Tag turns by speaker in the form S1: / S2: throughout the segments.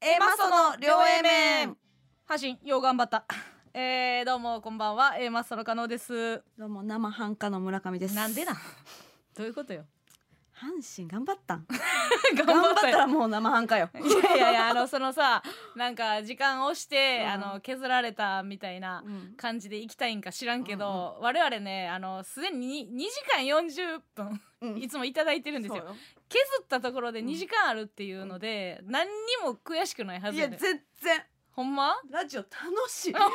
S1: エマソの両 A 面
S2: 発信よう頑張った えー、どうもこんばんは A マストの加納です
S1: どうも生半可の村上です
S2: なんで なんどういうことよ
S1: 阪神頑張ったん
S2: 頑
S1: 頑張った
S2: よ
S1: らもう生半可 よ
S2: いやいやいやあのその さなんか時間押して、
S1: うん
S2: あの削られたみたいな
S1: うん
S2: 感じで行きたいんか知らんけど、我々ねあのすでにに2時間40分
S1: うん
S2: いつもいただいてるんですよ
S1: そう
S2: 削ったところで2時間あるっていうので、何にも悔しくないはず
S1: いや
S2: やねん
S1: 全然
S2: ほん ま
S1: ラジオ楽しい
S2: 思っ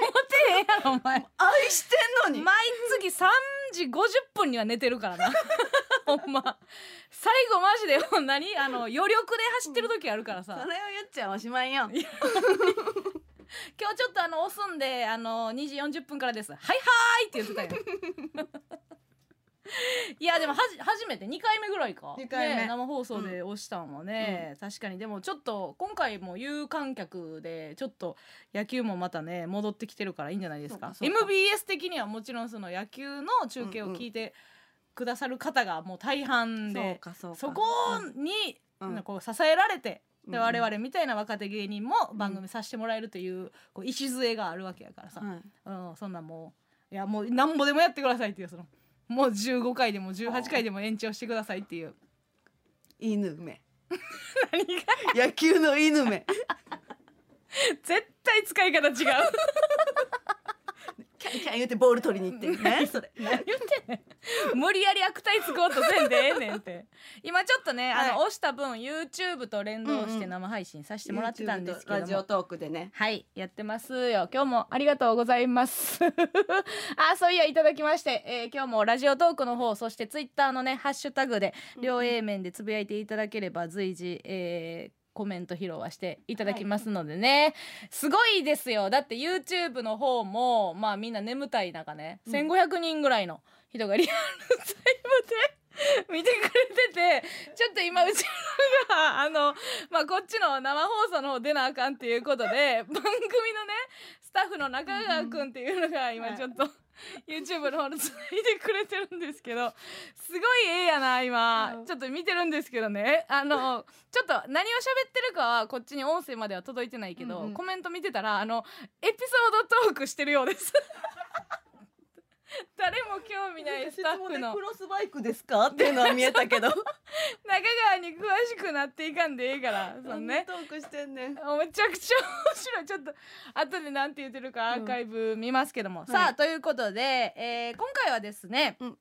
S2: てへんやろお前
S1: 愛してんのに
S2: 毎月3時50分には寝てるからな ほんま最後マジでほんなにあの余力で走ってる時あるから
S1: それを
S2: さ
S1: 言っちゃおしまいよ
S2: い今日ちょっとあの押すんであの2時40分からですはいはーいって言ってたよ いやでもはじ初めて2回目ぐらいか
S1: 二回目
S2: ね生放送で押したんもね、確かにでもちょっと今回も有観客でちょっと野球もまたね戻ってきてるからいいんじゃないですか
S1: そうかそうか
S2: MBS 的にはもちろんその野球の中継を聞いてくださる方がもう大半で、
S1: そうかそうか
S2: そこに、
S1: うん
S2: こう支えられて、
S1: う
S2: で
S1: ん
S2: 我々みたいな若手芸人も
S1: ん
S2: 番組させてもらえるというこう礎があるわけやからさ、
S1: はい
S2: うん、そんなんもういやもうなんぼでもやってくださいっていうそのもう15回でも18回でも延長してくださいっていう
S1: 犬目
S2: 何が
S1: 野球の犬目
S2: 絶対使い方違う
S1: キャンキャン言ってボール取りに行ってねそれ
S2: 何言ってんねん 無理やり悪態つこうとせんでええねんって今ちょっとね、あ
S1: はい
S2: の押した分 YouTube と連動して生配信させてもらってたんですけども、
S1: ラジオトークでね
S2: はい、やってますよ。今日もありがとうございます。 あ、そういや、いただきまして、えー今日もラジオトークの方、そしてツイッターのね、ハッシュタグで、両 A 面でつぶやいていただければ、随時、えーコメント披露はしていただきますのでね、すごいですよだって YouTube の方もまあみんな眠たい中ね、
S1: うん
S2: 1500人ぐらいの人がリアルタイムで 見てくれててちょっと今うちらがあのまあこっちの生放送の方出なあかんっていうことで番組のねスタッフの中川くんっていうのが
S1: は
S2: 今
S1: い
S2: ちょっと YouTube の方のつないでくれてるんですけどすごいええやな今
S1: うん
S2: ちょっと見てるんですけどねあのちょっと何を喋ってるかはこっちに音声までは届いてないけど、
S1: うんうん
S2: コメント見てたらあのエピソードトークしてるようです誰も興味ないスタッフの
S1: クロスバイクですかっていうのは見えた けど
S2: 中川に詳しくなっていかんでええからそのね
S1: トークしてんねん
S2: めちゃくちゃ面白いちょっと後でなんて言ってるかアーカイブ見ますけども、
S1: い
S2: さあということで、えー今回はですね
S1: うん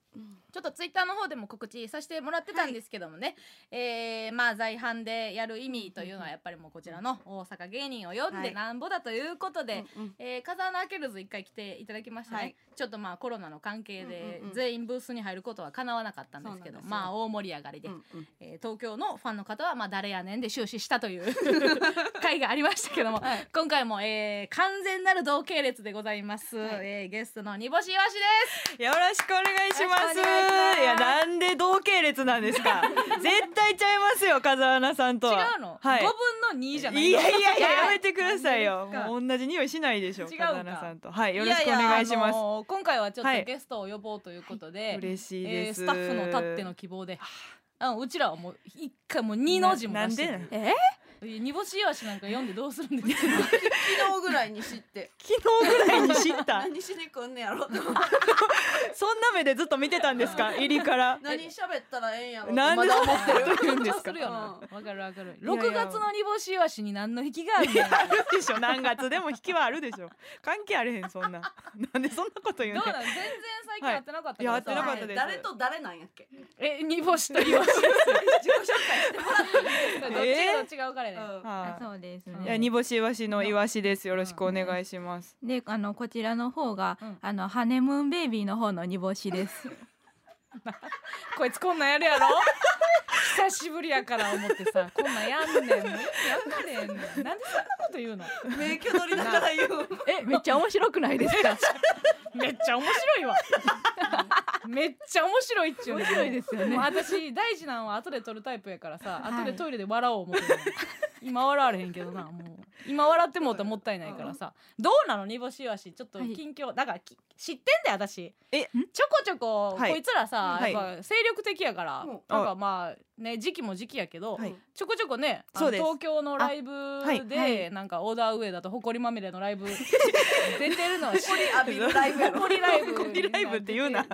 S2: ちょっとツイッターの方でも告知させてもらってたんですけどもね、えーまあ在阪でやる意味というのはやっぱりもうこちらの大阪芸人を呼ん
S1: は
S2: で
S1: い
S2: なんぼだということで、えー、風穴アケルズ一回来ていただきましたね、
S1: はい
S2: ちょっとまあコロナの関係で
S1: うんうんうん
S2: 全員ブースに入ることはかなわなかったんですけ
S1: そうな
S2: ど
S1: んですよ
S2: まあ大盛り上がりで、
S1: うん
S2: えー東京のファンの方はまあ誰やねんで終始したという 回がありましたけども、
S1: はい
S2: 今回も、えー完全なる同系列でございます、
S1: はい
S2: えーゲストの煮干しわしです
S3: よろしくお願いします。
S2: よろし
S3: い
S2: くお願いします
S3: や、なんで同系列なんです か。絶対ちゃいますよ、風穴さんとは。
S2: 違うの、
S3: はい。
S2: 5分の2じゃない
S3: いやいやい や、やめて
S2: て
S3: くださいよ。
S2: いや
S3: もう同じ匂いしないでしょ
S2: 違
S3: 風
S2: うか
S3: 穴さんと。はい、よろしくお願いします。
S2: 今回はちょっ
S3: は
S2: と
S3: い
S2: ゲストを呼ぼうということで、
S3: 嬉しい
S2: え
S3: で
S2: ー
S3: す、
S2: スタッフのたっての希望で。うん、うちらはもう一回もう二の字も出して
S3: ななんで
S2: ええ煮干しイワシなんか読んでどうするんですか
S1: 昨日ぐらいに知って
S3: 昨日ぐらいに知っ た。
S1: 何しに来んねやろ
S3: そんな目でずっと見てたんですか、入りから。
S1: 何喋ったらええんやろ
S3: なんで
S1: まだ
S3: そん
S1: 思
S3: な
S1: ってる
S3: こと言うんです
S2: す
S3: か
S2: る。よなわかるわかる
S3: いやいや
S2: 6月の煮干しイワシに何の引きがあるん
S3: いや
S2: だ
S3: あるでしょ何月でも引きはあるでしょ関係あれへんそんななんでそんなこと言う
S2: ど
S3: ね
S2: うなんん全然最近会ってなか
S3: は
S2: った
S3: いいや会ってなかった
S2: で
S3: です
S1: 誰と誰なんやっ け
S2: え煮干しとイワシ
S1: 自己紹介してもらって
S2: どっちがどっちが分かれね
S1: うん
S4: あ
S3: は
S4: そうです
S2: う
S3: い
S2: ん
S3: い
S4: ね。
S3: や煮干しイワシのイワシですよろしくお願いします
S4: で、あのこちらの方が、
S2: うん
S4: あのハネムーンベイビーの方の煮干しです。
S2: こいつこんなんやるやろ 久しぶりやから思ってさこんなんやんねんやんかれへんねんなんでそんなこと言うの
S1: 名挙取りながら 言う
S4: え、めっちゃ面白くないです か？
S2: めっちゃ面白いわ。 めっちゃ面白いっちゅうねん
S4: 面白いですよね
S2: もう私大事なのは後で撮るタイプやからさ、
S4: はい
S2: 後でトイレで笑おう思ってる今笑われへんけどなもう今笑ってもうともったいないからさどうなの煮干しわしちょっと
S5: はい
S2: 近況、だからき知ってんだよ私
S4: え
S2: ちょこちょこ、
S4: はい
S2: こいつらさ
S4: はい
S2: やっぱ精力的やから、
S1: うん
S2: なんかまあね時期も時期やけど、
S4: はい
S2: ちょこちょこねあの
S4: そうです
S2: 東京のライブ
S4: はい
S2: で、
S5: はい
S2: なんかオーダーウェイだと誇りまみれのライ ブ出てるのし
S1: これ浴びるライブやろ
S2: 誇りライブ
S4: 誇りライブって言うな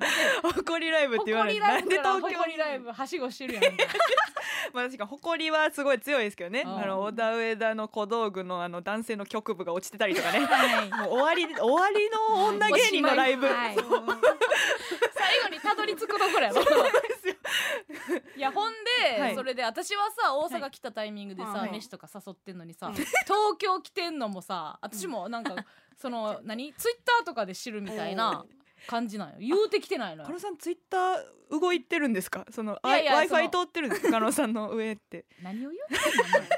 S4: 誇りライブって言わな
S2: 誇り
S4: い
S2: ラ
S4: な
S2: イ
S4: ん
S2: ブ
S4: で
S2: から
S4: 東京に
S2: 誇りライブはしごしてるやん
S4: まあ確かに誇りはすごい強いですけどね
S2: うん
S4: あの小田上田の小道具のあの男性の局部が落ちてたりとかね
S5: はい
S4: もう終わり終わりの女芸人のライブ、
S5: はい
S2: 最後にたどり着くところ やろ
S4: すよ
S2: いやほんで、
S4: はい
S2: それで私はさ大阪来たタイミングでさ、
S4: はい
S2: 飯とか誘ってんのにさ、
S1: うん
S2: 東京来てんのもさ私もなんか、その何ツイッターとかで知るみたいな感じなんよ言うてきてないの
S4: カ
S2: よ
S4: ノさんツイッター動いてるんですかその
S2: いやいや
S4: w i
S2: そ
S4: f
S2: の
S4: i 通ってるんですかカノさんの 上って
S2: 何を言うてんのお前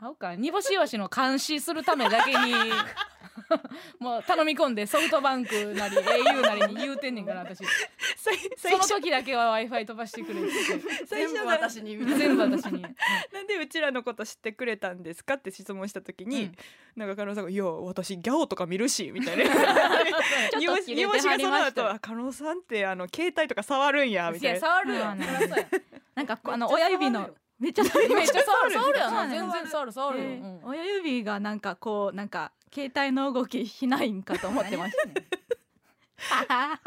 S2: 青か煮干しイワシの監視するためだけに もう頼み込んでソフトバンクなり au なりに言うてんねんから私
S4: 最
S2: そ
S4: 最
S2: の
S4: 初
S2: 時だけは w i f i 飛ばしてくれって
S4: 最
S1: 全
S4: 初
S1: 部
S4: なん
S1: 私に見
S2: 言って
S1: る
S2: 全部私に、
S4: なんでうちらのこと知ってくれたんですかって質問した時
S2: うん
S4: に、なんか加納さんが「いや私ギャオとか見るし」みたいな
S2: ちょっと切れてはりま
S4: 煮干
S2: した
S4: がその後は「加納さんってあの携帯とか触るんや」み
S2: い
S4: た
S2: や
S4: いな
S2: 触るよ
S5: うん
S2: そりゃそうや
S5: なんかこうあの親指のめっちゃ触り
S2: め
S5: ま
S2: っ
S5: し
S2: ち
S5: た
S2: ゃ触る触るよ
S5: そうな
S2: な
S5: の
S2: 全然触る触るよ、
S5: え
S2: うん
S5: ー親指がなんかこうなんか携帯の動きしないんかと思ってまし
S2: したね
S5: た。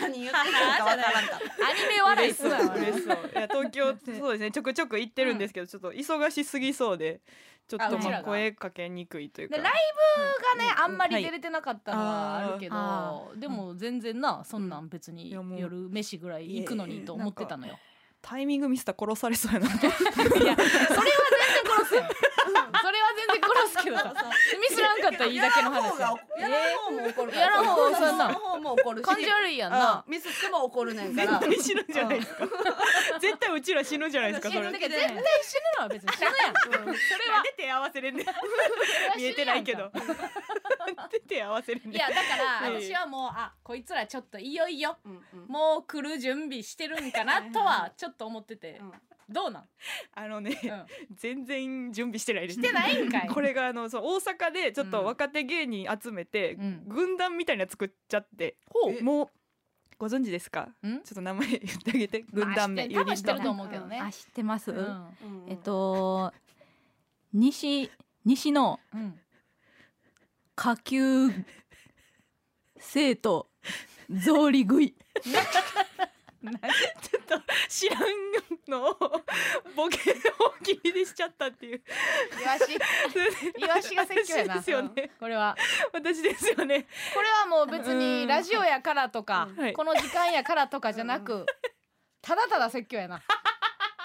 S1: 何言ってるかわからんかった
S2: アニメ笑い
S4: 嬉し
S2: す
S4: そう
S2: なよな
S4: 嬉しそういや 東京そうですねちょくちょく行ってるんですけど、ちょっと忙しすぎそうでちょっ
S2: あ
S4: と
S2: うち
S4: ま
S2: ら
S4: あ
S2: が
S4: 声かけにくいというか
S2: でライブがねあんまり出れてなかったのはあるけど、
S5: は
S2: でも全然なそんなん別
S4: い
S2: に
S4: やもう
S2: 夜飯ぐらい行くのにと思ってたのよ
S4: タイミングミスったら殺されそうやな
S2: それは全然殺すよそれは全然殺すけどさミスらんかったらいいだけの話
S1: やらん方がやらん方も怒るから
S2: やらん方もそんな
S1: やらん方も怒るし
S2: 感じ悪いやん
S1: あ
S2: な
S1: ミスっても怒るねんか
S4: 絶
S1: ら
S4: 対死ぬじゃないですか 絶対うちら死ぬじゃないですか
S2: いや
S4: そ
S2: だ
S4: れ
S2: か
S4: 出
S2: ら絶対死ぬのは別に死ぬやんそれは
S4: て合わせれんね
S2: それは死ぬ
S4: 見
S2: やん
S4: えてないけ ど出て合わせれん
S2: い
S4: ね
S2: やだから
S4: うん
S2: 私はもうあこいつらちょっといよいよ
S1: うんうん
S2: もう来る準備してるんかなとはちょっと思ってて
S1: うん
S2: どうなん、
S4: あのね、
S2: うん、
S4: 全然準備してないです
S2: してないんかい
S4: これがあのそう大阪でちょっと若手芸人集めて、
S2: うん
S4: 軍団みたいなの作っちゃって、
S1: え
S4: もうご存知ですか
S2: うん
S4: ちょっと名前言ってあげて軍団名、
S2: まあ知ってる多分知ってる
S4: ユニ
S2: と
S4: ット
S2: 思うけどね、
S5: あ知ってます。
S2: うん
S1: うん
S5: えっと西西の
S2: うん、
S5: 下級生徒草履食い。
S4: 知らんのをボケを切りにしちゃったっていう
S2: イワシ イワシが説教やな
S4: 私ですよね
S2: これは
S4: 私ですよね
S2: これはもう別にラジオやからとか、
S4: うんはい
S2: この時間やからとかじゃな く、ただただ説教やな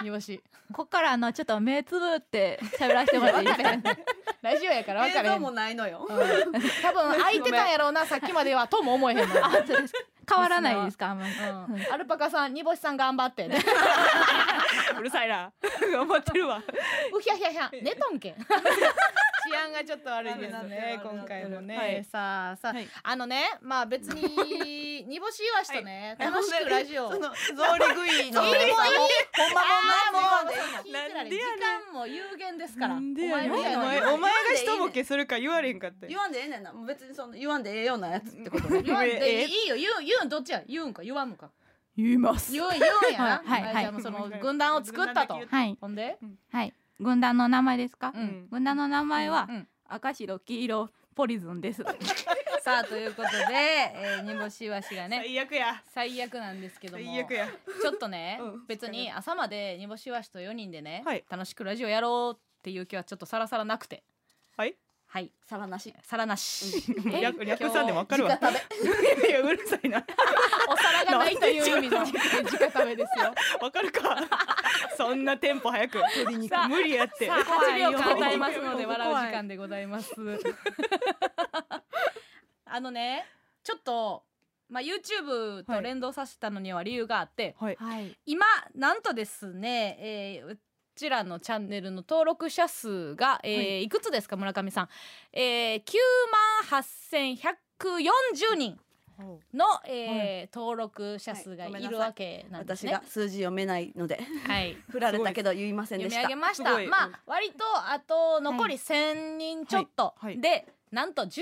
S2: 煮干し
S5: ここからあのちょっと目つぶって喋らせてもらっていいですか ね。
S2: ラジオやから分か
S1: 映
S2: れへ
S1: 像
S2: ん、う
S1: も
S2: ん、
S1: ないのよ
S2: 多分空いてたんやろうなさっきまではとも思えへん のよ、
S5: あそうです変わらないですかあんまり。
S2: うん、アルパカさん煮干しさん頑張って ね
S4: うるさいな頑張ってるわ
S2: うひゃひゃひゃ寝とんけん 治安がちょっと悪いです
S1: なるなる
S2: ね
S1: なる
S2: 今回もね、
S4: はい
S2: さあさあ、
S4: はい
S2: あのねまあ別に煮干しイワシとね、楽しくラジオ
S1: その草履食いの
S2: いいもういい
S1: ほんま
S2: あ
S1: ほんまほんま
S2: ー
S1: でいいの
S2: 聞いてられ
S4: なんでやねん
S2: 時間も有限ですから
S4: なんでやねんお
S2: みたい
S4: 前
S2: な
S4: お前
S1: 言わんでいいねん
S4: が一ボケするから言われへんかったよ
S1: 言わんでええねんなもう別にその言わんでええようなやつってこと
S2: 言わんでい
S4: え
S2: いよ言うん言うんどっちや言うんか言わんのか
S5: 言います
S2: 言うん言うんやな
S5: はいはい
S2: じゃあもうその軍団を作ったと
S4: 軍団だけ言っ
S5: はい
S2: ほんで
S5: はい軍団の名前ですか。
S2: う
S4: うんん
S5: 軍団の名前は
S2: うん
S5: 赤白黄色ポリズンです。
S2: さあということで、えー、煮干しイワシがね
S4: 最悪や
S2: 最悪なんですけども
S4: 最悪や
S2: ちょっと ね、
S4: うん
S2: 別に朝まで煮干しわしと4人でね、
S4: はい
S2: 楽しくラジオやろうっていう気はちょっとさらさらなくて
S4: はい
S2: はい
S1: さらなし
S2: さらなしえ
S4: 略略さんでもわかる
S1: 直
S4: わ
S1: 食べ
S4: いやいやうるさいな
S2: お皿が ないという意味の直食べですよ
S4: わかるか そんなテンポ早く
S2: さあ
S4: 無理やって
S2: さあ
S5: 怖
S2: 8
S5: いよ
S2: 秒間与えますので
S5: 怖い
S2: 笑う時間でございます あのねちょっとまあ YouTube と連動させたのには理由があって、
S4: はい
S5: はい。
S2: 今なんとですね、えーうちらのチャンネルの登録者数が、えーい、くつですか村上さん、えー、9万8140人の、えー登録者数が
S1: はいご
S2: い
S1: めんな
S2: る
S1: さい
S2: わけなんです
S1: 私
S2: ね
S1: が。数字読めないので
S2: はい。
S1: 振られたけど言いませんで
S2: 読
S1: し
S2: み上
S1: た
S2: げまし
S4: す
S2: た。
S4: ごい
S2: まあ割とあと残り1000人ちょっと
S4: はいはい
S2: で、なんと10万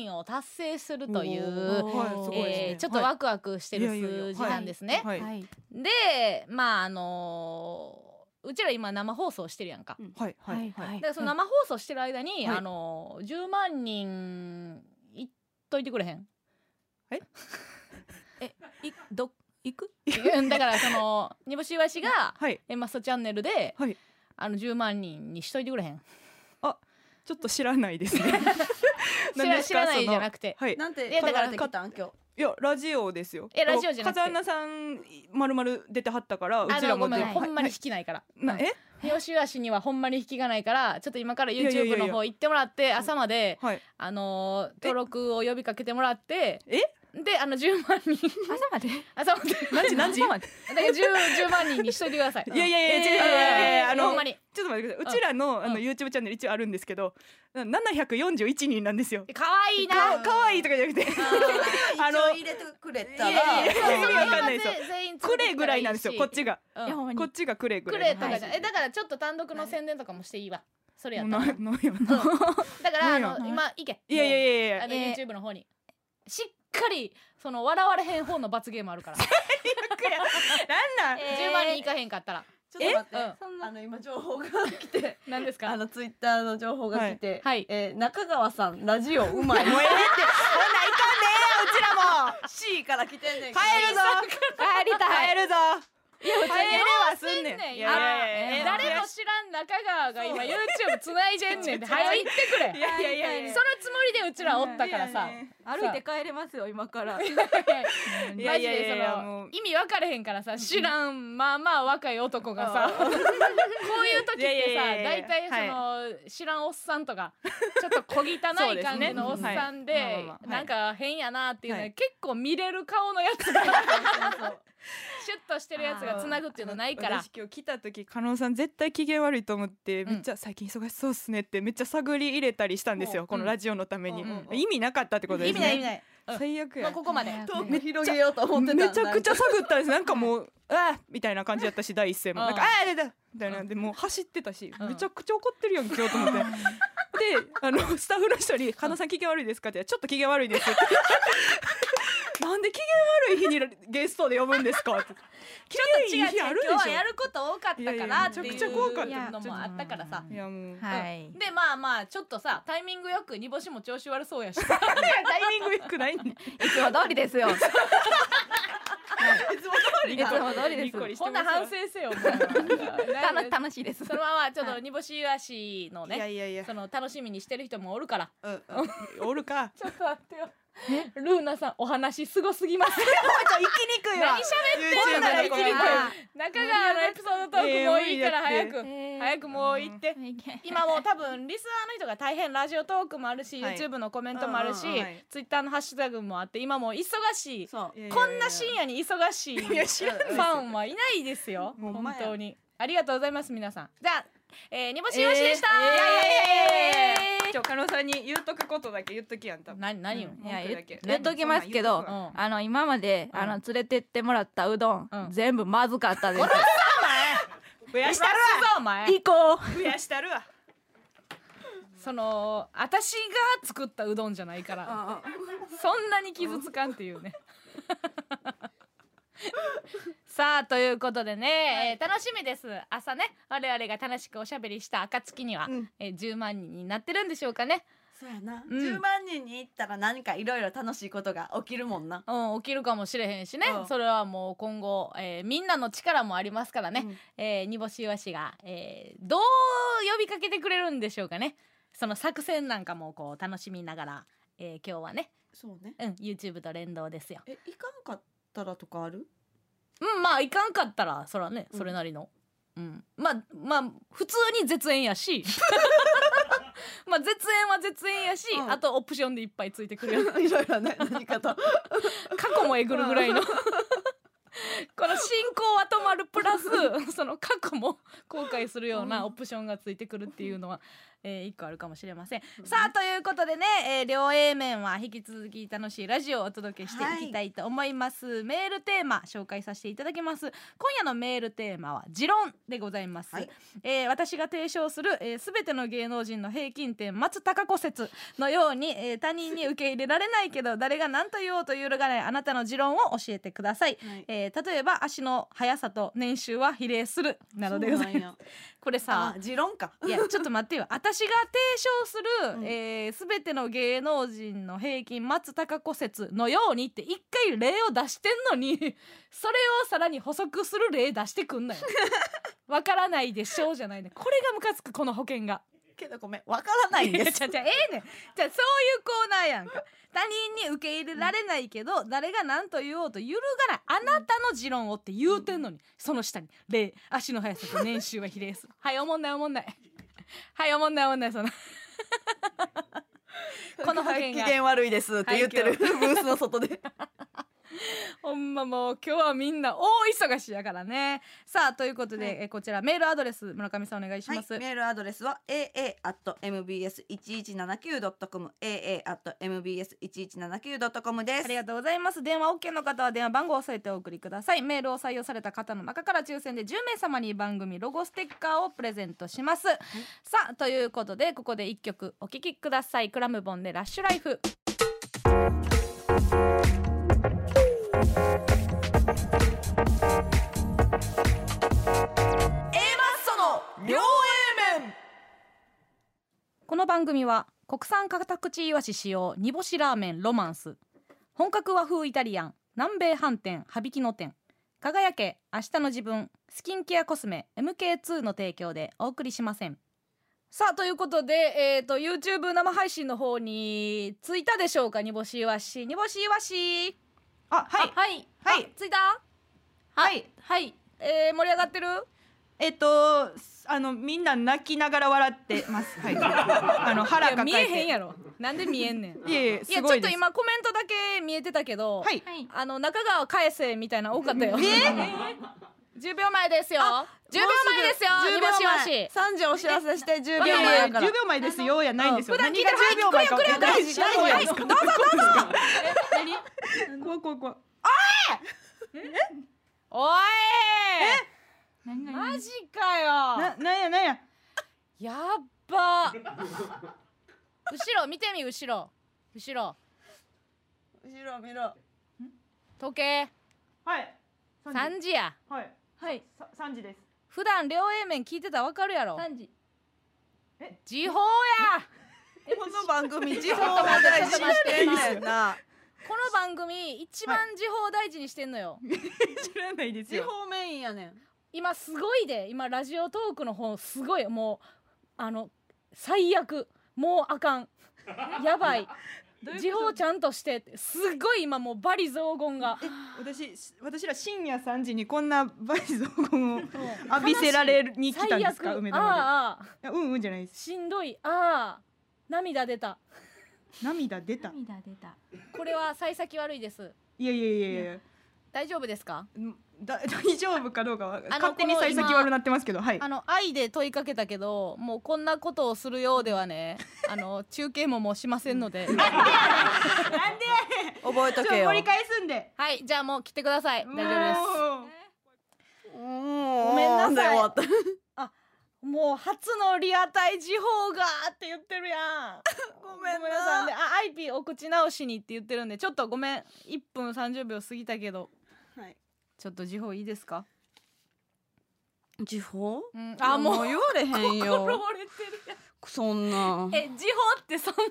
S2: 人を達成するとい
S5: お
S2: う。
S5: ー
S4: はいすごいですね
S2: えーちょっとワクワクしてる
S4: はいいやいやい
S2: 数
S4: や
S2: 字なんですね。
S4: はい
S5: はい
S2: でまああのーうちら今生放送してるやんか。
S1: うん
S4: はいはい
S5: は
S4: はいい
S5: は
S4: はい
S2: だ
S4: い
S2: からその生放送してる間に、
S4: はい
S2: あのー10万人いっといてくれ へん
S5: いど行く
S2: うんだからその煮干しわしが
S4: はい
S2: 「えマストチャンネルで」
S4: はい
S2: あの10万人にしといてくれへん
S4: ちょっと知らないですね
S2: 知ら知らないじゃな
S4: く
S2: くて
S4: はい
S1: なんて
S2: いやだ
S1: だ
S2: か
S1: かららてきたん今日
S4: いやラジオですよ
S2: えラジオじゃなくて
S4: 風穴さんまるまる出てはったからう
S2: あ
S4: ち
S2: の
S4: ら
S2: ご
S4: も
S2: め
S4: 出
S2: ん
S4: て
S2: ほんまに
S4: は
S2: 引きないから
S4: いなえ
S2: うん煮干しわしにはほんまに引きがないからちょっと今から
S4: いやいやいや
S2: YouTube の方行ってもらって朝まで
S4: はい
S2: あのー登録を呼びかけてもらって
S4: え
S2: であの10万人
S5: 朝まで
S2: 朝まで
S4: 何時何時ちょっ
S2: だから 10, 10万人にしといてください
S4: いやいやいや
S2: うん
S4: 違う違う違うあの
S2: ほんまに
S4: と待ってくださいうちらのあ
S2: うん
S4: の YouTube チャンネル一応あるんですけど741人なんですよ
S2: かわいいな
S4: か可愛いとかじゃな くてあ
S1: 一
S4: の
S1: 応入れてくれたら
S4: いやいやいや
S2: そう
S4: 意味わかんないですよ
S2: それは全員
S4: くれぐらいなんですよこっちが
S2: うん
S5: いやほんまに
S4: こっちがくれぐ
S2: く
S4: ら
S2: れ
S4: い
S2: と
S4: の
S2: かじゃ
S4: は
S2: えだからちょっと単独の宣伝とかもしていいわそれ
S4: い
S2: や
S4: もう
S2: ったら
S4: な
S2: だ
S4: なんやろな
S2: からあ
S4: なんや
S2: の今行け
S4: いやいや
S2: や
S4: いやいや
S2: あの
S5: えー
S2: YouTube の方にしっかりその笑われへん方の罰ゲームあるから
S4: なんなん
S5: え
S2: 10万人いかへんかったら
S1: ちょっと
S2: え
S1: 待って
S5: そん
S1: あの今情報が来て
S2: 何です
S1: あ
S2: か
S1: のツイッターの情報が来て、
S2: はいはい
S1: えー中川さんラジオうまい。
S4: もうええってほんないかんねうちらも
S1: C から来てんねんけど。
S4: 帰るぞ
S2: 帰り
S4: 帰るぞ帰
S2: 帰
S4: れ
S2: れ
S4: は
S2: は
S4: すんねんい
S2: や
S4: やいやいや
S2: 誰も知らん中川が今 YouTube つない でんねんで早いってくれ
S4: いやいやいや
S2: そ
S4: い
S2: の
S4: や
S2: つもりでうちらおったからさ
S5: 歩いて帰れますよ今から
S4: い
S2: マ
S4: や
S2: ジ
S4: いやい
S2: で
S4: やいや
S2: そ
S4: も
S2: の
S4: う
S2: 意味分かれへんからさ知らんまあまあ若い男がさこういう時っ
S4: いやい
S2: てさ
S4: やいやい
S2: 大
S4: や
S2: 体その知らんおっさんとかちょっと小汚
S4: そう
S2: い
S4: です
S2: 感
S4: ね
S2: じのおっさん
S4: はいまあ
S2: で
S4: まあまあ
S2: なんか変やなっていうのは
S4: はい
S2: 結構見れる顔のやつがシュッとしてるやつがつなぐっていうのないから
S4: 私今日来た時加納さん絶対機嫌悪いと思って
S2: うん
S4: めっちゃ最近忙しそうっすねってめっちゃ探り入れたりしたんです
S1: う
S4: よ
S1: ん
S4: このラジオのために
S1: うん
S2: うん
S4: 意味なかったってことです
S1: 意味
S4: ね
S1: ない意味ない。
S2: ない
S4: 最悪
S2: ま
S4: や
S2: あここまで
S1: トーク広げようと思ってた。
S4: めちゃくちゃ
S1: なんか。
S4: 探った んですなんかもう「ああ」みたいな感じやったし第一声も「
S2: うん
S4: なんかああ出た」みたいなでもう走ってたし
S2: うん
S4: めちゃくちゃ怒ってるやん今日と思 って。であのスタッフの人に「神田さん機嫌悪いですか?」って「ちょっと機嫌悪いです」って なんで機嫌悪い日にゲストで呼ぶんですか?」って「機
S2: 違う
S4: 嫌い
S2: 違う
S4: い日あるでし
S2: 今
S4: ょ
S2: 日はやること多かったからって
S4: いやいやめ
S2: い
S4: ちゃくちゃ怖かった
S2: うのもあったからさ
S4: いやもう
S5: はい
S2: でまあまあちょっとさタイミングよく煮干しも調子悪そう やしさ
S4: タイミング良くないね
S5: いつも通りですよいつも通りで
S4: にっこりし
S5: す
S4: て
S2: こんな反省せよも う
S5: 楽楽しいです
S2: そのままちょっ
S5: は
S2: と煮干しわしの
S4: いや
S2: ね
S4: いやいや
S2: その楽しみにしてる人もおるから
S1: うん
S4: おるか
S2: ちょっと待ってよルーナさんお話すごすぎます
S4: 行きにくい
S2: わ
S4: 何喋
S2: こん なの
S4: って
S2: 生き
S4: ん
S2: にくい中川のエピソードトークもういいから
S4: いや
S2: 早
S4: いや
S2: く
S5: えー
S2: 早くもう行って
S5: いけ
S2: 今もう多分リスナーの人が大変ラジオトークもあるし
S4: はい
S2: YouTube のコメントもあるし
S4: うんうんうんはい
S2: Twitter のハッシュタグもあって今もう忙しい
S1: そう。
S2: こんな深夜に忙しいフ
S4: いや知らないですよ
S2: ァンはいないですよ
S4: ほん
S2: 本
S4: まや
S2: 当にありがとうございます皆さんじゃあえー煮干しよしでした
S4: ちょ加納さんに言うとくことだけ言っときやん多分。
S2: 何何を
S5: いや
S4: 文句だけ
S5: 言っときますけど
S4: うん
S2: うん
S5: あの今まで
S2: うん
S5: あの連れてってもらったうどん
S2: うん
S5: 全部まずかったです
S4: 増やしたる
S2: るわお前
S5: 行こ
S4: わ。
S5: う
S4: 増やしたるわ。
S2: その私が作ったうどんじゃないからそんなに傷つかんっていうね さあということでね、えー楽しみです朝ね我々が楽しくおしゃべりした暁には、
S4: うん
S2: えー10万人になってるんでしょうかね
S1: そうやな。
S2: うん
S1: 10万人に行ったら何かいろいろ楽しいことが起きるもんな。
S2: うん、起きるかもしれへんしね、
S1: うん
S2: それはもう今後、えーみんなの力もありますからね、
S4: うん
S2: えー煮干しわしが、えーどう呼びかけてくれるんでしょうかねその作戦なんかもこう楽しみながら、えー今日はね、
S1: そうね。
S2: うん、YouTube と連動ですよ。
S1: え行かんかったらとかある？
S2: うんまあいかんかったらそらね
S1: うん
S2: それなりの、うんまあまあ普通に絶縁や しまあ絶縁は絶縁やし、
S1: うん
S2: あとオプションでいっぱいついてくるよ
S1: いろいろね何かと。
S2: 過去もえぐるぐらい のこの進行は止 まるプラスその過去も後悔するようなオプションがついてくるっていうのは えー、一個あるかもしれません、さあということでね、えー、両 A 面は引き続き楽しいラジオをお届けしていきたいと思います、メールテーマ紹介させていただきます今夜のメールテーマは「持論」でございます、
S1: はい
S2: えー私が提唱するすべ、えー全ての芸能人の平均点松たか子説のように、えー他人に受け入れられないけど誰が何と言おうと揺るがないあなたの持論を教えてください、
S1: はい
S2: えー例えば足の速さと年収は比例するなのでございます
S1: そうなんや
S2: これさ
S1: あ持論か
S2: いやちょっと待ってよ私が提唱する、
S1: うん
S2: えー、全ての芸能人の平均松たか子説のようにって一回例を出してんのに それをさらに補足する例出してくん なよわからないでしょうじゃないねこれがムカつくこの保険が
S1: けどごめんわからないんです
S2: じゃじゃええねんじゃあそういうコーナーやんか他人に受け入れられないけど、誰が何と言おうと揺るがないあなたの持論をって言うてんのに、その下に例足の速さと年収は比例する はいおもんないおもんないはいおもんないおもんないその この保険
S1: 機
S2: が
S1: 嫌悪いですって言ってるブースの外で
S2: ほんまもう今日はみんな大忙しやからねさあということで、
S1: はい
S2: えこちらメールアドレス村上さんお願いします、
S1: はい、メールアドレスは aa mbs 一一七九ドットコム aa mbs 一一七九ドットコムです。
S2: ありがとうございます電話 OK の方は電話番号を添えてお送りくださいメールを採用された方の中から抽選で10名様に番組ロゴステッカーをプレゼントします、さあということでここで一曲お聴きくださいクラムボンでラッシュライフ
S1: その両 A 面。
S2: この番組は国産カタクチイワシ使用煮干しラーメンロマンス本格和風イタリアン南米飯店羽引きの店輝け明日の自分スキンケアコスメ MK2 の提供でお送りしませんさあということで、えー、と YouTube 生配信の方に着いたでしょうか煮干しイワシ煮干しイワシ
S1: あはい
S4: はい
S1: はい
S2: あ着いた
S1: はい。
S4: はい
S2: えー、盛り上がってる
S3: えっとあのみんな泣きながら笑ってます。 はい。あの腹
S2: いや
S3: 抱
S2: 見
S3: え
S2: え
S3: て。
S2: へんやろなんで見えんねん
S3: いやいや
S2: いや
S3: す
S2: ち
S3: ご
S2: ょっ
S3: い
S2: と
S3: です。
S2: 今コメントだけ見えてたけど
S3: はい。
S4: はい
S2: あの中川返せみたいなの多かったよ。十秒前ですよ。十秒前ですよ。
S1: 10
S2: 煮
S1: 秒
S2: 干しわ
S1: 前
S2: し。
S1: 三時お知らせして10秒
S2: わ
S3: い
S2: かる
S3: や
S2: わ
S3: い
S2: か
S1: 前
S2: る
S3: や
S1: やから
S3: 10秒前ですよやないんですよ。
S2: うん普段聞い
S3: 何
S2: て
S3: が
S2: る
S3: 10秒前か分かんない
S2: はい
S3: 大事大
S2: 来るよ
S3: 事
S2: 来るよ
S3: 大事
S2: 来るよ
S3: 大事
S4: 何
S3: 怖い怖い怖い。
S2: おい。
S4: 何が
S2: マジかよ。
S3: ななんやなんや。
S2: やっば。後ろ見てみ後ろ。後ろ。
S1: 後ろ見ろ。
S2: 時計。
S3: はい。三時
S2: 三時や。
S3: はい。
S4: はい
S3: さ三時です。
S2: 普段両 A 面聞いてたらわかるやろ。
S4: 三時
S2: 時報や。
S1: この番組地方を大事に してんねんな。
S2: この番組一番時報大事にしてんのよ。
S3: 知らないです
S1: 地
S3: よ。
S1: 方メインやねん。
S2: 今すごいで今ラジオトークの方すごいもうあの最悪もうあかんやばい時報ちゃんとしてってすごい今もうバリ雑言が
S3: 私私ら深夜三時にこんなバリ雑言を浴びせられるに来たん
S2: 最
S3: です
S2: 悪
S3: か
S2: あ
S3: 梅田ま
S2: あああ
S3: で。いやうんうんじゃないです。
S2: しんどいああ涙出た
S3: 涙出た。
S4: 涙出た
S2: これは幸先悪いです
S3: いやいやいやいや。
S2: 大丈夫ですか
S3: だ 大丈夫かどうかは
S2: の
S3: 勝手に
S2: この
S3: 幸先悪なってますけどはい
S2: あの愛で問いかけたけどもうこんなことをするようではね あの中継ももうしませんので
S1: 覚えと
S3: ちょ
S1: けよ。
S3: 盛り返すんで
S2: はいじゃあもう来てください大丈夫です
S3: 夫で
S1: ご
S2: めんなさい
S1: で終わ った。
S2: もう初のリアタイ時報がって言ってるやん。
S1: ご
S2: ごめんなさい。で、あ、アイピーお口直しにって言ってるんで、ちょっとごめん。一分三十秒過ぎたけど、
S1: はい。
S2: ちょっと時報いいですか？
S1: 地方？
S2: うん。
S1: あ
S2: あ、も
S1: もう
S2: う
S1: 言われへんよ。
S2: れてるやん。
S1: そんな。
S2: え、時報ってそんな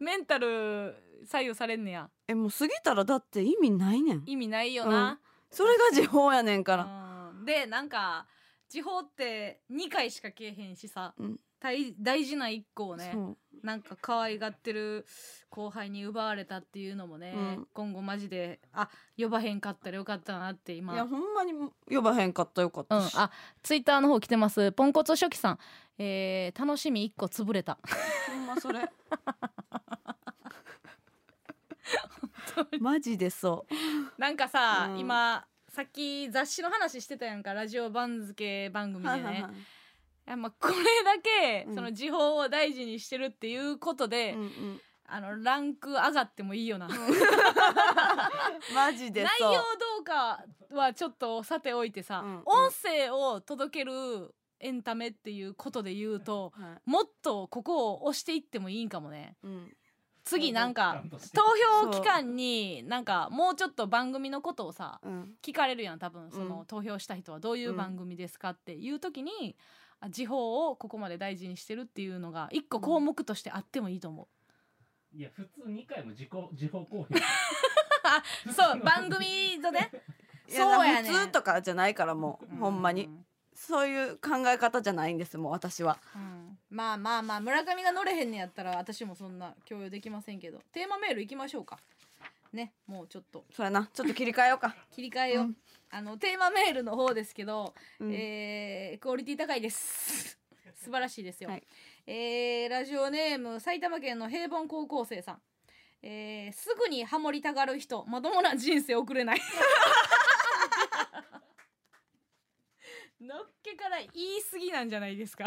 S2: メンタル左右されんねや。
S1: えもう過ぎたらだって意味ないねん。
S2: 意味ないよな。
S1: それが時報やねんから。
S2: うんで、なんか時報って二回しかけえへんしさ。
S1: うん
S2: 大大事な一個をね。
S1: そう
S2: なんか可愛がってる後輩に奪われたっていうのもね、
S1: うん
S2: 今後マジであ呼ばへんかったらよかったなって今
S1: いやほんまに呼ばへんかったよかっ
S2: うん、
S1: たし、
S2: あツイッターの方来てますポンコツ初期さん、えー、楽しみ一個潰れた
S1: ほんまそれ マジでそう
S2: なんかさ、
S1: うん
S2: 今さっき雑誌の話してたやんかラジオ番付番組でね、
S1: はいはいはい
S2: やまあこれだけ
S1: うん
S2: その時報を大事にしてるっていうことで、
S1: うんうん、
S2: あのランク上がってもいいよな、
S1: マジで
S2: 内
S1: そう
S2: 容どうかはちょっとさておいてさ、
S1: うんうん
S2: 音声を届けるエンタメっていうことで言うと
S1: はい
S2: もっとここを押していってもいいんかもね
S1: うん
S2: 次なんか投票期間になんかもうちょっと番組のことをさ
S1: うん
S2: 聞かれるやん多分その、
S1: うん
S2: 投票した人はどういう番組ですかっていう時に、あ時報をここまで大事にしてるっていうのが一個項目としてあってもいいと思う、
S6: いや普通2回も自己自己公 表
S2: そう番組のね
S1: いや
S2: そうやねん
S1: 普通とかじゃないからもう、ほんま
S2: う
S1: にそういう考え方じゃないんですもう私は
S2: うんまあまあまあ村上が乗れへんねやったら私もそんな共有できませんけどテーマメール行きましょうかねもうちょっと
S1: そうやなちょっと切り替えようか、
S2: 切り替えよう、
S1: うん
S2: あのテーマメールの方ですけど、
S1: うん
S2: えークオリティ高いです 素晴らしいですよ、
S1: はい
S2: えーラジオネーム埼玉県の平凡高校生さんえーすぐにハモりたがる人まともな人生送れない のっけから言い過ぎなんじゃないですか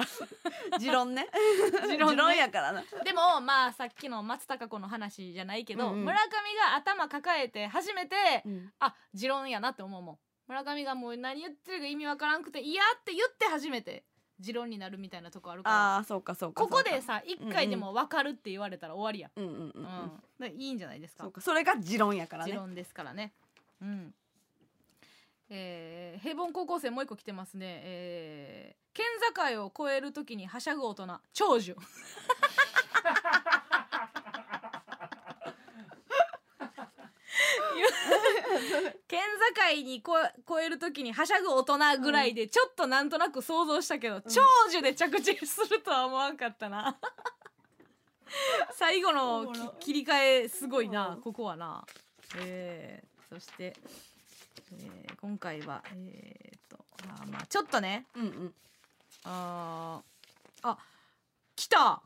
S1: 持論ね
S2: 持論ね
S1: 持論やからな
S2: でもまあさっきの松たか子の話じゃないけど、
S1: うんうん
S2: 村上が頭抱えて初めて
S1: うん
S2: あ持論やなって思うもん村上がもう何言ってるか意味わからんくて「いや」って言って初めて持論になるみたいなとこあるから
S1: ああそうかそうか
S2: ここ
S1: そう
S2: で
S1: か
S2: さ一回でも分かるって言われたら終わりや、
S1: うんうんうん、
S2: う
S1: うん
S2: だ
S1: ん、
S2: からいいんじゃないですか
S1: そうかそれが持論やから
S2: 持
S1: ね
S2: 論ですからね。うん。えー、平凡高校生もう一個来てますね。えー、県境を越えるときにはしゃぐ大人長寿。県境にこ越えるときにはしゃぐ大人ぐらいでちょっとなんとなく想像したけど、長寿で着地するとは思わんかっ たな最後のき切り替えすごいなここはなえー、そして、えー、今回はえー、っとあーまあちょっとね
S1: うんうん
S2: あーあ来た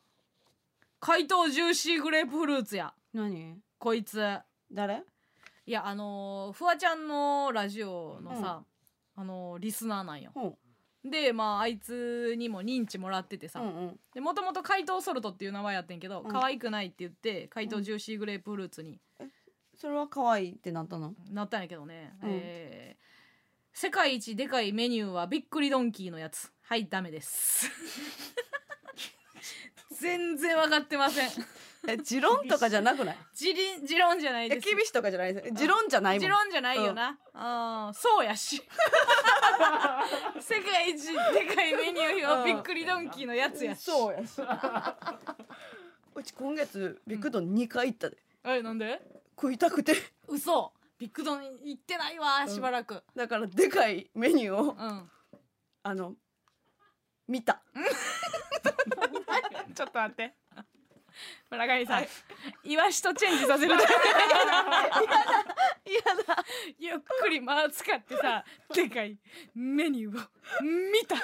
S2: 怪盗ジューシーグレープフルーツや
S1: 何
S2: こいつ
S1: 誰
S2: いやあのーフワちゃんのラジオのさ、あのーリスナーなんよ
S1: ほ
S2: でまああいつにも認知もらってて
S1: う
S2: さ、
S1: うんうん
S2: でもともと怪盗ソルトっていう名前やってんけど、
S1: うん
S2: 可愛くないって言って怪盗ジューシーグレープフルーツに
S1: それは可愛いってなったの
S2: なったんやけどね、
S1: うん
S2: えー世界一でかいメニューはびっくりドンキーのやつはいダメです 全然分かってません
S1: え持論とかじゃなくない
S2: 自論自論じゃない
S1: え
S2: です
S1: 厳しいとかじゃないです持論じゃないも
S2: 持
S1: ん
S2: 論じゃないよな、ああそうやし世界一でかいメニュー表びっくりドンキーのやつやし
S1: そうやし うち今月ビッグドン2回行ったで
S2: えなんで
S1: 食いたくて
S2: 嘘ビッグドン行ってないわ
S1: うん
S2: しばらく
S1: だからでかいメニューを
S2: うん、
S1: あの見た
S3: ちょっと待って
S2: 村上さん、イワシとチェンジさせるために嫌だゆっくり間使って さでかいメニューを見た
S1: う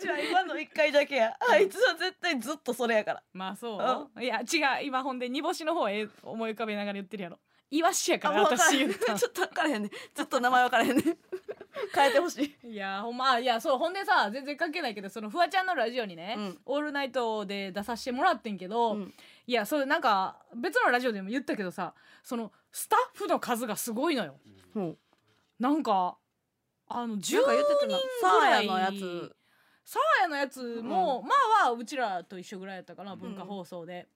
S1: ちは今の1回だけやあいつは絶対ずっとそれやから
S2: まあそういや違う今ほんで煮干しの方へ思い浮かべながら言ってるやろイワシやから
S1: 分から
S2: 私
S1: へ
S2: 言
S1: ん
S2: っ
S1: ちょ
S2: た
S1: っと分からへんねずっと名前分からへんね 変えてほしい
S2: いやほんまいやそうほんでさ全然関係ないけどそのフワちゃんのラジオにね「
S1: うん
S2: オールナイト」で出させてもらってんけど、
S1: うん
S2: いやそれなんか別のラジオでも言ったけどさそのスタッフの数がすごいのよ。
S1: うん
S2: なんかあの10
S1: なんか言ってたなサーヤのや
S2: ぐらい
S1: つ
S2: サーヤのやつも、まあはうちらと一緒ぐらいやったかな文化放送で。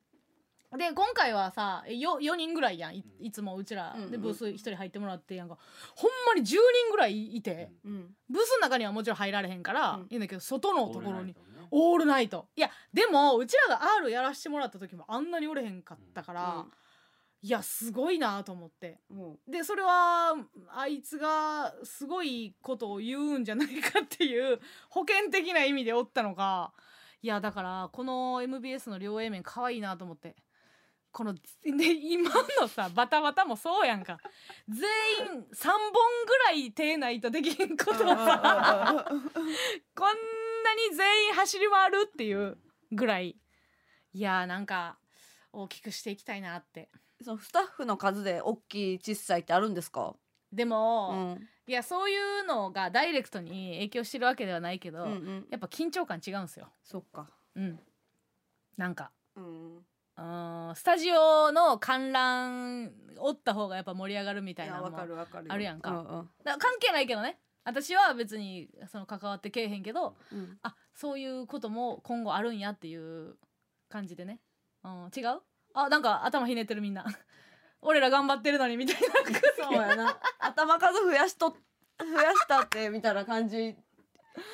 S2: で今回はさよ4人ぐらいやんいいつもうちら
S1: うんうん
S2: でブース1人入ってもらってやんかほんまに10人ぐらいいて
S1: うん
S2: ブースの中にはもちろん入られへんから、
S1: うん
S2: いいんだけど外のところに
S6: オー
S2: オー
S6: ルナイトね
S2: ルナイトいやでもうちらが R やらしてもらった時もあんなにおれへんかったから、いやすごいなと思って
S1: うん
S2: でそれはあいつがすごいことを言うんじゃないかっていう保険的な意味でおったのかいやだからこの MBS の両 A 面可愛いなと思ってこので今のさバタバタもそうやんか全員3本ぐらい手ないとできんことをさこんなに全員走り回るっていうぐらいいやーなんか大きくしていきたいなって
S1: そのスタッフの数で大きい小さいってあるんですか
S2: で
S1: う
S2: も、
S1: ん
S2: いやそういうのがダイレクトに影響してるわけではないけど、
S1: うんうん
S2: やっぱ緊張感違うんですよ。
S1: そっか
S2: うん、なんか
S1: うん
S2: うーんスタジオの観覧おった方がやっぱ盛り上がるみたい
S1: い
S2: な
S1: や
S2: のも
S1: わかるわかるよ
S2: あるやんか
S1: うん
S2: だから関係ないけどね私は別にその関わってけえへんけど
S1: うんうん
S2: あそういうことも今後あるんやっていう感じでね、うん、違うあなんか頭ひねってるみんな 俺ら頑張ってるのにみたいな
S1: そうやな頭数増やしと 増やしたってみたいな感じ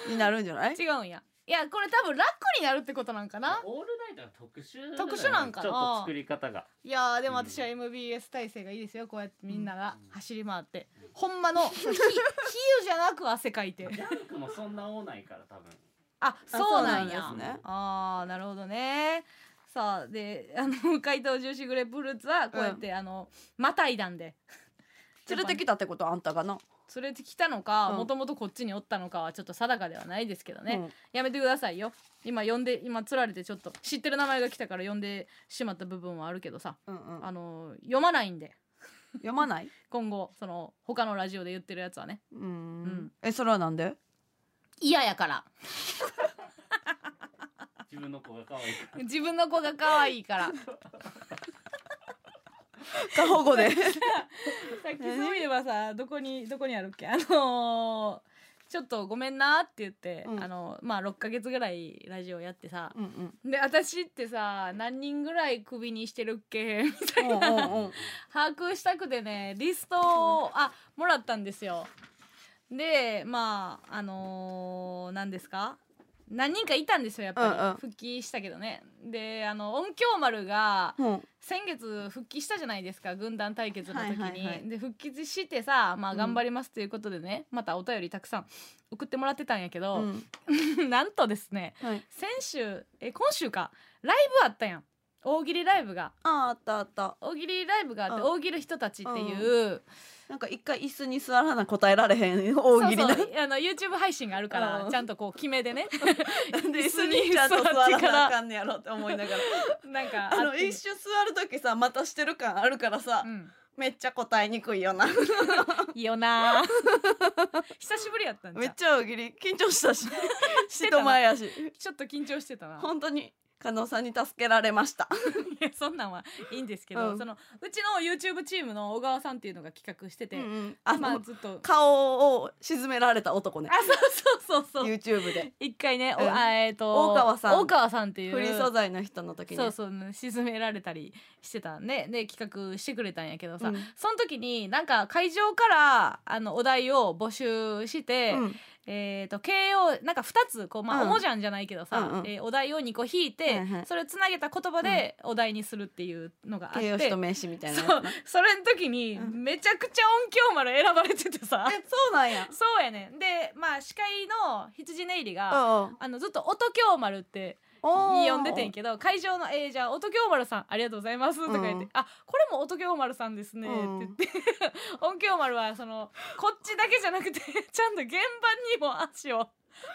S1: になるんじゃない
S2: 違うんやいやこれ多分楽になるってことなんかな
S6: オールナイトは特殊だよね
S2: 特殊なんかな
S6: ちょっと作り方が
S2: いやーでも
S6: うん
S2: 私は MBS 体制がいいですよこうやってみんなが
S6: うん
S2: 走り回って、ほんまのひ比喩じゃなく汗か いて
S6: ジャンクもそんな多ないから多分
S2: あそうなんや
S1: あそうなんですね
S2: あーなるほどねさあであの 怪盗重視グレープフルーツはこうやって、あのまたいだんで
S1: 連れてきたってことあんたがな、
S2: 連れてきたのか
S1: うん
S2: もともとこっちにおったのかはちょっと定かではないですけどね、
S1: うん
S2: やめてくださいよ今呼んで今つられてちょっと知ってる名前が来たから呼んでしまった部分はあるけどさ
S1: うんう
S2: あ
S1: ん、
S2: の読まないんで
S1: 読まない
S2: 今後その他のラジオで言ってるやつはね
S1: うん
S2: ん
S1: えそれはなんで
S2: 嫌やから
S6: 自分の子が可愛いから
S2: 自分の子が可愛 いから
S1: 過保護 で
S2: さっきそういえばさどこにどこにあるっけあのーちょっとごめんなって言って、
S1: うん
S2: あのまあ6ヶ月ぐらいラジオやってさ
S1: うんうん
S2: で私ってさ何人ぐらいクビにしてるっ
S1: う
S2: け
S1: んうんうん
S2: 把握したくてねリストをあもらったんですよでまああのー何ですか何人かいたんですよやっぱり、
S1: うんうん
S2: 復帰したけどねであの音響丸が
S1: うん
S2: 先月復帰したじゃないですか軍団対決の時に、
S1: はいはいはい
S2: で復帰してさ、まあ、
S1: うん
S2: 頑張りますということでね、またお便りたくさん送ってもらってたんやけ
S1: う
S2: ど、
S1: ん
S2: なんとですね
S1: はい
S2: 先週え今週かライブあったやん大喜利ライブが
S1: あああったあった
S2: 大喜利ライブがあって
S1: うん
S2: 大喜利人たちっていう
S1: なんか一回椅子に座らな答えられへん大喜利
S2: そ
S1: な
S2: うそうあの YouTube 配信があるから、
S1: うん
S2: ちゃんとこう決めで ね
S1: なんで
S2: 椅
S1: 椅
S2: 子
S1: 子
S2: に
S1: に
S2: ち
S1: ち
S2: ゃ
S1: ゃ
S2: ん
S1: ん
S2: と
S1: と
S2: 座
S1: 座ら
S2: らな
S1: な
S2: あ
S1: あ
S2: か
S1: かんねやろって思いながら
S2: なんか
S1: あ
S2: っ
S1: の
S2: て
S1: 一瞬座る時さまたしてる感あるからさ、
S2: うん
S1: めっちゃ答えにくいよな
S2: いいよな久しぶりやった ん
S1: め
S2: じ
S1: っ
S2: ゃ
S1: ちゃ大喜利緊張した し
S2: てた
S1: 人
S2: な
S1: 前やし
S2: うちょっと緊張してたな
S1: 本当に加納さんに助けられました
S2: いや そんなんはいいんですけど、
S1: うん
S2: そのうちの YouTube チームの小川さんっていうのが企画してて、
S1: あの、
S2: まあずっと
S1: 顔を沈められた男ね
S2: あそうそうそうそう
S1: YouTube で
S2: 一回ね、お
S1: うん
S2: あえっ、と
S1: 大川さん
S2: 大川さんっていう
S1: フリー素材の人の時に
S2: そうそう沈められたりしてたんでで企画してくれたんやけどさ、
S1: うん
S2: その時になんか会場からあのお題を募集して、
S1: うん
S2: えっ、と形容なんか2つこうまあ、
S1: うん
S2: おもじゃんじゃないけどさ、
S1: うんうん
S2: えーお題を2個引いて、
S1: はいはい
S2: それをつなげた言葉でお題にするっていうのがあっ
S1: 形
S2: て、
S1: 容詞と名詞みたいな
S2: そ
S1: やつ
S2: う
S1: な
S2: それの時に
S1: うん
S2: めちゃくちゃ音響丸選ばれててさ
S1: えそうなんや
S2: そうやねんでまあ司会の羊ネイリが
S1: あ
S2: あのずっと「音響丸」って呼んでてん
S1: け
S2: けど会場の「えー、じゃあ音響丸さんありがとうございます」とか言って「
S1: うん
S2: あこれも音響丸さんですね」って言って、 音響丸はそのこっちだけじゃなくて ちゃんと現場にも足を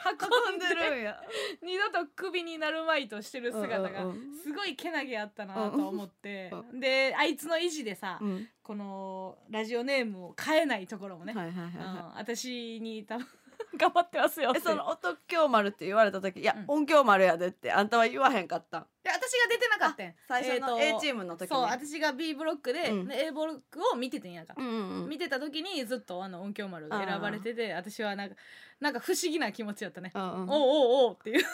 S2: 運
S1: 飛
S2: ん
S1: ん
S2: で
S1: でるんや
S2: 二度とクビになるまいとしてる姿が
S1: うんうんうん
S2: すごいけなげやったなと思って
S1: う
S2: であいつの意地でさ、
S1: うん
S2: このラジオネームを変えないところもね、
S1: はいはいはいうは
S2: ん、私に多分頑張ってますよっ
S1: い
S2: て
S1: えその音響丸って言われた時いや
S2: うん
S1: 音響丸やでってあんたは言わへんかったん
S2: いや私が出てなかったん
S1: 最初の
S2: えー
S1: A
S2: と
S1: チームの時
S2: そう
S1: ね
S2: 私が B ブロックで,、
S1: うん
S2: で A ブロックを見ててんやんか、
S1: うんうんうん
S2: 見てた時にずっとあの音響丸が選ばれてて私はなんかなんか不思議な気持ちやったね、
S1: うんうん
S2: おうおうおうっ ていう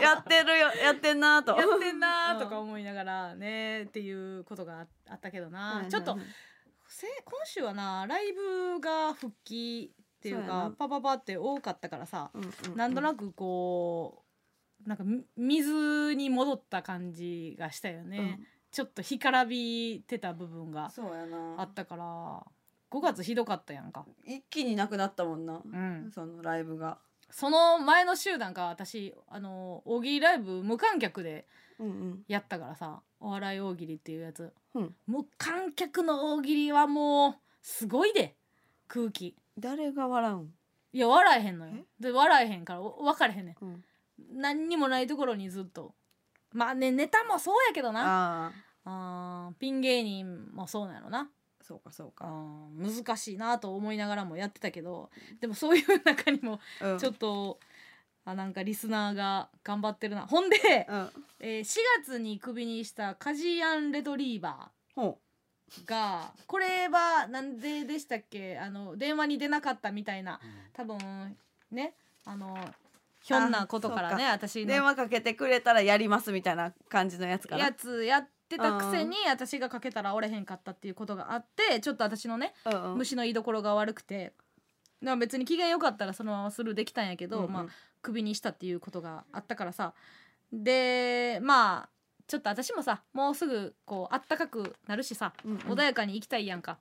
S1: やってるよやってんなと
S2: やってんなーとか思いながらねっていうことがああったけどな、
S1: はいはい
S2: ちょっとせ今週はなライブが復帰っていう
S1: そうや
S2: か
S1: な
S2: パパパって多かったからさ、
S1: うんうんうん
S2: なんとなくこうなんかみ水に戻った感じがしたよね、
S1: うん
S2: ちょっと干からびてた部分が
S1: そうやな
S2: あったから5月ひどかったやんか、
S1: 一気になくなったもんな
S2: うん、
S1: そのライブが
S2: その前の週なんか私あの大喜利ライブ無観客で
S1: うんうん
S2: やったからさお笑い大喜利っていうやつ、
S1: うん
S2: 無観客の大喜利はもうすごいで空気
S1: 誰が笑うん
S2: いや笑えへんのよで笑えへんからお分かれへんねん
S1: うん
S2: 何にもないところにずっとまあねネタもそうやけどな
S1: ああ
S2: あーピン芸人もそうなのなそうかそうかあー難しいなと思いながらもやってたけどでもそういう中にも
S1: うん
S2: ちょっと、あなんかリスナーが頑張ってるなほんで、
S1: うん
S2: えー4月にクビにしたカジアン・レドリーバ
S1: ほ
S2: ーがこれはなんででしたっけあの電話に出なかったみたいな多分ねあのひょんなことからね
S1: う
S2: 私の
S1: 電話かけてくれたらやりますみたいな感じのやつかな
S2: やつやってたくせに私がかけたら折れへんかったっていうことがあってちょっと私のね
S1: うんうん
S2: 虫の居所が悪くて。だから別に機嫌良かったらそのままスルーできたんやけど、
S1: うんうん
S2: まあクビにしたっていうことがあったからさでまあちょっと私もさもうすぐこうあったかくなるしさ
S1: うんうん
S2: 穏やかに生きたいやんか。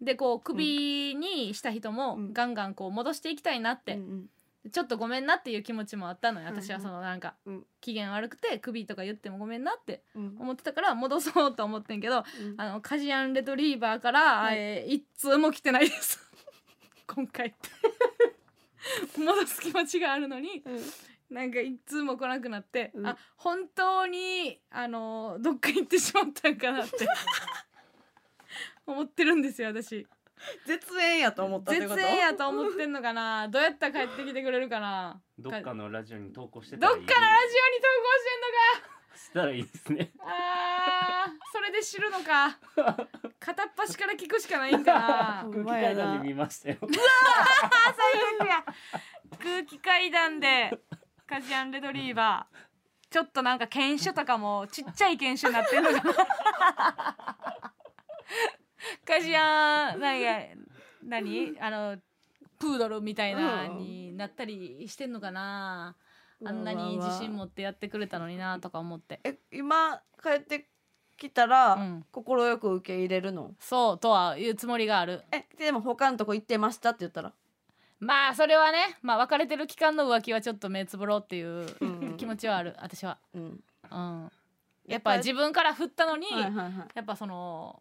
S2: でこうクビにした人も
S1: うん
S2: ガンガンこう戻していきたいなって、
S1: うん
S2: ちょっとごめんなっていう気持ちもあったのよ
S1: うんうん
S2: 私はそのなんか、
S1: うん
S2: 機嫌悪くてクビとか言ってもごめんなって
S1: うんうん
S2: 思ってたから戻そうと思ってんけ
S1: う
S2: ど
S1: ん
S2: あのカジアンレトリーバーから、
S1: はい
S2: えー一通も来てないです 今回 戻す気持ちがあるのに
S1: うん
S2: なんか一通も来なくなって、
S1: うん
S2: あ本当にあのどっか行ってしまったんかなって 思ってるんですよ私
S1: 絶縁やと思ったっ
S2: 絶
S1: てこと
S2: 縁やと思ってんのかなどうやったら帰ってきてくれるかな
S6: どっかのラジオに投稿して
S2: ど
S6: た
S2: っ
S6: ら
S2: か
S6: い
S2: のラジオに
S6: い
S2: 投稿
S6: ね
S2: してんのか
S6: したらいいですね
S2: あーそれで知るのか片っ端から聞くしかないんかな
S1: ほ
S6: 空
S1: ん
S6: 気
S1: まや
S6: 階
S1: な
S6: 段で見ましたよ
S2: 最悪や空気階段でカジアンレドリーバーちょっとなんか犬種とかもちっちゃい犬種になってるのかなカジアンなんや何あのプードルみたいなになったりしてんのかなあんなに自信持ってやってくれたのになとか思って
S1: え今帰ってきたら、
S2: うん
S1: 心よく受け入れるの
S2: そうとは言うつもりがある
S1: えでも他のとこ行ってましたって言ったら、
S2: まあそれはね、まあ、別れてる期間の浮気はちょっと目つぶろうっていう
S1: うん
S2: 気持ちはある私は、
S1: うん、
S2: うん、やっぱ自分から振ったのに、
S1: はいはいはい
S2: やっぱその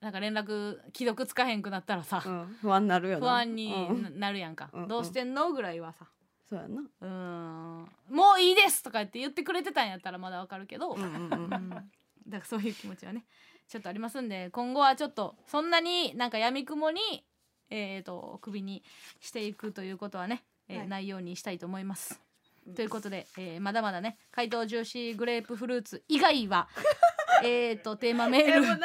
S2: なんか連絡既読つかへんくなったらさ、
S1: うん、不安になるよな
S2: 不安に
S1: うん
S2: ななるやんか、
S1: うん
S2: どうしてんのぐらいはさ
S1: そうやな
S2: 「うーんもういいです」とか言って言ってくれてたんやったらまだわかるけど、
S1: うんうんうん
S2: うんだからそういう気持ちはねちょっとありますんで今後はちょっとそんなになんかやみくもにえー、と首にしていくということはね、えー
S1: はい
S2: ないようにしたいと思います。ということで、えーまだまだね怪盗ジューシーグレープフルーツ以 外はえーとテーマメ
S1: え
S2: ー
S1: もう何
S2: ル、
S1: で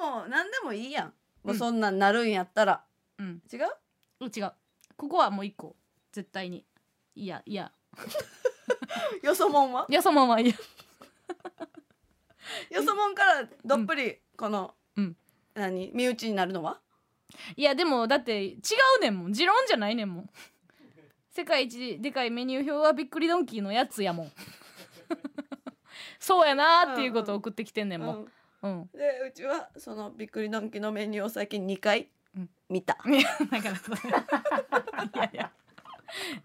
S1: も何でもいいやんもうそんなんなるんやったら、
S2: うん、
S1: 違う
S2: 違うここはもう一個絶対にいやいや
S1: よそもんはい
S2: やそのままいや
S1: よそもんからどっぷりこの、
S2: うん
S1: 何身内になるのはい
S2: やでもだって違うねんもん持論じゃないねんもん世界一でかいメニュー表はびっくりドンキーのやつやもんそうやなーっていうことを送ってきてんねんもん、うん
S1: うん、でうちはそのびっくりドンキーのメニューを最近2回
S2: うん
S1: 見 た、
S2: いやなんかいやいや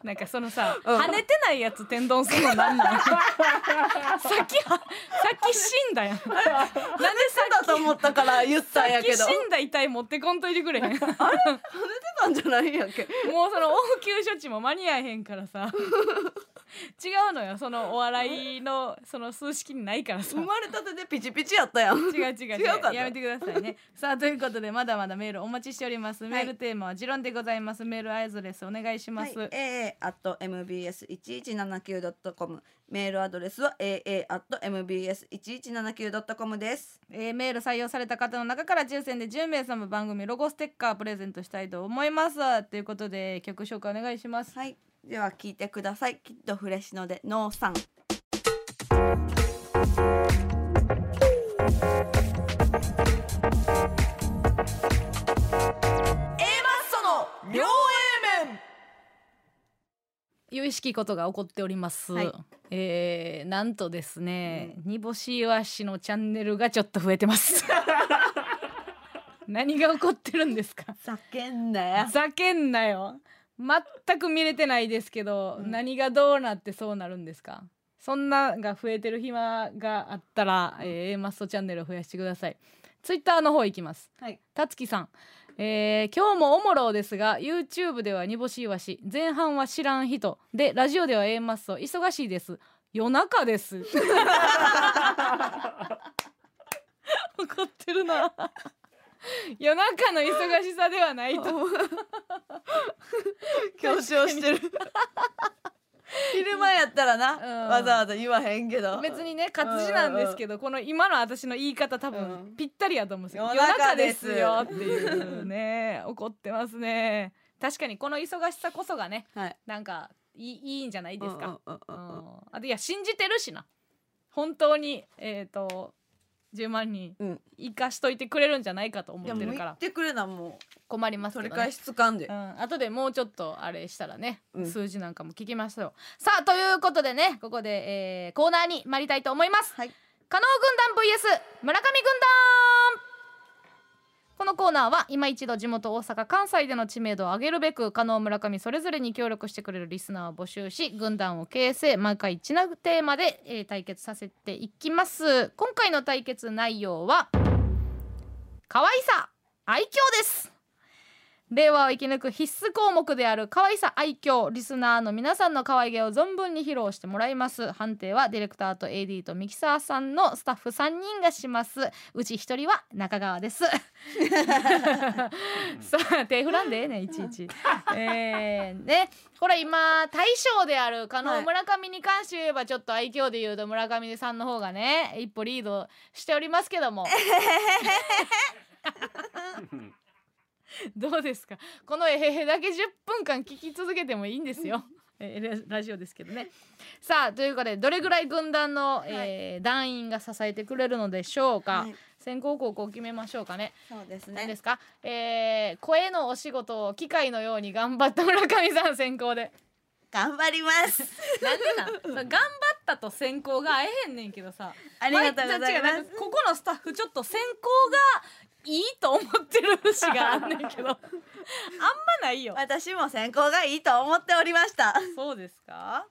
S2: なんかそのさ、
S1: うん
S2: 跳ねてないやつ天丼するのなん なんさっきはさっき死んだやんなんで
S1: だと思ったから言ったん
S2: さ
S1: や
S2: っき
S1: けど
S2: 死んだ遺体持ってこんといてくれへんもう
S1: たんじゃないんやっ け
S2: その応急処置も間に合えへんから さ違うのよそのお笑いのその数式にないからさ
S1: 生まれたてでピチピチやったやん
S2: 違う違う違う
S1: 違うかった
S2: やめてくださいねさあということでまだまだメールお待ちしております、メールテーマは「持論」でございますメールアイズレスお願いします、
S1: はい、a a mbs 一一七九ドットコムメールアドレスは a a mbs 一一七九ドットコムです。
S2: えーメール採用された方の中から抽選で10名様番組ロゴステッカープレゼントしたいと思いますということで曲紹介お願いします
S1: はい、では聞いてください。きっとフレッシュのでノーさん。
S2: 有意識ことが起こっております、
S1: はい
S2: えーなんとですね、煮干しイワシのチャンネルがちょっと増えてます 何が起こってるんですか
S1: 叫んだよ
S2: ふ。ざけんなよ全く見れてないですけど、
S1: うん
S2: 何がどうなってそうなるんですかそんなが増えてる暇があったら、えー A マストチャンネルを増やしてくださいツイッターの方行きます
S1: はい。
S2: たつきさん、えー今日もおもろうですが YouTube では煮干しいわし前半は知らん人でラジオでは A マッソ忙しいです夜中です 怒ってるな夜中の忙しさではないと
S1: 強調してる昼間やったらな、
S2: うん
S1: わざわざ言わへんけど
S2: 別にね活字なんですけどこの今の私の言い方多
S1: う
S2: 分
S1: ん
S2: ぴったりやと思うんですよ
S1: 夜
S2: 夜
S1: 中
S2: 中
S1: で
S2: ですすよっていうね怒ってますね確かにこの忙しさこそがね
S1: はい
S2: なんかいいいいんじゃないですか
S1: うん
S2: う
S1: うんうんうんうん
S2: んあといや信じてるしな本当にえっと10万人
S1: うん
S2: 生かしといてくれるんじゃないかと思
S1: いや
S2: っ
S1: も
S2: て
S1: う
S2: るか
S1: 言
S2: ら
S1: ってくれなも
S2: 困りま
S1: う
S2: す
S1: 取
S2: けど
S1: り
S2: ね
S1: 返しつかんで、
S2: うん、後でもうちょっとあれしたらね、
S1: うん
S2: 数字なんかも聞きましょうさあということでねここで、えーコーナーに参りたいと思います、
S1: はい
S2: 加納軍団 VS 村上軍団このコーナーは今一度地元大阪関西での知名度を上げるべく加納村上それぞれに協力してくれるリスナーを募集し軍団を形成毎回違うテーマで、えー対決させていきます今回の対決内容は可愛さ愛嬌です令和を生き抜く必須項目である可愛さ愛嬌リスナーの皆さんの可愛げを存分に披露してもらいます判定はディレクターと AD とミキサーさんのスタッフ3人がしますうち1人は中川ですさあ手振らんでええねんいちいちえー、ねこれ今大将である加
S1: は
S2: 納
S1: い
S2: 村上に関して言えばちょっと愛嬌で言うと村上さんの方がね一歩リードしておりますけどもどうですかこのえへへだけ10分間聞き続けてもいいんですよ。えーララジオですけどね。さあということでどれぐらい軍団の、えー団員が支えてくれるのでしょうか、
S1: はい
S2: 先行後攻決めましょうかね。
S1: そうです
S2: 何で
S1: ね
S2: すか、えー声のお仕事を機械のように頑張った村上さん先行で。
S1: 頑張ります
S2: なんでなんその頑張ったと先行が会えへんねんけどさ。
S1: ありがとうございま
S2: あ違う違うなん
S1: す
S2: かここのスタッフちょっと先行がいいと思ってる節があんねん けどあんまないよ。
S1: 私も先行がいいと思っておりました
S2: そうですか。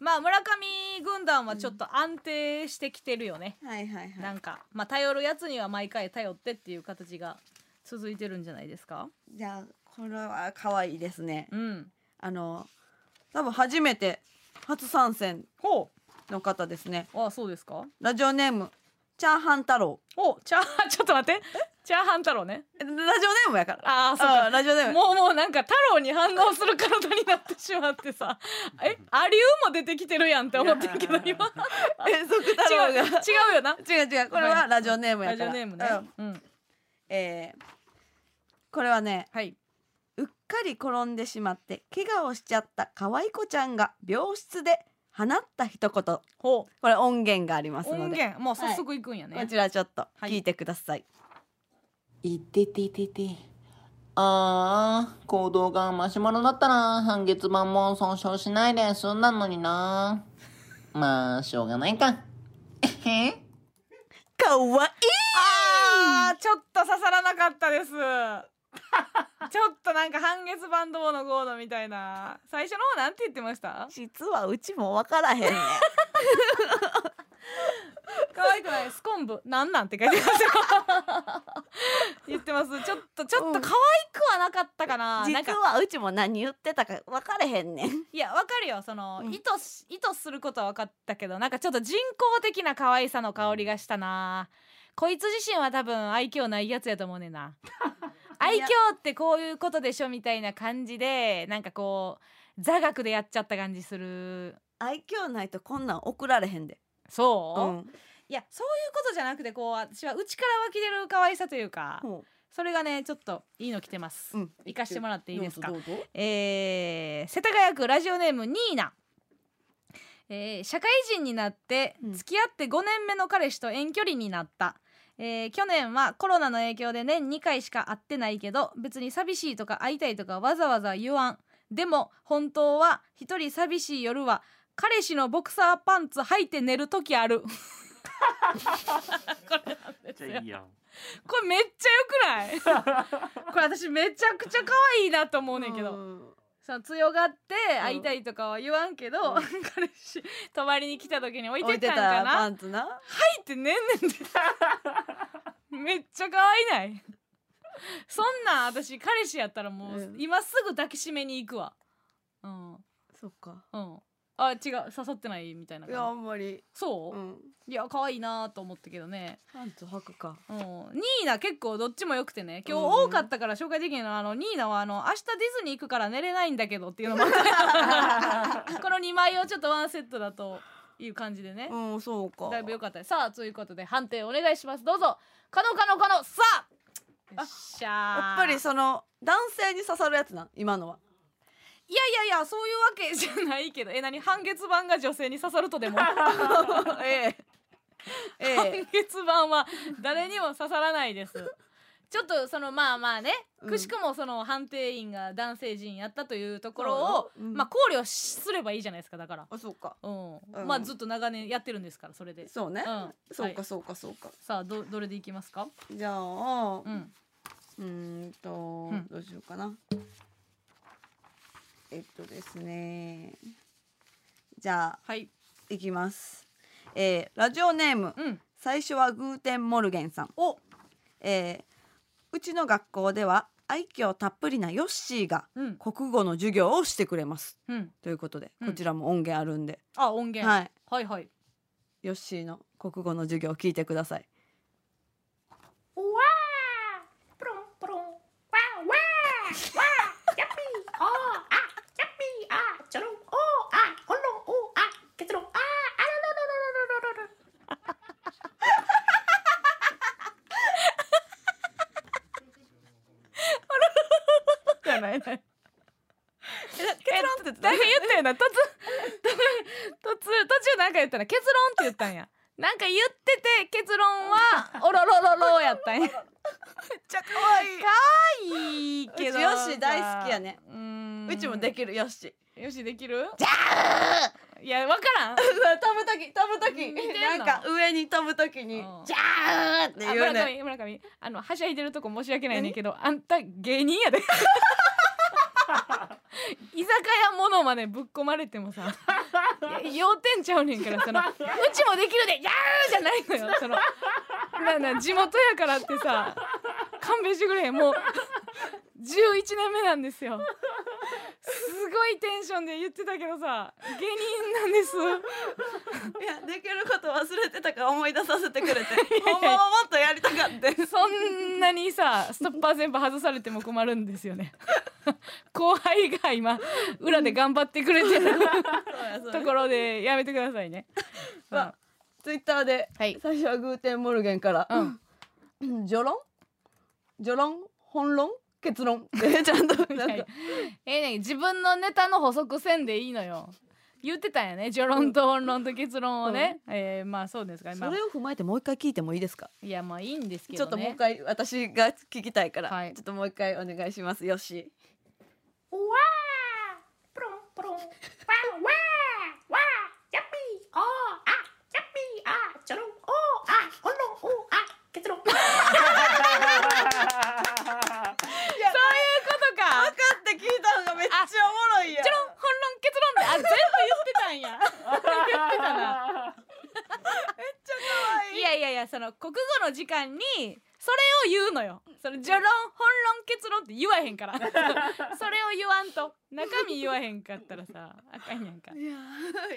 S2: まあ村上軍団はちょっと安定してきてるよね。
S1: はいはいは
S2: ないんかまあ頼るやつには毎回頼ってっていう形が続いてるんじゃないですか。
S1: じゃあこれは可愛いですね
S2: うん。
S1: あの多分初めて初参戦
S2: ほ
S1: の方ですね
S2: う。あそうですか。
S1: ラジオネームチャーハン太郎
S2: おチャー ハンちょっと待って。チャーハン太郎ね。
S1: えラジオネームやから
S2: ああそうか。
S1: うんラジオネーム
S2: もうもうなんか太郎に反応する体になってしまって さえアリウも出てきてるやんって思ってんけど今
S1: 遠足太
S2: 違
S1: 郎
S2: う
S1: が
S2: 違うよな
S1: 違う違うこれはラジオネームや
S2: ラ
S1: か
S2: ジ
S1: ら
S2: オネームね
S1: うん
S2: うん
S1: えーこれはね
S2: はい、
S1: うっかり転んでしまって怪我をしちゃった可愛い子ちゃんが病室で放った一言こ
S2: ほ
S1: れ音源があります
S2: 音
S1: ので
S2: 源もう早速いくんやね、
S1: こちらちょっと聞いてください、
S7: いてててて。あー、行動がマシュマロだったら、半月板も損傷しないで済んだのにな。まあ、しょうがないか。えへん。
S1: 可愛い
S2: あーちょっと刺さらなかったです ちょっとなんか半月板どうのこうのみたいな最初の方なんて言ってました
S1: 実はうちもわからへんね
S2: 可愛くないスコンブなんなんって書いてますよ 言ってますちょっとちょっと可愛くはなかったかな,、なん
S1: 実
S2: か
S1: はうちも何言ってたかわからへんねん
S2: いやわかるよその、
S1: うん
S2: 意図し意図することは分かったけどなんかちょっと人工的な可愛さの香りがしたなこいつ自身は多分愛嬌ないやつやと思うね んな愛嬌ってこういうことでしょみたいな感じでなんかこう座学でやっちゃった感じする
S1: 愛嬌ないとこんなん送られへんで、
S2: そうう、
S1: ん
S2: いやそういうことじゃなくてこう私は内から湧き出る可愛さというか、
S1: ほ
S2: それがねちょっといいの来てます、
S1: う
S2: 行かしてもらっていいですか
S1: どうぞどうぞ
S2: えー世田谷区ラジオネームニーナ、えー社会人になって
S1: うん
S2: 付き合って5年目の彼氏と遠距離になった、えー去年はコロナの影響で年2回しか会ってないけど別に寂しいとか会いたいとかわざわざ言わんでも本当は一人寂しい夜は彼氏のボクサーパンツ履いて寝る 時あるこれなんですよ
S6: じゃあいいやん。
S2: これめっちゃ良くない これ私めちゃくちゃ可愛いなと思うねんけど、その強がって会いたいとかは言わんけど、
S1: うん
S2: 彼氏泊まりに来た時に置い
S1: 置
S2: て
S1: い
S2: った
S1: て
S2: ん
S1: た
S2: かな
S1: パ
S2: っ
S1: ンツな
S2: てねんねんて めっちゃ可愛いないそんなん私彼氏やったらもう、
S1: うん
S2: 今すぐ抱きしめに行くわうん
S1: そっか
S2: うんあ違う刺さってないみたいない
S1: やあ
S2: 感じ
S1: んまり
S2: そう、
S1: うん
S2: いや可愛いなと思ったけどね
S1: パンツ履くか
S2: うん、ニーナ結構どっちも良くてね今日
S1: うん
S2: 多かったから紹介できないのはあのニーナはあの明日ディズニー行くから寝れないんだけどっていうのもあった この2枚をちょっとワンセットだという感じでね、
S1: うんそうか
S2: だいぶ良かったですさあということで判定お願いしますどうぞ可能可能可能さあよっしゃー
S1: やっぱりその男性に刺さるやつなん今のはい
S2: やいやいやそういうわけじゃないけどえ何半月板が女性に刺さるとでも
S1: えええ
S2: 半月板は誰にも刺さらな いですちょっとそのまあまあね、
S1: うん
S2: くしくもその判定員が男性陣やったというところを、
S1: そうようん
S2: まあ考慮すればいいじゃないですかだから、
S1: あそうか
S2: うん
S1: うん
S2: まあずっと長年やってるんですからそれで、
S1: そうね、
S2: うん
S1: そう
S2: は
S1: かそうかそうか、
S2: いさあどどれでいきますか
S1: じゃあ
S2: う、ん
S1: うーんと、
S2: ん
S1: どうしようかな。えっとですね。じゃあ、
S2: はい
S1: いきます。えー、ラジオネーム、
S2: うん
S1: 最初はグーテンモルゲンさん。お、えー、うちの学校では愛嬌たっぷりなヨッシーが
S2: うん
S1: 国語の授業をしてくれます。
S2: うん
S1: ということで、
S2: うん
S1: こちらも音源あるんで、
S2: あ音源、
S1: はい、
S2: はいはい
S1: ヨッシーの国語の授業を聞いてください。
S4: じゃないな
S2: え
S4: い
S2: 誰か言ったよな突途中途中なんか言ったな結論って言ったんやなんか言ってて結論はおろろろろやったんやめっちゃ可愛い可愛いけど
S1: うちヨッシー大好きやね
S2: うーん
S1: うちもできるヨッシー。
S2: よしできるじゃあいやわから ん
S1: 飛ぶ時飛ぶ
S2: 似て
S1: 時
S2: ん
S1: な
S2: の
S1: んか上に飛ぶ時に
S2: う
S1: 「
S2: ん
S1: じゃー!」って言う
S2: あ村
S1: ね
S2: 上村上あのはしゃいでるとこ申し訳ないねんけどあんた芸人やで 居酒屋ものまねぶっ込まれても さいや要点ちゃうねんからそのうちもできるでやーじゃないのよそのなな地元やからってさ勘弁してくれへんもう11年目なんですよすごいテンションで言ってたけどさ芸人なんです
S1: いやできること忘れてたから思い出させてくれて ほんまはもっとやりたかった
S2: そんなにさストッパー全部外されても困るんですよね 後輩が今裏で頑張ってくれ てるところでやめてくださいね、
S1: うわツイッターで
S2: はい
S1: 最初はグーテンモルゲンから
S2: う
S1: 「
S2: ん
S1: 序論序論本論結 論」でちゃんとなんか
S2: いやええねん自分のネタの補足せんでいいのよ言ってたんやね序論と本論と結論をね、えーまあそうですかね、ま
S1: そ
S2: あ
S1: れを踏まえてもう一回聞いてもいいですか
S2: いやまあいいんですけ
S1: ち
S2: ど
S1: ょっともう
S2: ね
S1: 一回私が聞きたいから
S2: はい
S1: ちょっともう一回お願いしますよし分かって
S2: そういうことか
S1: 聞いたのがめっちゃおもろいやん
S2: 結論本論結論であ全部言ってたんや言ってたなめっちゃ可愛いいやいやいやその国語の時間にそれを言うのよその序論本論結論って言わへんから それを言わんと中身言わへんかったらさあかんやんか
S1: いや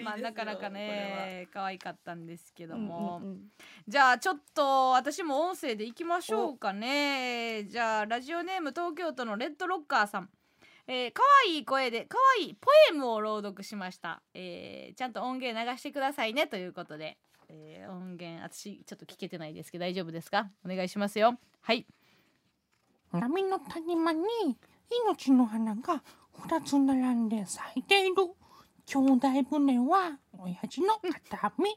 S1: ー
S2: ま あ
S1: いいですよ
S2: なかなかね可愛かったんですけ
S1: これ
S2: ど
S1: は
S2: も、
S1: うんうんうん
S2: じゃあちょっと私も音声でいきましょうかねじゃあラジオネーム東京都のレッドロッカーさんえー、かわいい声でかわいいポエムを朗読しました、えー、ちゃんと音源流してくださいねということで、えー、音源私ちょっと聞けてないですけど大丈夫ですかお願いしますよはい
S8: 波の谷間に命の花が二つ並んで咲いている。兄弟船は親父の片身。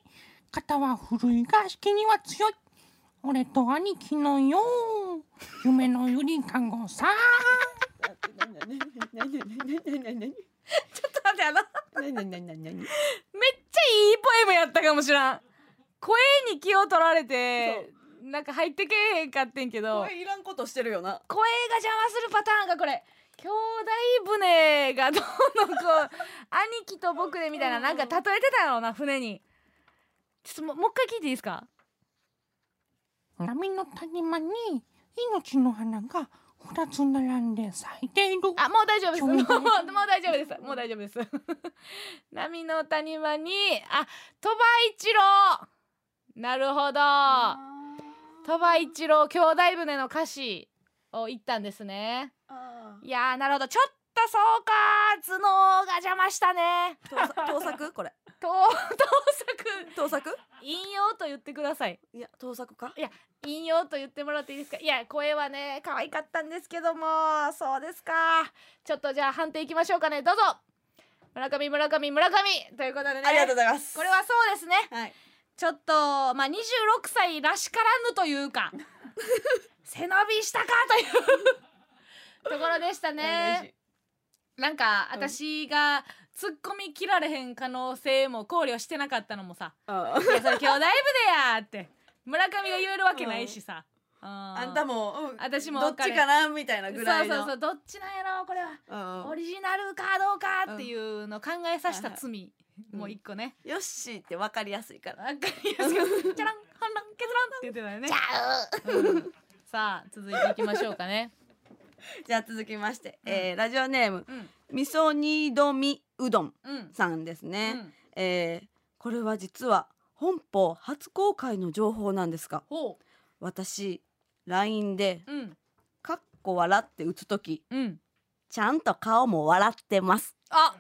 S8: 肩は古いが引きには強い。俺と兄貴のよう。夢のゆりかごさ。
S2: ちょっと待ってあの
S1: 何何何何何
S2: めっちゃいいポエムやったかもしらん声に気を取られてなんか入ってけえへんかってんけど
S1: 声いらんことしてるよな
S2: 声が邪魔するパターンがこれ兄弟船がどうのこう兄貴と僕でみたいななんか例えてたような船にちょっとももう一回聞いていいですか
S8: 波の谷間に命の花が二つ並んで咲いている。
S2: あもう大丈夫ですもうも う大丈夫ですもう大丈夫です 波の谷間にあ鳥羽一郎なるほど鳥羽一郎兄弟船の歌詞を言ったんですねいやーなるほどちょっとそうか頭脳が邪魔したね
S1: 盗作盗作これ
S2: 盗作
S1: 盗作
S2: 引用と言ってください
S1: いや盗作か
S2: 引用と言ってもらっていいですかいや声はね可愛かったんですけどもそうですかちょっとじゃあ判定いきましょうかねどうぞ村上村上村上ということでね
S1: ありがとうございます
S2: これはそうですね
S1: はい
S2: ちょっとまあ26歳らしからぬというか 背伸びしたかという ところでしたねなんか私が突っ込み切られへん可能性も考慮してなかったのもさ
S1: あ
S2: いやそれ兄弟部でやーって 村上が言えるわけないしさ、うん、あ
S1: んたも、うん、
S2: 私も
S1: どっ
S2: 分か
S1: ち
S2: れ
S1: かなみたいなぐらいの
S2: そうそうそうどっちなんやろこれは
S1: うん
S2: オリジナルかどうかっていうのを考えさせた罪、
S1: うん
S2: もう一個ね、
S1: ヨッシーってわかりやすいから
S2: わかりやすくチャラン反乱決乱って言ってたよねうんさあ続いていきましょうかね
S1: じゃあ続きまして、えーラジオネーム
S2: うん
S1: 味噌煮どみうどん
S2: うん、
S1: さんです
S2: う
S1: ね、
S2: ん、
S1: えーこれは実は本邦初公開の情報なんですが
S2: ほ
S1: 私 LINE で
S2: ううん
S1: 「かっこ笑」って打つ時
S2: うん
S1: ちゃんと顔も笑ってます
S2: あ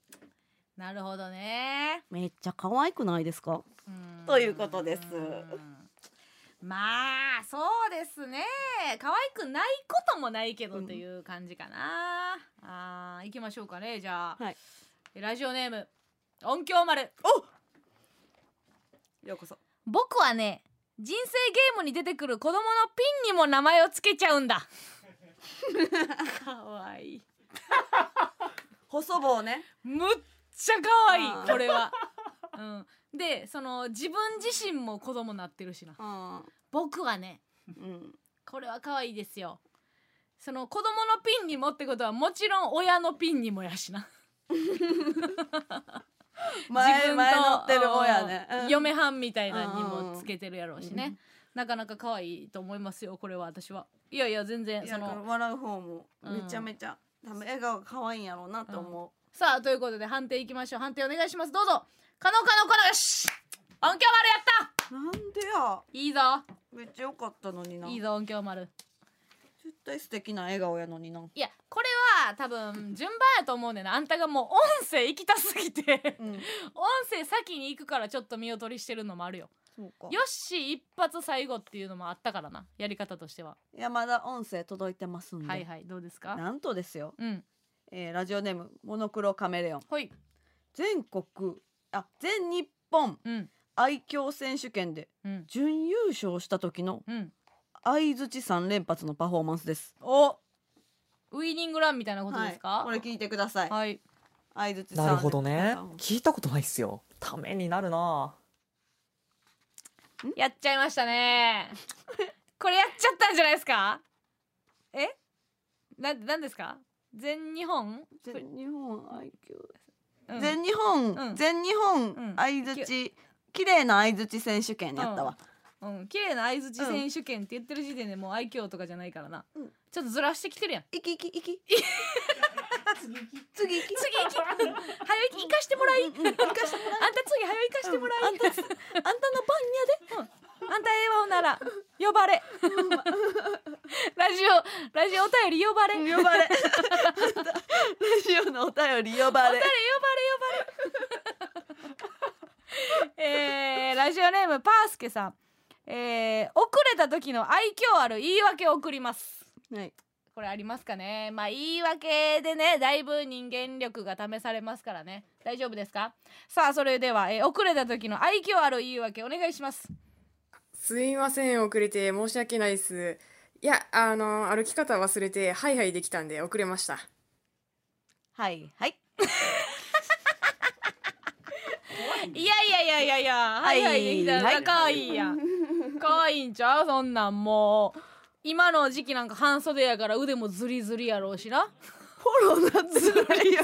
S2: なるほどね
S1: めっちゃ可愛くないですか
S2: ん
S1: ということです
S2: うんまあそうですね可愛くないこともないけどという感じかな、あー行きましょうかねじゃあ、
S1: はい
S2: ラジオネーム音響丸
S1: ようこそ
S2: 僕はね人生ゲームに出てくる子供のピンにも名前をつけちゃうんだ かわいい
S1: 細棒ね
S2: むっちゃ可愛い
S1: あー
S2: これは、うん、でその自分自身も子供なってるしな
S1: うん、
S2: 僕はね
S1: うん、
S2: これは可愛いですよその子供のピンにもってことはもちろん親のピンにもやしな自分
S1: 前
S2: と
S1: 前乗ってる親ね、
S2: うん
S1: うん
S2: 嫁はんみたいなのにもつけてるやろうしね、なかなか可愛いと思いますよこれは私はいやいや全然
S1: いや
S2: そ
S1: だから
S2: の
S1: 笑う方もめちゃめちゃ、多分笑顔が可愛いんやろうなと思う、
S2: さあということで判定いきましょう判定お願いしますどうぞ可能可能可能よし音響丸やった
S1: なんでや
S2: いいぞ
S1: めっちゃ良かったのにない
S2: いぞ音響丸
S1: 絶対素敵な笑顔やのにない
S2: やこれは多分順番やと思うねんなあんたがもう音声行きたすぎて
S1: うん
S2: 音声先に行くからちょっと見劣りしてるのもあるよ
S1: そうか
S2: よっし一発最後っていうのもあったからなやり方としては、
S1: いやまだ音声届いてますんで、
S2: はいはいどうですか
S1: なんとですよ、
S2: うん
S1: えー、ラジオネームモノクロカメレオン
S2: ほい
S1: 全国あ全日本
S2: うん
S1: 愛嬌選手権で
S2: うん
S1: 準優勝した時の
S2: うん
S1: 相槌三連発のパフォーマンスです
S2: おウイニングランみたいなことです
S1: はい
S2: か
S1: これ聞いてください
S2: はい
S1: 相槌三
S9: なるほどね
S1: 連発
S9: 聞いたことないっすよためになるな
S2: やっちゃいました ねこれやっちゃったんじゃないですかえななんですか全日本
S1: 全日本愛嬌
S2: うん
S1: 全日本、
S2: うん
S1: 全日
S2: うん
S1: 本相づち、綺麗な相づち選手権やったわ、
S2: うん綺麗な相槌選手権って言ってる時点でもう愛嬌とかじゃないからな、
S1: うん
S2: ちょっとずらしてきてるやん
S1: いきい きいき次いき
S2: 次行き早行き行かしてもらい、
S1: うんうん行かしてもらい
S2: あんた次早行かしてもらい、
S1: うんあんた
S2: あんたの番やで、あんたええわほんなら呼ばれラジオラジオお便り呼ばれ、
S1: 呼ばれラジオのお便り呼ばれ
S2: えーラジオネームパースケさん、えー遅れた時の愛嬌ある言い訳を送ります
S1: はい
S2: これありますかねまあ言い訳でねだいぶ人間力が試されますからね大丈夫ですかさあそれでは、えー遅れた時の愛嬌ある言い訳お願いします
S10: すいません、遅れて申し訳ないです。いや、あの、歩き方忘れて、ハイハイできたんで遅れました。
S1: はいはい
S2: いやいやいやいやいや、は
S1: はいい
S2: はいできた
S1: は
S2: ら
S1: い
S2: 可愛いやん。可愛いんちゃうそんなんもう。今の時期なんか半袖やから腕もズリズリやろうしな。
S1: フォローなってないよ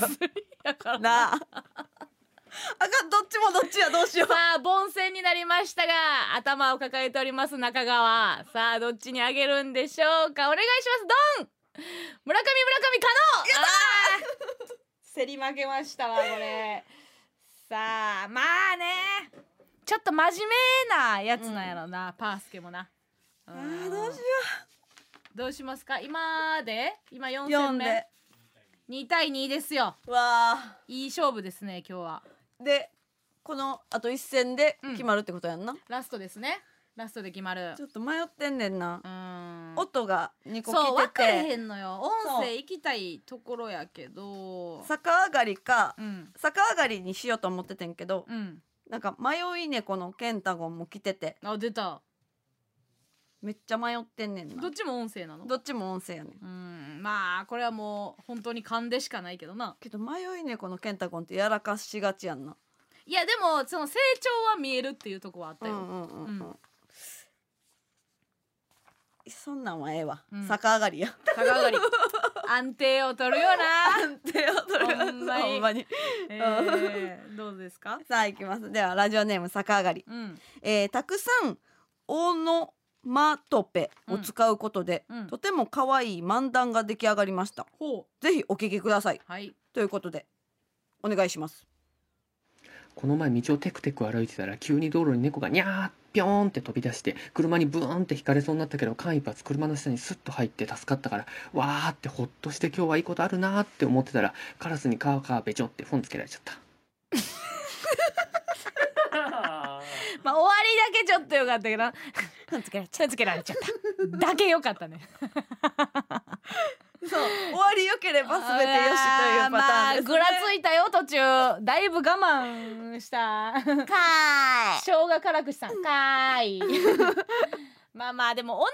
S2: やから
S1: なああかんどっちもどっちやどうしよう
S2: さあ凡戦になりましたが頭を抱えております中川さあどっちにあげるんでしょうかお願いしますドン村上村上可能競り負けましたわこれさあまあねちょっと真面目なやつなんやろな、パースケもなあ
S1: ーどうしよ
S2: うどうしますか今で今4戦
S1: 読んで
S2: 目2対2ですよ
S1: わあ
S2: いい勝負ですね今日は
S1: でこのあと一戦で決まるってことやんな、
S2: ラストですねラストで決まる
S1: ちょっと迷ってんねんな
S2: う、ん
S1: 音が2個
S2: そ
S1: 聞
S2: う分
S1: い
S2: かれ
S1: て
S2: へ
S1: て
S2: んのよ
S1: そう
S2: 音声行きたいところやけど
S1: 逆上がりか
S2: うん
S1: 逆上がりにしようと思っててんけど、
S2: うん
S1: なんか迷い猫のケンタゴンも来てて
S2: あ出た
S1: めっちゃ迷ってんねんな
S2: どっちも音声なの
S1: どっちも音声やねん
S2: うんまあこれはもう本当に勘でしかないけどな
S1: けど迷い猫のケンタゴンってやらかしがちやんない
S2: やでもその成長は見えるっていうとこはあった
S1: う
S2: よ、
S1: んうんうん、うん
S2: うん
S1: そんなんはええわ、
S2: うん
S1: 逆上が りや
S2: 高上 がり安定を取るよな、
S1: 手を取る
S2: ほんまに
S1: ほんまに
S2: えー、どうですか
S1: さあ行きますではラジオネーム逆上がり
S2: うん
S1: えーたくさんオノマトペを使うことで、
S2: うんうん
S1: とても可愛い漫談が出来上がりました
S2: ほ
S1: ぜひお聞きくださいう
S2: はい
S1: ということでお願いします
S11: この前道をテクテク歩いてたら急に道路に猫がニャーピョーンって飛び出して車にブーンって引かれそうになったけど間一髪車の下にスッと入って助かったからわーってほっとして今日はいいことあるなーって思ってたらカラスにカーカーベチョってフォンつけられちゃった。
S2: まあ終わりだけちょっとよかったけどつけられちゃったつけられちゃっただけよかったね
S1: そう終わり良ければ全てよしというパターンです、ね
S2: まあぐらついたよ途中だいぶ我慢したかーい生姜辛口さんかーいまあまあでもオノマ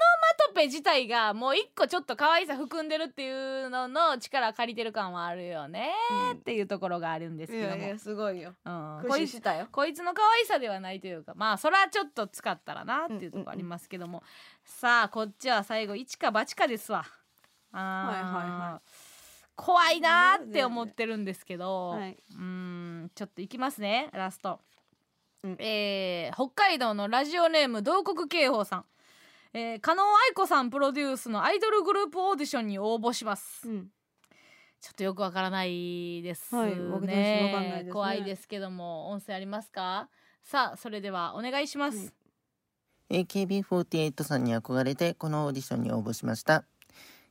S2: トペ自体がもう一個ちょっと可愛さ含んでるっていうのの力借りてる感はあるよねっていうところがあるんですけども、
S1: いやいやすごいよ
S2: うん、こい
S1: 駆使したよ
S2: こいつの可愛さではないというかまあそらちょっと使ったらなっていうところありますけども、さあこっちは最後一か八かですわあー
S1: はいはいは
S2: 怖いなーって思ってるんですけど、
S1: はい、
S2: うーんちょっといきますねラスト、
S1: うん
S2: えー北海道のラジオネーム同国警報さんえー加納愛子さんプロデュースのアイドルグループオーディションに応募します、
S1: うん
S2: ちょっとよくわからないですね。
S1: はい僕たちもわかんないですね
S2: 怖いですけども、音声ありますか。さあ、それではお願いします。
S7: AKB48 さんに憧れてこのオーディションに応募しました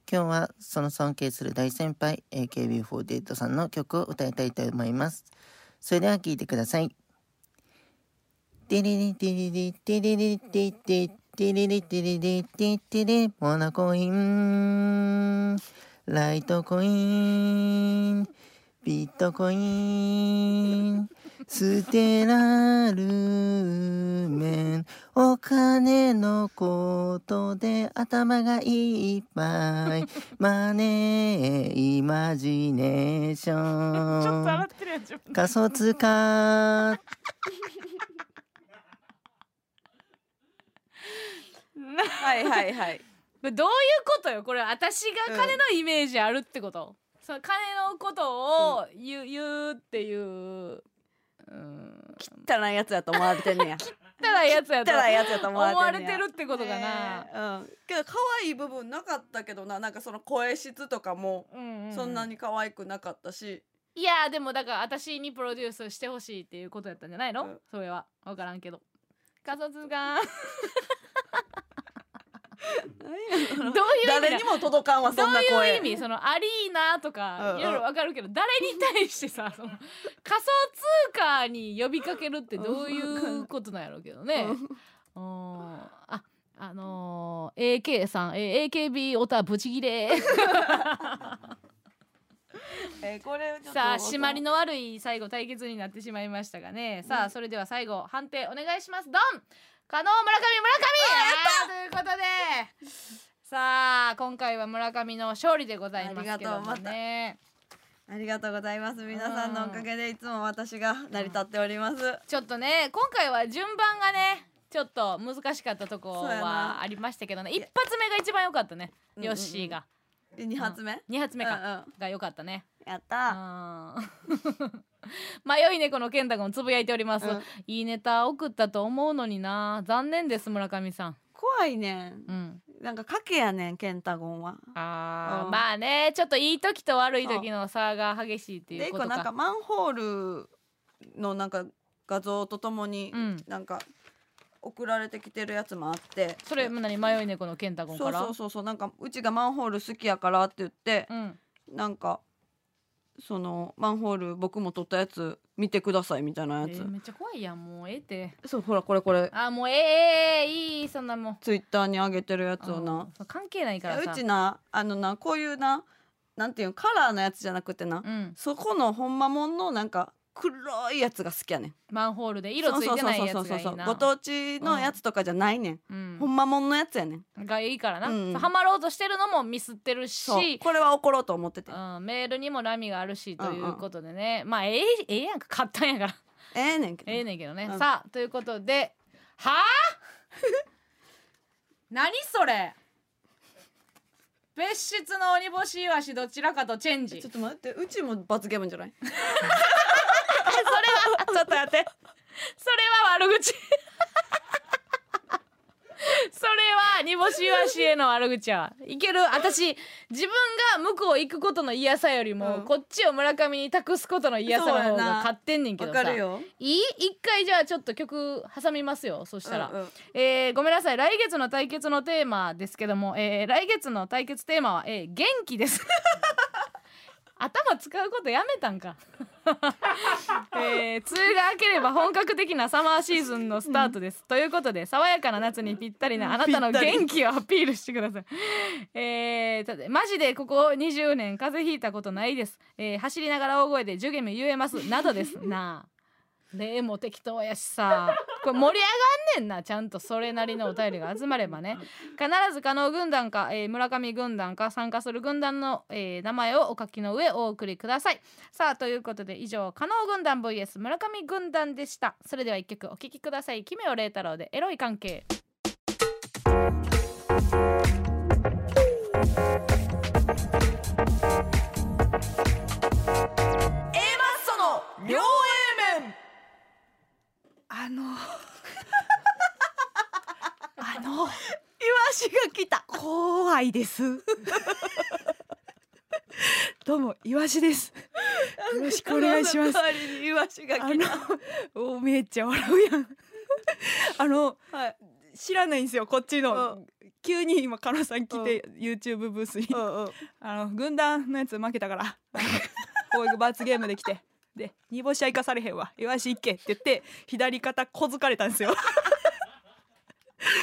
S7: 今日はその尊敬する大先輩 AKB48 さんの曲を歌いたいと思いますそれでは聴いてくださいティリリティリリティリリティティティリリティリリティティリモナコインライトコインビットコインステラルメンお金のことで頭がいっぱいマネーイマジネーション
S2: ってるやん、自分。
S7: 仮想通貨
S1: はいはいはい
S2: どういうことよ、これ、私が金のイメージあるってこと。その金のことを言う、言うっていう。うん。切
S1: 汚いやつやと思われてんねや
S2: ったらやつやと
S1: 汚いやつやと思
S2: 思わ
S1: わ
S2: れ
S1: れてんね
S2: て
S1: や
S2: るってことかな
S1: ね。えうん、けど可愛い部分なかったけどななんかその声質とかも
S2: うん、うん。
S1: そんな。に可愛くなかったし、
S2: いや、でも、だから、私にプロデュースしてほしいっていうことやったんじゃないの。
S1: うん
S2: それは、わからんけど。仮想通 貨。どういう意味なの
S1: 誰にも届かんわそんな声
S2: どういう意味そのアリーナと
S1: う
S2: か
S1: ん
S2: いろいろわかるけど、誰に対してさその仮想通貨に呼びかけるってどういうことなんやろうけどね。うんああのー、AK さん、えー AKB オタブチギレ
S1: えーこれちょっと
S2: さあ締まりの悪い最後対決になってしまいましたがね、さあそれでは最後判定お願いしますドン加納村上村上あーということでさあ今回は村上の勝利でございますけども
S1: ありがとうまた
S2: ね。
S1: ありがとうございます皆さんのおかげでいつも私が成り立っております、
S2: ちょっとね今回は順番がねちょっと難しかったとこ
S1: そうやな
S2: はありましたけどね一発目が一番良かったね
S1: うんうん
S2: ヨッシーが、
S1: で二発目
S2: 2発目か、
S1: うんうん
S2: が良かったね
S1: やった
S2: あー迷い猫の健太君つぶやいております、
S1: うん
S2: いいネタ送ったと思うのにな残念です村上さん
S1: 怖いねん
S2: うん
S1: なんか賭けやねんケンタゴンは
S2: あー
S1: うん
S2: まあねちょっといい時と悪い時の差が激しいってい
S1: で
S2: う
S1: 一
S2: こ
S1: 個
S2: と
S1: なんか
S2: か
S1: マンホールのなんか画像とともに
S2: うん
S1: なんか送られてきてるやつもあって
S2: それ何迷い猫の健太君
S1: そ
S2: か
S1: う
S2: ら
S1: そうそうそうなんかうちがマンホール好きやからって言って
S2: うん
S1: なんかそのマンホール僕も撮ったやつ見てくださいみたいなや
S2: え
S1: つ
S2: ーめっちゃ怖いやんもうええって
S1: そうほらこれこれ
S2: あーもうええええいいそんなもん
S1: ツイッターに上げてるやつをな
S2: うん関係ないから
S1: う
S2: さ
S1: ちなあのなこういうななんていうのカラーのやつじゃなくてな
S2: うん、
S1: そこのほんまもんのなんか黒いやつが好きやねん
S2: マンホールで色ついてないやつ
S1: そうそ
S2: が
S1: う
S2: い
S1: そうそうそう
S2: いな
S1: ご当地のやつとかじゃないねん、
S2: うん
S1: ほんまもんのやつやねん
S2: がいいからな、
S1: うん
S2: ハマろうとしてるのもミスってるし
S1: そうこれは怒ろうと思ってて
S2: うん、メールにもラミがあるし
S1: うん
S2: と
S1: うん
S2: いうことでね、まあええええやんか買ったんやから
S1: ええねんけど
S2: ええねんけどね、
S1: うん
S2: さあということで はあ何それ別室の鬼干しイワシどちらかとチェンジ
S1: ちょっと待ってうちも罰ゲームじゃない
S2: それはちょっと待ってそれは悪口 それは煮干しイワシへの悪口はいける私自分が向こう行くことの嫌さよりも、
S1: うん
S2: こっちを村上に託すことの嫌さの
S1: そ
S2: 方
S1: うや
S2: が
S1: な
S2: 勝ってんねんけ
S1: わ
S2: どさ
S1: かるよ
S2: いい一回じゃあちょっと曲挟みますよそしたら、
S1: うんうん
S2: えーごめんなさい来月の対決のテーマですけども、えー来月の対決テーマは、えー元気です 頭使うことやめたんか、 えー、梅雨が明ければ本格的なサマーシーズンのスタートです、ということで爽やかな夏にぴったりなあなたの元気をアピールしてくださいえーただマジでここ20年風邪ひいたことないです、えー走りながら大声でジュゲム言えますなどですなあ例も適当やしさこれ盛り上がんねんなちゃんとそれなりのお便りが集まればね必ず加納軍団か、えー村上軍団か参加する軍団の、えー名前をお書きの上お送りくださいさあということで以上加納軍団 VS 村上軍団でしたそれでは一曲お聴きください奇妙麗太郎でエロい関係
S4: あのあの
S1: イワシが来た
S4: 怖いです。 どうもイワシです。よろしくお願いし ます。
S1: 代わりにイワシが
S4: あ
S1: 来た
S4: の おめっちゃ笑うやん。 あの
S1: はい
S4: 知らないんですよこっち
S1: う
S4: の急に今カノさん来て YouTube ブースに
S1: うんうん
S4: あの軍団のやつ負け たからあのこういう罰ゲームで来てで煮干しは生かされへんわイワシ行けって言って左肩こづかれた んですよ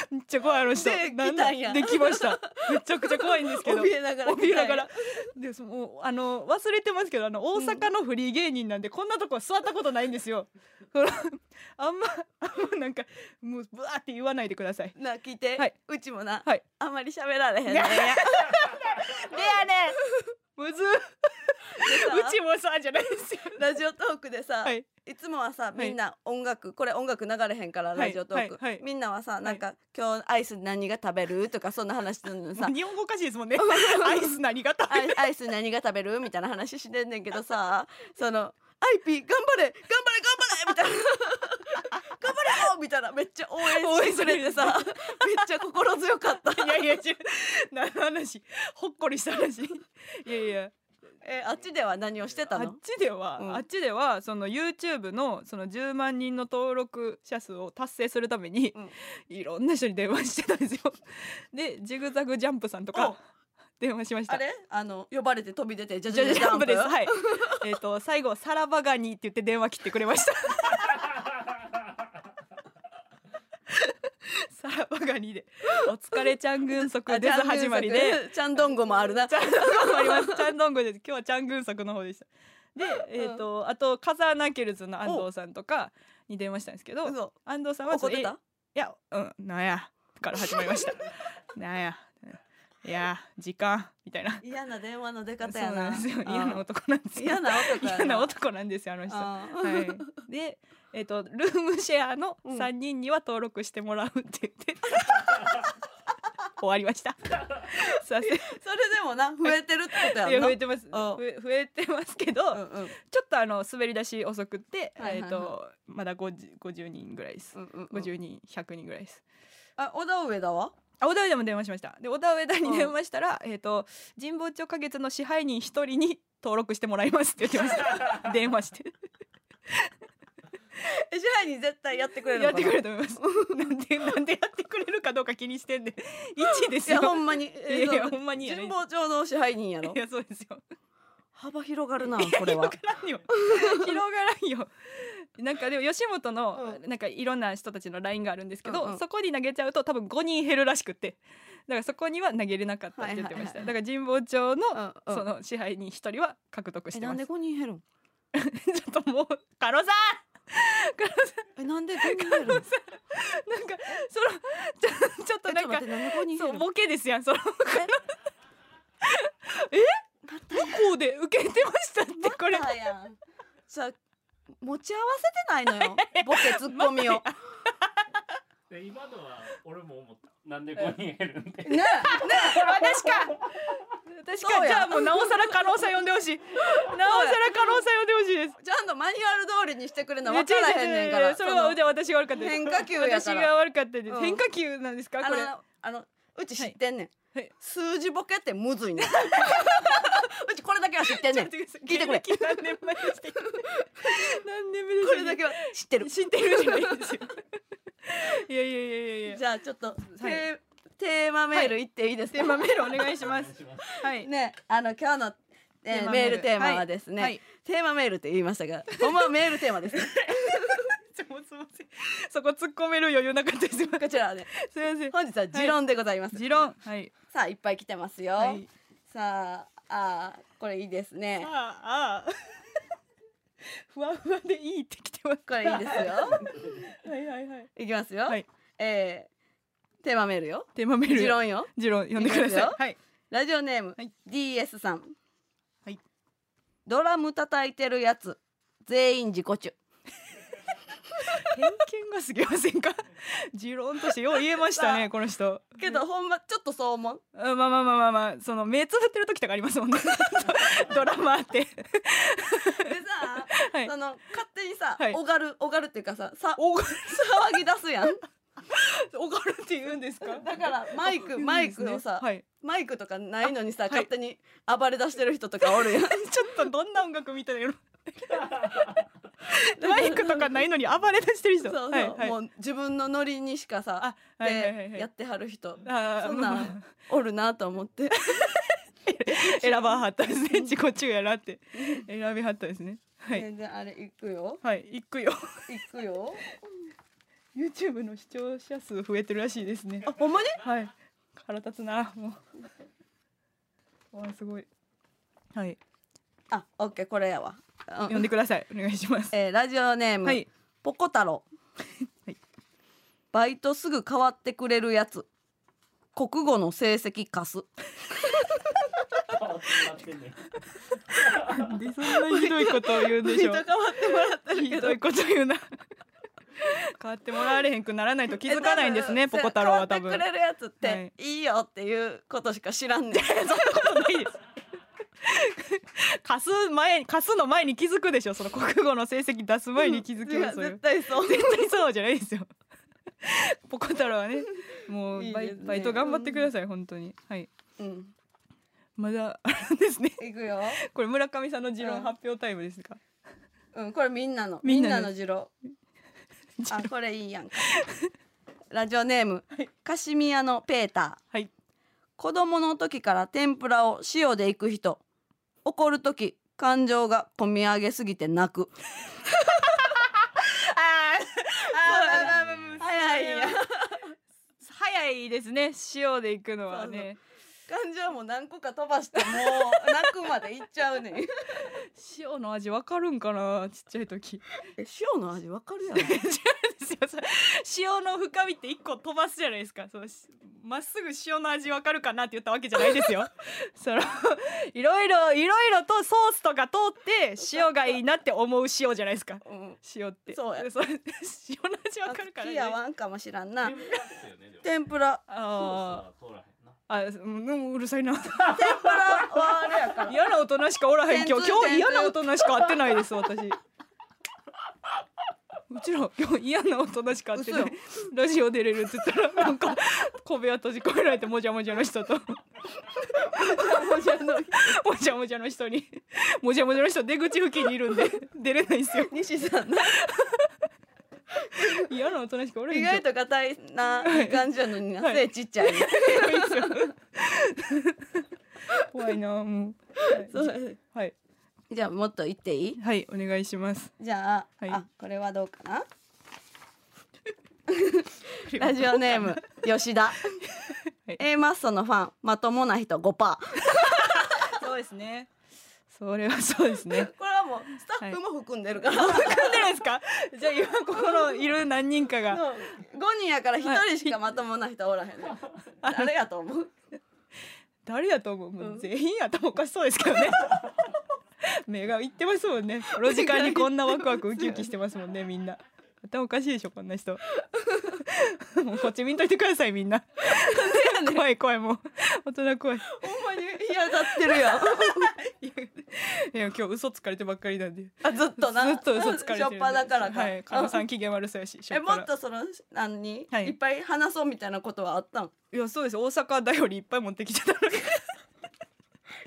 S4: めっちゃ怖いあの人
S1: で
S4: なん
S1: 来たんや
S4: できましためちゃくちゃ怖いんですけど
S1: 怯えながら来たん
S4: 怯
S1: や
S4: えながらでそのあの忘れてますけどあの大阪のフリー芸人なんで、こんなとこ座ったことないんですよほらあんまあんまなんかもうブワーって言わないでください
S1: なあ聞いて、
S4: はいう
S1: ちもな、
S4: はい
S1: あんまり喋られへんねん
S2: でやね
S4: むずうちもさじゃないですよ
S1: ラジオトークでさ、
S4: はい
S1: い、つもはさみんな音楽、これ音楽流れへんからラジオトーク、
S4: はいはいはい
S1: みんなはさなんか、今日アイス何が食べるとかそんな話してんのにさ
S4: もう日本語おかしいですもんねアイス何が食
S1: ア
S4: べ
S1: イ アイス何が食べるみたいな話してんねんけどさその「アイピー頑張れ頑張れ頑張れ!」みたいな「頑張れよ!」みたいなめっちゃ応援してくれてさめっちゃ心強かった。
S4: いやいや違う何の話ほっこりした話いやいや
S1: えあっちでは何をしてた
S4: あっ
S1: の
S4: ちでは、
S1: うん
S4: あっちではその YouTube のその10万人の登録者数を達成するために、
S1: うん
S4: いろんな人に電話してたんですよ でジグザグジャンプさんと
S1: お
S4: か電話しました
S1: あれあの呼ばれて飛び出てジャ
S4: ジ
S1: ジ
S4: ャ
S1: ャ
S4: ジ
S1: ジ
S4: ャ
S1: ャジ
S4: ジャ
S1: ャ
S4: ン
S1: ン
S4: プ
S1: プ
S4: ですはい えっと最後さらばがにって言って電話切ってくれました さらばがにで「お疲れちゃん軍足です」始まりで。
S1: ちゃんどんごもあるな。
S4: ちゃんどんごあります。ちゃんどんごです。今日はちゃんぐん作の方でした。で、えっ、と、あとカザーナケルズの安藤さんとかに電話したんですけど、
S1: 嘘
S4: 安藤さんは
S1: 怒ってた
S4: いや、うん、なんやから始まりました。 なんや、いや、時間みたいな。
S1: 嫌な電話の出
S4: そ
S1: 方
S4: う
S1: や
S4: な
S1: な
S4: んですよ。嫌な男なんですよ。
S1: 嫌な男やな
S4: 嫌な男なんですよあの人。は
S1: あー
S4: い。で、えっ、とルームシェアの三人には登録してもらうって言って。 終わりました。すいません。
S1: それでもな増えてるってことやんない
S4: や増えてます。
S1: うん
S4: ふえ増えてますけど、ちょっとあの滑り出し遅くって、
S1: はいはいはい
S4: えっとまだ50 50人ぐらいです。50人100人ぐらいです。
S1: あ小田上田は？
S4: あ小田上田も電話しました。で小田上田に電話したら、えっと神保町花月の支配人一人に登録してもらいますって言ってま した。電話して。
S1: え支配人絶対やってくれるの
S4: や
S1: か
S4: っ
S1: な
S4: てくれると思います。 なんでなんでやってくれるかどうか気にしてんで一位ですよ。
S1: いやほんまにえ
S4: いやいや
S1: そう
S4: ほんまにやね。
S1: 神保町の支配人やろ
S4: いやそうですよ。
S1: 幅広がるなこれは
S4: 広がらんよなんかでも吉本のなんかいろんな人たちの LINE があるんですけど、
S1: うんうん
S4: そこに投げちゃうと多分5人減るらしくてだからそこには投げれなかったって言ってました、
S1: はいはいはい
S4: だから神保町の
S1: うん
S4: その支配に1人は獲得し
S1: え
S4: て
S1: な
S4: ま
S1: ん
S4: す
S1: で五人減るん
S4: カロさん
S1: えなんで五人減 るん
S4: なんかそのちょちょっとなんかそうボケですやんそのこのえ向こうで受けてましたってこれ、
S1: じゃあ持ち合わせてないの よボケツッコミを
S6: で今のは俺も思った。なんで5人減るん で。
S1: ね
S4: 私か確
S1: そ
S4: か
S1: うや
S4: にじゃあもうなおさら加納さん呼んでほしいなおさら加納さん呼んでほしいです
S1: ちゃんとマニュアル通りにしてくれな分からへんねんか
S4: いや
S1: ら
S4: 違う違う違うそれはじゃあ
S1: の
S4: 私が悪かったです
S1: 変化球やから
S4: 私が悪かったです、
S1: うん
S4: 変化球なんですかこ
S1: あ
S4: れ
S1: のあのうち知ってんねん、数字ボケってむずい ねんうちこれだけは知ってんねん聞いてくれ
S4: 芸 歴何年前でしたっけ何年 目でした
S1: これだけは知ってる
S4: 知って るじゃないですよいやいやいやいやいや
S1: じゃあちょっ と、テーテーマメールいっていいですか、
S4: テーマメールお願いしますは い
S1: ねあの今日の、え
S4: テー
S1: ー、
S4: マ
S1: メ
S4: メール
S1: ールテーマはですね、
S4: はいはい
S1: テーマメールって言いましたがほんまはメールテーマ です
S4: もうすいませんそこ突っ込める余裕なかったです
S1: こちらはね
S4: すいません
S1: 本日は持論でございます、
S4: 持論はい
S1: さあいっぱい来てますよ、
S4: はい
S1: さああーこれいいですね
S4: ああああふわふわでいいってきてます
S1: これいいですよ
S4: はいはいはい
S1: いきますよ、
S4: はい
S1: えー、テーマメールよ
S4: テーマメール
S1: 持論よ
S4: 持論読んでく
S1: き
S4: だ
S1: ます
S4: さい
S1: よ
S4: はい
S1: ラジオネーム、DS さん、
S4: はい、
S1: ドラム叩いてるやつ全員自己中
S4: 偏見がすぎませんか持論としてよう言えましたねこの人
S1: けどほんまちょっとそう思う
S4: うんまあまあまあまあまあその目つぶってる時とかありま すもんねドラマあって
S1: でさ、
S4: はい
S1: その勝手にさ、
S4: はい
S1: おがるおがるっていうかささ
S4: おが
S1: 騒ぎ出すやん
S4: おがるって言うんですか
S1: だからマイク
S4: うん
S1: マイクをさ、
S4: はい
S1: マイクとかないのにさ、勝手に暴れ出してる人とかおるやん
S4: ちょっとどんな音楽みた いなの マイクとかないのに暴れ出してる人
S1: そうそう、
S4: はいはい
S1: もう自分のノリにしかさで、
S4: はいはいはいはい
S1: やってはる人
S4: あー
S1: そんなんおるなと思って
S4: 選ばはったですね自己中やなって選びはったですねはい
S1: 全然あれ行くよ
S4: はい行くよ
S1: 行 くよ
S4: YouTube の視聴者数増えてるらしいですね
S1: あほんまに
S4: はい腹立つなもう わあすごいはい
S1: あオッケーこれやわ
S4: 呼んでくださいお願いします
S1: えーラジオネーム、
S4: はい
S1: ポコ太郎、バイトすぐ変わってくれるやつ国語の成績貸す
S4: でそんなひどいことを言うんでしょ
S1: 変わってもらってる
S4: ひ
S1: け
S4: ど
S1: ど
S4: いこと言うな 変わってもらわれへんくならないと気づかないんです ねポコ太郎は多分
S1: 変わってくれるやつって、、
S4: はい
S1: いよっていうことしか知らんね ん
S4: 貸す前貸すの前に気づくでしょその国語の成績出す前に気づ き
S1: い
S4: ま
S1: や
S4: すよ
S1: 絶対 そう
S4: 絶対そうじゃないですよ ポコ太郎はねもう
S1: いい
S4: バイ
S1: ですね
S4: バイト頑張ってください本当にはい
S1: うん
S4: まだあれですね
S1: いくよ、
S4: これ村上さんの持
S1: う
S4: 論
S1: ん
S4: 発表タイムですか
S1: うん、これみんなのみ
S4: み
S1: ん
S4: ん
S1: な
S4: なの
S1: の次郎あこれいいやんかラジオネーム、カシミヤのペーター、
S4: はい
S1: 子供の時から天ぷらを塩でいく人怒る時感情が込み上げすぎて泣く
S4: あー
S1: 早いやん
S4: 早いですね塩で行くのは
S1: そう
S4: ね
S1: 感情も何個か飛ばしてもう泣くまでいっちゃうねん
S4: 塩の味わかるんかなちっちゃい時
S1: 塩の味わかるやん
S4: ですよそれ塩の深みって一個飛ばすじゃないですかそのしまっすぐ塩の味わかるかなって言ったわけじゃないです よそのいろいろいろいろとソースとか通って塩がいいなって思う塩じゃないですか
S1: うん
S4: 塩って
S1: そうや
S4: それ塩の味わかるか
S1: 好
S4: ら
S1: きや
S4: ね
S1: わんかもしらんな天ぷら
S4: あ
S6: 通らへん
S4: あもううるさいな
S2: はあれやから
S4: 嫌な大人しかおらへん今日今日嫌な大人しか会ってないです私うちら今日嫌な大人しか会ってないラジオ出れるって言ったらなんか小部屋閉じ込められてもじゃもじゃの人ともじゃのもじゃもじゃの人にもじゃもじゃの人出口付近にいるんで出れないんですよ
S1: 西さん
S4: 嫌な大人しかおらへん
S1: 意
S4: 今日
S1: 外と硬いな感じなのにな背ちっちゃい
S4: 怖いなもう
S1: そう
S4: はい
S1: じゃあもっと言っていい
S4: はいお願いします
S1: じゃあ,、
S4: はい
S1: あこれはどうかなラジオネーム吉田、A マッソのファンまともな人5%
S4: そうですねそれはそうですね
S1: これはもうスタッフも含んでるから、
S4: なんでですか じゃあ今ここのいる何人かが
S1: 5人やから1人しかまともな人おらへんの、あれやと 思う
S4: 誰やと思うもう全員頭おかしそうですけどね 目がいってますもんねこの時間にこんなワクワクウキウキしてますも んねみんな頭おかしいでしょこんな人 もうこっち見んといてくださいみんな怖い怖いもう大人怖
S1: ほ
S4: い
S1: んまに嫌がってるやん
S4: いや今日嘘つかれてばっかりなんで
S1: あずっとな
S4: ずっと嘘つかれてるんで
S1: しょっぱだからか
S4: はい神田さん機嫌悪そうやしし
S1: え
S4: ょぱ
S1: も
S4: ら
S1: っとその何に、
S4: はい
S1: い、っぱい話そうみたいなことはあったん
S4: いやそうです大阪だよりいっぱい持ってきてたのに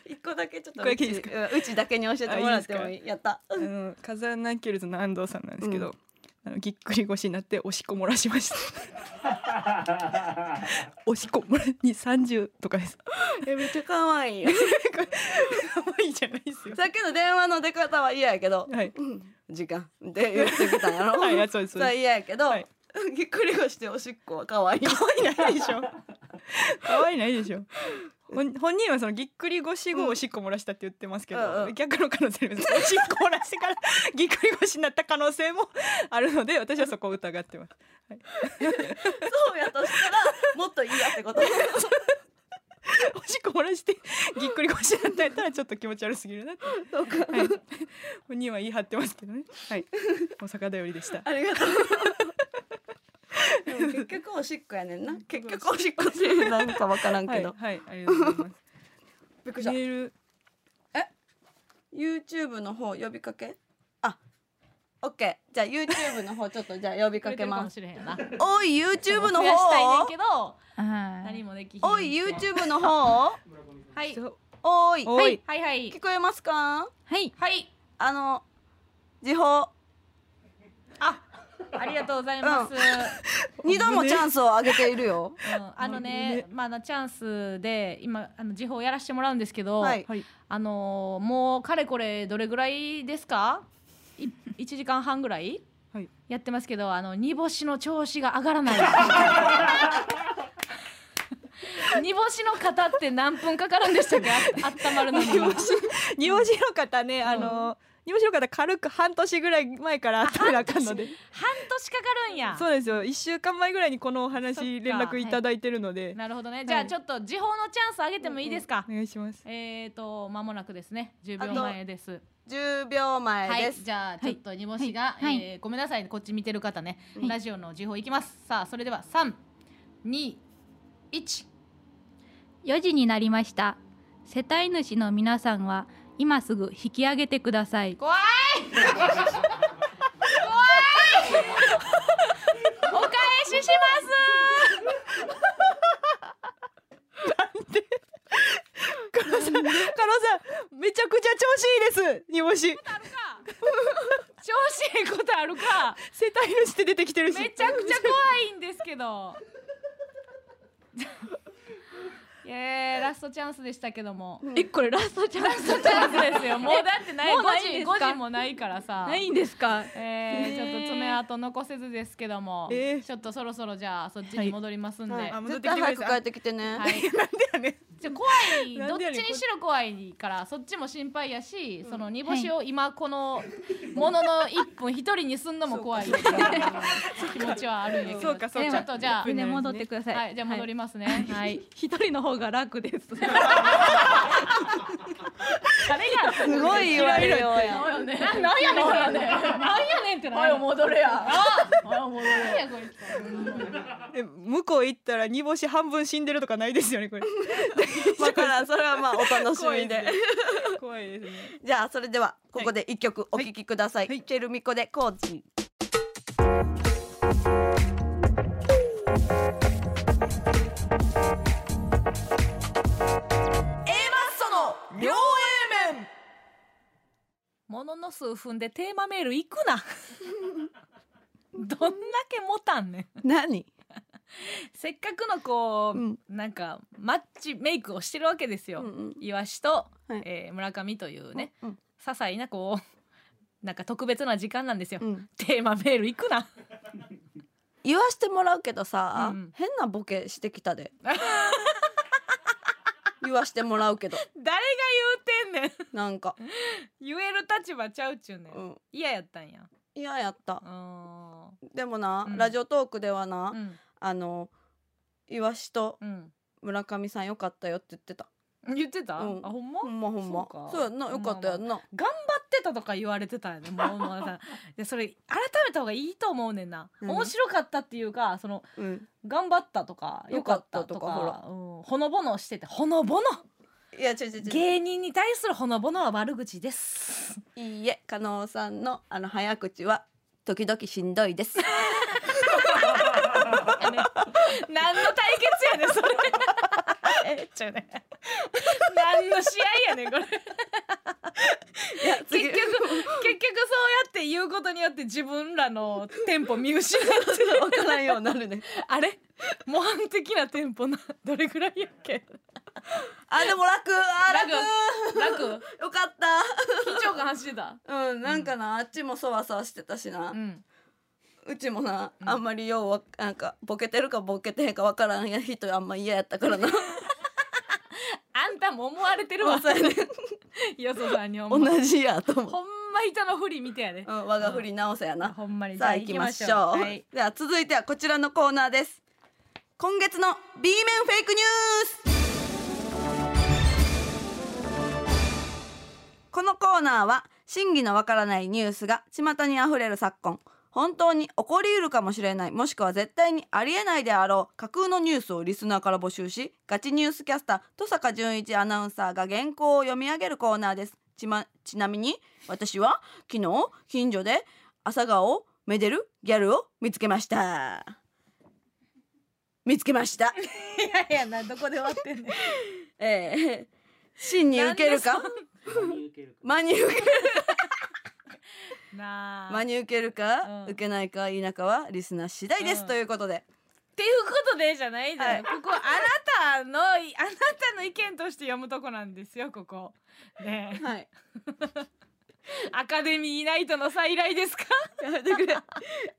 S1: 一個だけちょっと
S4: これ
S1: う
S4: だけ
S1: ち
S4: いいです
S1: うんうちだけに教えてもらっても
S4: あ
S1: い
S4: いい
S1: いやった
S4: あのカザーナキュルズの安藤さんなんですけど、あのぎっくり腰になっておしっこ漏らしましたおしっこ漏らに30とかです
S1: えめっちゃ可愛いよ
S4: やばいじゃないです よ
S1: さっきの電話の出方は嫌やけど、
S4: はい
S1: うん時間で言ってきたんやろ
S4: はいそうです
S1: そ
S4: そう
S1: れは
S4: です
S1: 嫌やけど、
S4: はい
S1: ぎっくり腰しておしっこは可愛い
S4: 可愛いないでしょ可愛いないでしょほん本人はそのぎっくり腰後おしっこ漏らしたって言ってますけど、
S1: うんうん
S4: 逆の可能性ありますおしっこ漏らしてからぎっくり腰になった可能性もあるので私はそこを疑ってます
S1: そうやとしたらもっといいやってこと
S4: おしっこ漏らしてぎっくり腰になったやったらちょっと気持ち悪すぎるなってはい、本人は言い張ってますけどねはい大阪だよりでした
S1: ありがとうでも結局おしっこやねんな結局おしっこっていうなんかわからん
S4: は
S1: け
S4: い
S1: ど、
S4: はいありがとうございます
S1: びっくりした
S4: メール
S1: YouTube の方呼びかけあ OK じゃあ YouTube の方ちょっとじゃあ呼びかけます
S2: 増えてるかもしれへん な
S1: おい YouTube の
S2: 増やしたいねん
S1: 方
S2: けど何もできひん
S1: おい YouTube の方
S2: はい
S1: おい
S4: おい
S2: はいはい
S1: 聞こえますか
S2: はいはい
S1: あの時報
S2: ありがとうございます、
S1: 二度もチャンスをあげているよ
S2: うんあのね、まああのチャンスで今あの時報やらしてもらうんですけど、
S1: はい
S2: あのーもうかれこれどれぐらいですか？い一時間半ぐらい、
S4: はい
S2: やってますけど、あの煮干しの調子が上がら ない。煮干しの方って何分かかるんでしたっけ？あ温まるのに。
S4: 煮干しの方ねあの煮干しの方軽く半年ぐらい前からあったらあかんので
S2: 半年かかるんや。
S4: そうですよ一週間前ぐらいにこのお話連
S2: そっか
S4: 絡いただいてるので、
S2: なるほどね。じゃあちょっと時報のチャンスあげてもいいですか？
S4: お願いします
S2: えーと間もなくですね。
S1: あ
S2: 10
S1: と
S2: 秒前です。
S1: 10秒
S2: は
S1: 前で
S2: い、
S1: す、
S2: じゃあちょっと煮干しが、
S5: はい
S2: えーごめんなさいねこっち見てる方ね、ラジオの時報いきますさあそれでは三二一
S5: 4時になりました世帯主の皆さんは今すぐ引き上げてください
S2: 怖い怖いお返ししま
S4: 加納さんめちゃくちゃ調子いいです煮干し
S2: す調子いいことあるか
S4: 世帯主って出てきてるし
S2: めちゃくちゃ怖いんですけどいやーラストチャンスでしたけども
S5: えこれラストチャンス
S2: チャンス ですよもう
S5: え
S2: だってない
S5: もうないん
S2: 5時
S5: ですか
S2: 5時もないからさ
S5: ないんですか
S2: えー
S5: えー
S2: ちょっと爪痕残せずですけども、
S4: えー
S2: ちょっとそろそろじゃあそっちに戻りますんで、はい
S4: あ戻っ
S1: 絶
S4: てき
S1: 対
S4: てく
S1: 早く
S4: ださい
S1: 帰ってきてね、
S2: じゃあ怖い
S4: な
S2: ど
S4: ん
S2: っ
S4: でやねん
S2: ちにしろ怖いからそっちも心配やし、その煮干しを今このものの1分一人にすんのも怖い気持ちはあるんやけど
S4: そうかそうか
S2: ちょっとじゃあ、
S5: 船戻ってください、
S2: はい、じゃあ戻り ますねはい、
S5: 一人の方が楽です
S2: が
S4: すごい言われるよ
S2: ななんやねんそれねなんやねんってなはい戻れやあ戻れやこい
S4: え向こう行ったら煮干し半分死んでるとかないですよねこれ
S1: だからそれ はまあお楽しみで
S4: 怖いですね
S1: じゃあそれではここで一曲お聴きください、チェルミコでコーチ
S2: の両 A 面ものの数分でテーマメール行く などんだけ持たんねん
S1: 何
S2: せっかくのこう、なんかマッチメイクをしてるわけですよ、イワシと、えー村上というね、些細なこうなんか特別な時間なんですよ、 テーマメール行くな
S1: 言わしてもらうけどさ、変なボケしてきた で言わしてもらうけど
S2: 誰が言うてんね
S1: んなんか
S2: 言える立場ちゃうっちゅうねん嫌、やったんや
S1: 嫌やったでもな、ラジオトークではな、あのイワシと村上さんよかったよって言ってた
S2: 言ってた、
S1: うん
S2: あほんまほん
S1: まほんま
S2: そうか
S1: そうやんなよかったやんな
S2: まあまあ頑張ってたとか言われてたよねもうもう さでそれ改めた方がいいと思うねんな
S1: 何
S2: 面白かったっていうかその、
S1: うん
S2: 頑張ったとかよかったとか
S1: よかったとか
S2: うんほのぼのしててほのぼの
S1: いや違う違う違う
S2: 芸人に対するほのぼのは悪口 です
S1: いいえ加納さんのあの早口は時々しんどいです
S2: 何の対決やねんそれえっちゃうね何の試合やねんこれ結局結局そうやって言うことによって自分らのテンポ見失っ て
S1: 分からんようになるね
S2: あれ模範的なテンポなどれぐらいやっけ
S1: あでも楽あ
S2: 楽
S1: 楽
S2: 楽
S1: よかった
S2: 緊張感走ってた
S1: うんなんかな、あっちもそわそわしてたしな、うちもな、あんまりようわなんかボケてるかボケてへんかわからんや人あんま嫌やった からな
S2: あんたも思われてるわ
S1: そうやね
S2: よそさんに思う
S1: 同じやと思う
S2: ほんま人の振り見てやで、
S1: うん我が振り直せやな、
S2: ほんまに
S1: さあ行きましょう
S2: じゃあ行きましょうはい
S1: では続いてはこちらのコーナーです今月の B 面フェイクニュースこのコーナーは真偽のわからないニュースが巷にあふれる昨今本当に起こりうるかもしれないもしくは絶対にありえないであろう架空のニュースをリスナーから募集しガチニュースキャスター登坂淳一アナウンサーが原稿を読み上げるコーナーですち,、ま、ちなみに私は昨日近所で朝顔をめでるギャルを見つけました見つけました
S2: いやいやなどこで終わってんねん
S1: ええ真に受けるか
S2: なんで
S1: 真に受ける
S2: なあ
S1: 真に受けるか、受けないか否かはリスナー次第です、ということで
S2: っていうことでじゃないじゃん、ここあなたの あなたの意見として読むとこなんですよここ ねえ
S1: はい
S2: アカデミーナイトの再来ですか
S1: やめてくれや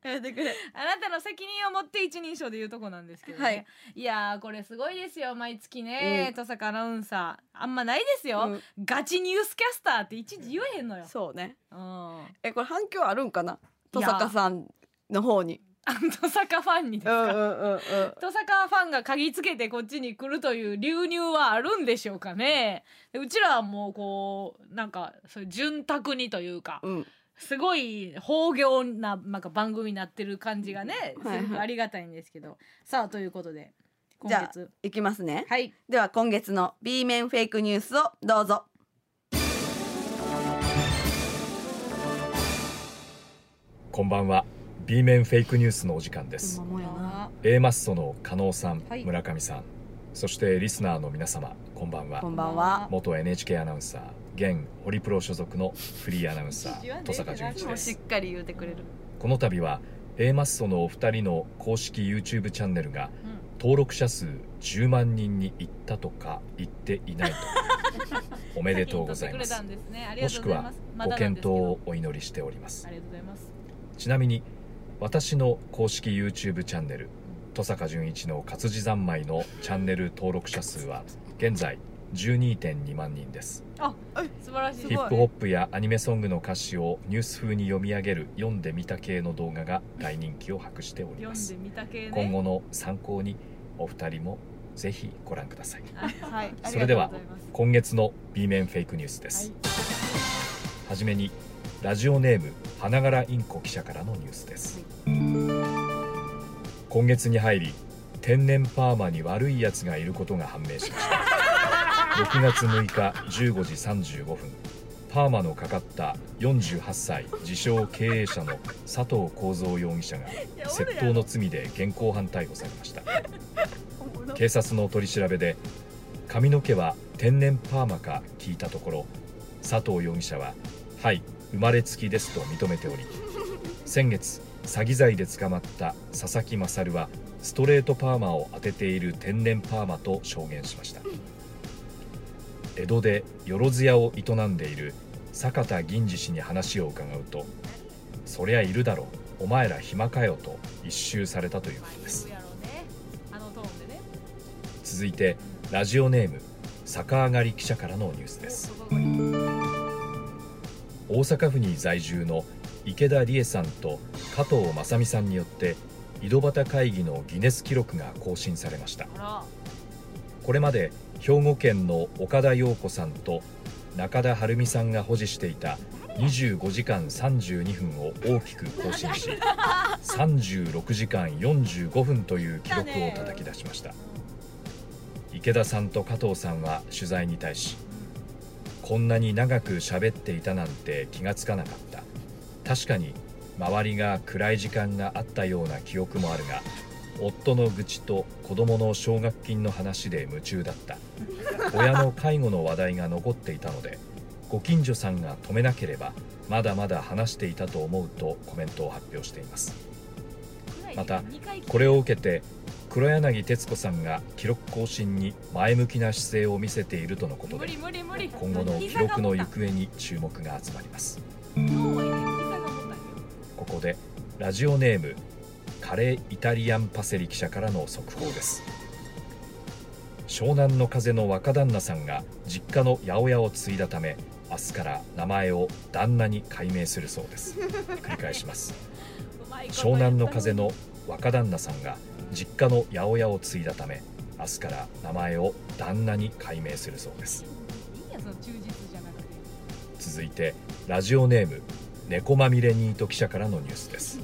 S1: めてくれ
S2: あなたの責任を持って一人称で言うとこなんですけどね、
S1: はい
S2: い、やーこれすごいですよ毎月ね、
S1: うん
S2: 登坂アナウンサーあんまないですよ、ガチニュースキャスターっていちいち言えへんのよ
S1: そうね
S2: うん
S1: えこれ反響あるんかない登
S2: や
S1: 坂さんの方に
S2: 登坂ファンにで
S1: う
S2: すか、
S1: んうんうんうん
S2: 登坂ファンが嗅ぎつけてこっちに来るという流入はあるんでしょうかねでうちらはもうこうなんかそういう潤沢にというか、すごい豊行ななんか番組になってる感じがねす
S1: はいはい
S2: ごくありがたいんですけど、さあということで今
S1: じゃあ
S2: 月
S1: いきますね
S2: はい
S1: では今月の B 面フェイクニュースをどうぞ
S12: こんばんは B 面フェイクニュースのお時間です
S2: もやな
S12: A マッソの加納さん、
S2: はい
S12: 村上さんそしてリスナーの皆様こんばんは
S1: こんばんは
S12: 元 NHK アナウンサー現ホリプロ所属のフリーアナウンサー登坂淳一
S1: も
S12: で
S1: し
S12: す
S1: っかり言うてくれる
S12: この度は A マッソのお二人の公式 YouTube チャンネルが登録者数10万人に行ったとか行っていないとおめでとうございま
S2: 先
S12: す
S2: に取ってくれたんですねあり
S12: も
S2: がと
S12: し
S2: う
S12: く
S2: ござい
S12: は
S2: ます
S12: ご
S2: まだなん
S12: 検
S2: です
S12: 討をお祈りしております
S2: ありがとうございます
S12: ちなみに私の公式 YouTube チャンネル登坂淳一の活字三昧のチャンネル登録者数は現在12.2万人です
S2: あ素晴らしい
S12: ヒップホップやアニメソングの歌詞をニュース風に読み上げる読んでみた系の動画が大人気を博しており
S2: 読
S12: ま
S2: ん
S12: す
S2: でみた系ね
S12: 今後の参考にお二人もぜひご覧ください
S2: はい
S12: それでは今月の B 面フェイクニュースです、はじめにラジオネーム花柄インコ記者からのニュースです、今月に入り天然パーマに悪いやつがいることが判明しました6月6日15時35分パーマのかかった48歳自称経営者の佐藤幸三容疑者が窃盗の罪で現行犯逮捕されました警察の取り調べで髪の毛は天然パーマか聞いたところ佐藤容疑者は「はい生まれつきです」と認めており先月詐欺罪で捕まった佐々木勝はストレートパーマを当てている天然パーマと証言しました江戸でよろずやを営んでいる坂田銀次氏に話を伺うと「そりゃいるだろお前ら暇かよ」と一蹴されたということです
S2: あのトーンでね
S12: 続いてラジオネーム逆上がり記者からのニュースです大阪府に在住の池田理恵さんと加藤正美さんによって井戸端会議のギネス記録が更新されましたこれまで兵庫県の岡田陽子さ んと中田晴美さんが保持していた25時間32分を大きく更新し36時間45分という記録を叩き出しました池田さんと加藤さんは取材に対しこんなに長く喋っていたなんて気がつかなかった確かに周りが暗い時間があったような記憶もあるが夫の愚痴と子供の奨学金の話で夢中だった親の介護の話題が残っていたのでご近所さんが止めなければまだまだ話していたと思うとコメントを発表していますまたこれを受けて黒柳徹子さんが記録更新に前向きな姿勢を見せているとのことで
S2: 無理無理
S12: 今後の記録の行方に注目が集まりますここでラジオネームカレーイタリアンパセリ記者からの速報です湘南の風の若旦那さんが実家の八百屋を継いだため明日から名前を旦那に改名するそうです繰り返します湘南の風の若旦那さんが実家の八百屋を継いだため明日から名前を旦那に改名するそうです
S2: いいやその忠実じゃなくて
S12: 続いてラジオネーム猫まみれニート記者からのニュースです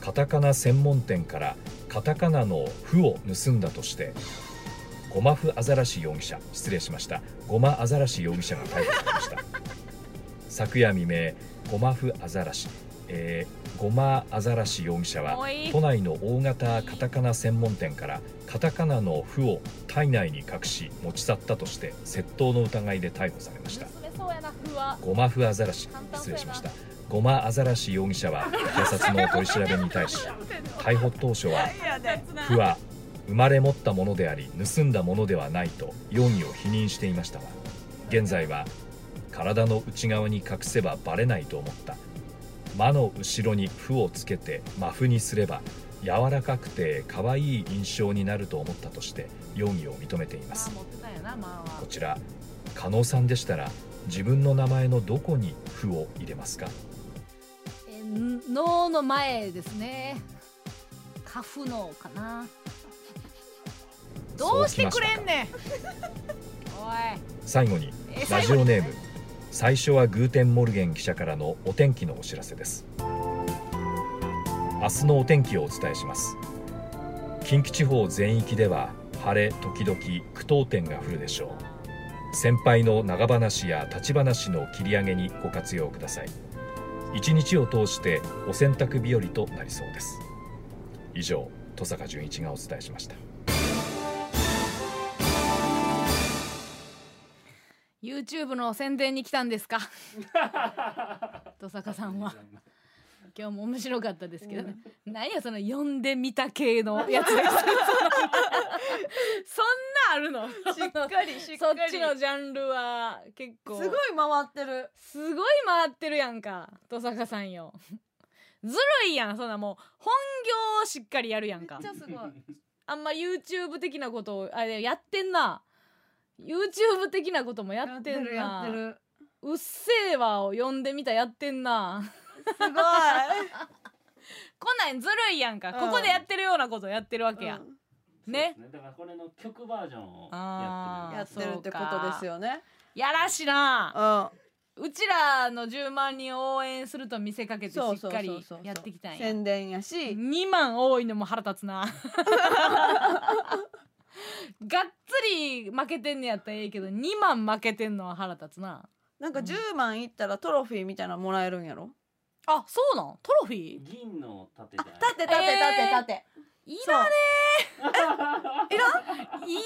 S12: カタカナ専門店からカタカナの「フ」を盗んだとしてゴマフアザラシ容疑者失礼しましたゴマアザラシ容疑者が逮捕されました昨夜未明ゴマフアザラシ、えーゴマアザラシ容疑者は
S2: もういい
S12: 都内の大型カタカナ専門店からカタカナの「フ」を体内に隠し持ち去ったとして窃盗の疑いで逮捕されました
S2: 娘そうやな不安
S12: ゴマフアザラシ失礼しましたゴマアザラシ容疑者は警察の取り調べに対し逮捕当初は不は生まれ持ったものであり盗んだものではないと容疑を否認していましたが現在は体の内側に隠せばバレないと思った魔の後ろに負をつけて真負にすれば柔らかくて可愛い印象になると思ったとして容疑を認めていますこちら加納さんでしたら自分の名前のどこに「負を入れますか
S2: えー脳の前ですねカフ脳かなどうしてくれんねんおい
S12: 最後に
S2: え
S12: ラジオネーム最初はグーテンモルゲン記者からのお天気のお知らせです明日のお天気をお伝えします近畿地方全域では晴れ時々句読点が降るでしょう先輩の長話や立ち話の切り上げにご活用ください一日を通してお洗濯日和となりそうです以上戸坂純一がお伝えしました
S2: YouTube の宣伝に来たん ですか戸坂さんは今日も面白かったですけどね、何やその呼んでみた系のやつですそんなあるの
S1: しっか りしっかり
S2: そっちのジャンルは結構
S1: すごい
S2: 回ってるすごい回ってるやんか戸坂さんよずるいやんそんなもう本業をしっかりやるやんか
S1: めっちゃすごい
S2: あんま YouTube 的なことをあれやってんな YouTube 的なこともやってんな
S1: やってるやって
S2: うっせーわを呼んでみたやってんなすごい こんなんずるいやんか、
S1: うん
S2: ここでやってるようなことやってるわけや、ね
S6: だからこれの曲バージョンを
S2: あー
S1: やってるってことですよね
S2: やらしいなうちらの10万人を応援すると見せかけてし
S1: そう
S2: っ
S1: そうそうそう
S2: かりやってきたんや
S1: 宣伝やし
S2: 2万多いのも腹立 つながっつり負けてんのやったらええけど2万負けてんのは腹立つな
S1: なんか10万いったらトロフィーみたいなのもらえるんやろ
S2: あそうなんトロフィー
S6: 銀の盾じゃない
S1: 立て立て立て立て
S2: い
S1: らね
S2: えいらんい
S1: い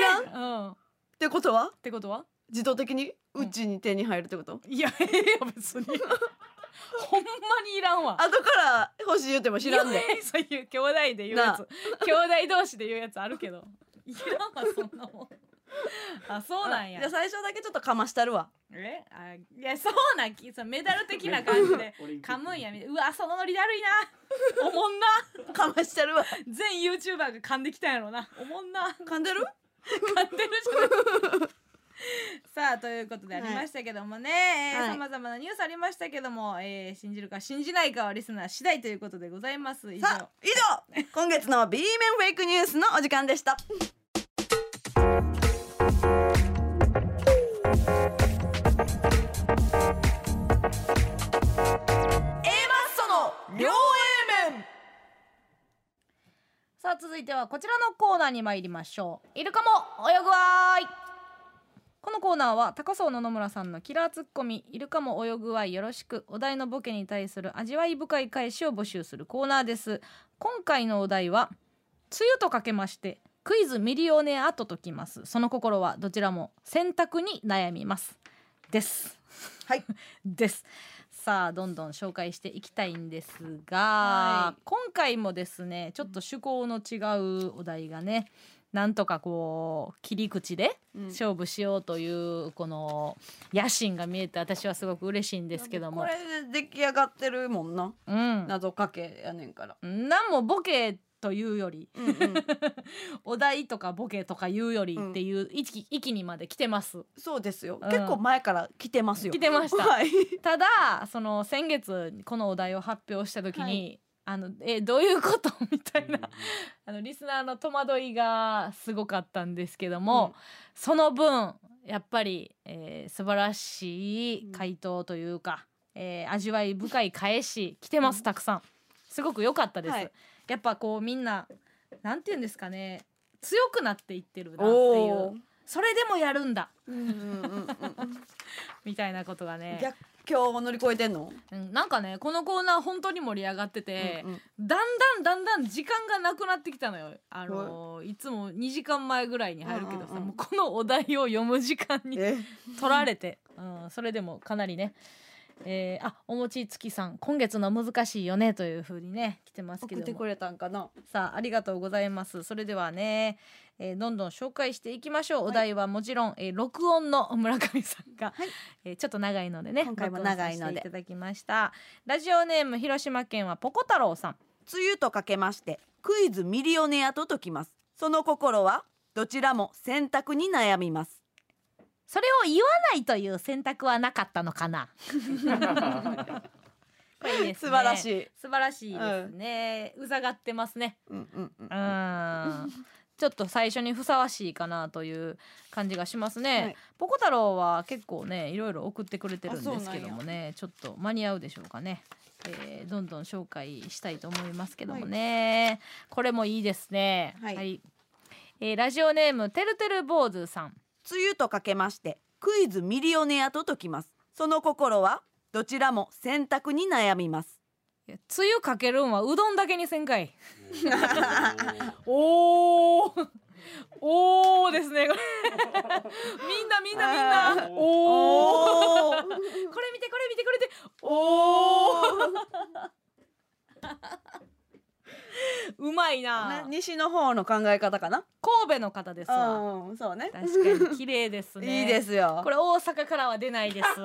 S1: らん
S2: らねうん
S1: ってことは
S2: ってことは
S1: 自動的にうちに手に入るってこと、
S2: いやええよ別にほんまにいらんわ
S1: 後から欲しい言っても知らんで、
S2: いやそういう兄弟で言うやつ
S1: な
S2: 兄弟同士で言うやつあるけどいらんわそんなもんあそうなんや
S1: じゃあ最初だけちょっとかましたるわ
S2: えあいやそうなんきそうメダル的な感 じで噛むんやみたいなうわそのノリだるいなおもんな
S1: かましてるわ
S2: 全 YouTuber が噛んできたんやろうなおもんな
S1: 噛んでる
S2: 噛んでるじゃない さあということでありましたけどもね
S1: はい
S2: さまざまなニュースありましたけども、えー信じるか信じないかはリスナー次第ということでございます以上
S1: さあ以 上今月の B 面フェイクニュースのお時間でした
S2: 両 A 面さあ続いてはこちらのコーナーに参りましょうイルカも泳ぐわーいこのコーナーは高層の野村さんのキラーツッコミイルカも泳ぐわいよろしくお題のボケに対する味わい深い返しを募集するコーナーです今回のお題は梅雨とかけましてクイズミリオネアと解きますその心はどちらも選択に悩みますです
S1: はい
S2: ですさあどんどん紹介していきたいんですが、
S1: は
S2: 今回もですねちょっと趣向の違うお題がねなんとかこう切り口で
S1: うん
S2: 勝負しようというこの野心が見えて私はすごく嬉しいんですけども
S1: これで出来上がってるもんな、
S2: うん
S1: 謎かけやねんから
S2: なんもボケというより、お題とかボケとか言うよりっていう域,、域にまで来てます。
S1: そうですよ、
S2: うん
S1: 結構前から来てますよ
S2: 来てました、
S1: はい、
S2: ただその先月このお題を発表した時に、あのえどういうこと みたいな、あのリスナーの戸惑いがすごかったんですけども、その分やっぱり、えー素晴らしい回答というか、えー味わい深い返し来てますたくさんすごく良かったです、
S1: はい
S2: やっぱこうみんななんて言うんですかね強くなっていってるなってい
S1: お
S2: うそれでもやるんだ
S1: うんうんうん
S2: みたいなことがね
S1: 逆境を乗り越えてんの
S2: うんなんかねこのコーナー本当に盛り上がってて、
S1: うん
S2: だんだんだんだん時間がなくなってきたのよあのーいつも2時間前ぐらいに入るけどさ、もうこのお題を読む時間に取られて、うん、それでもかなりねえーあおもちつきさん今月の難しいよねという風にね来てますけども
S1: 送ってくれたんかな
S2: さあありがとうございますそれではね、えーどんどん紹介していきましょう、お題はもちろん、えー録音の村上さんが、えーちょっと長いのでね
S1: 今回も長いので
S2: 録音させていただきましたラジオネーム広島県はポコ太郎さん
S1: 梅雨とかけましてクイズミリオネアと解きますその心はどちらも選択に悩みます
S2: それを言わないという選択はなかったのかなこれいいですね
S1: 素晴らしい
S2: 素晴らしいですね、うざがってますね
S1: うんうんうん
S2: うーんちょっと最初にふさわしいかなという感じがしますね、
S1: はい
S2: ポコ太郎は結構ねいろいろ送ってくれてるんですけど
S1: あ
S2: も
S1: そう
S2: ねちょっと間に合うでしょうかね、えーどんどん紹介したいと思いますけどもね、これもいいですねはい、えーラジオネームてるてる坊主さん
S1: 梅雨とかけましてクイズミリオネアと解きますその心はどちらも選択に悩みます
S2: 梅雨かけるんはうどんだけにせんかい
S1: お
S2: ーおーですね これみんなみんなみんなおおこれ見てこれ見てこれ見ておおうまいな
S1: 西の方の考え方かな
S2: 神戸の方ですわ
S1: うんそうね
S2: 確かに綺麗ですね
S1: いいですよ
S2: これ大阪からは出ないです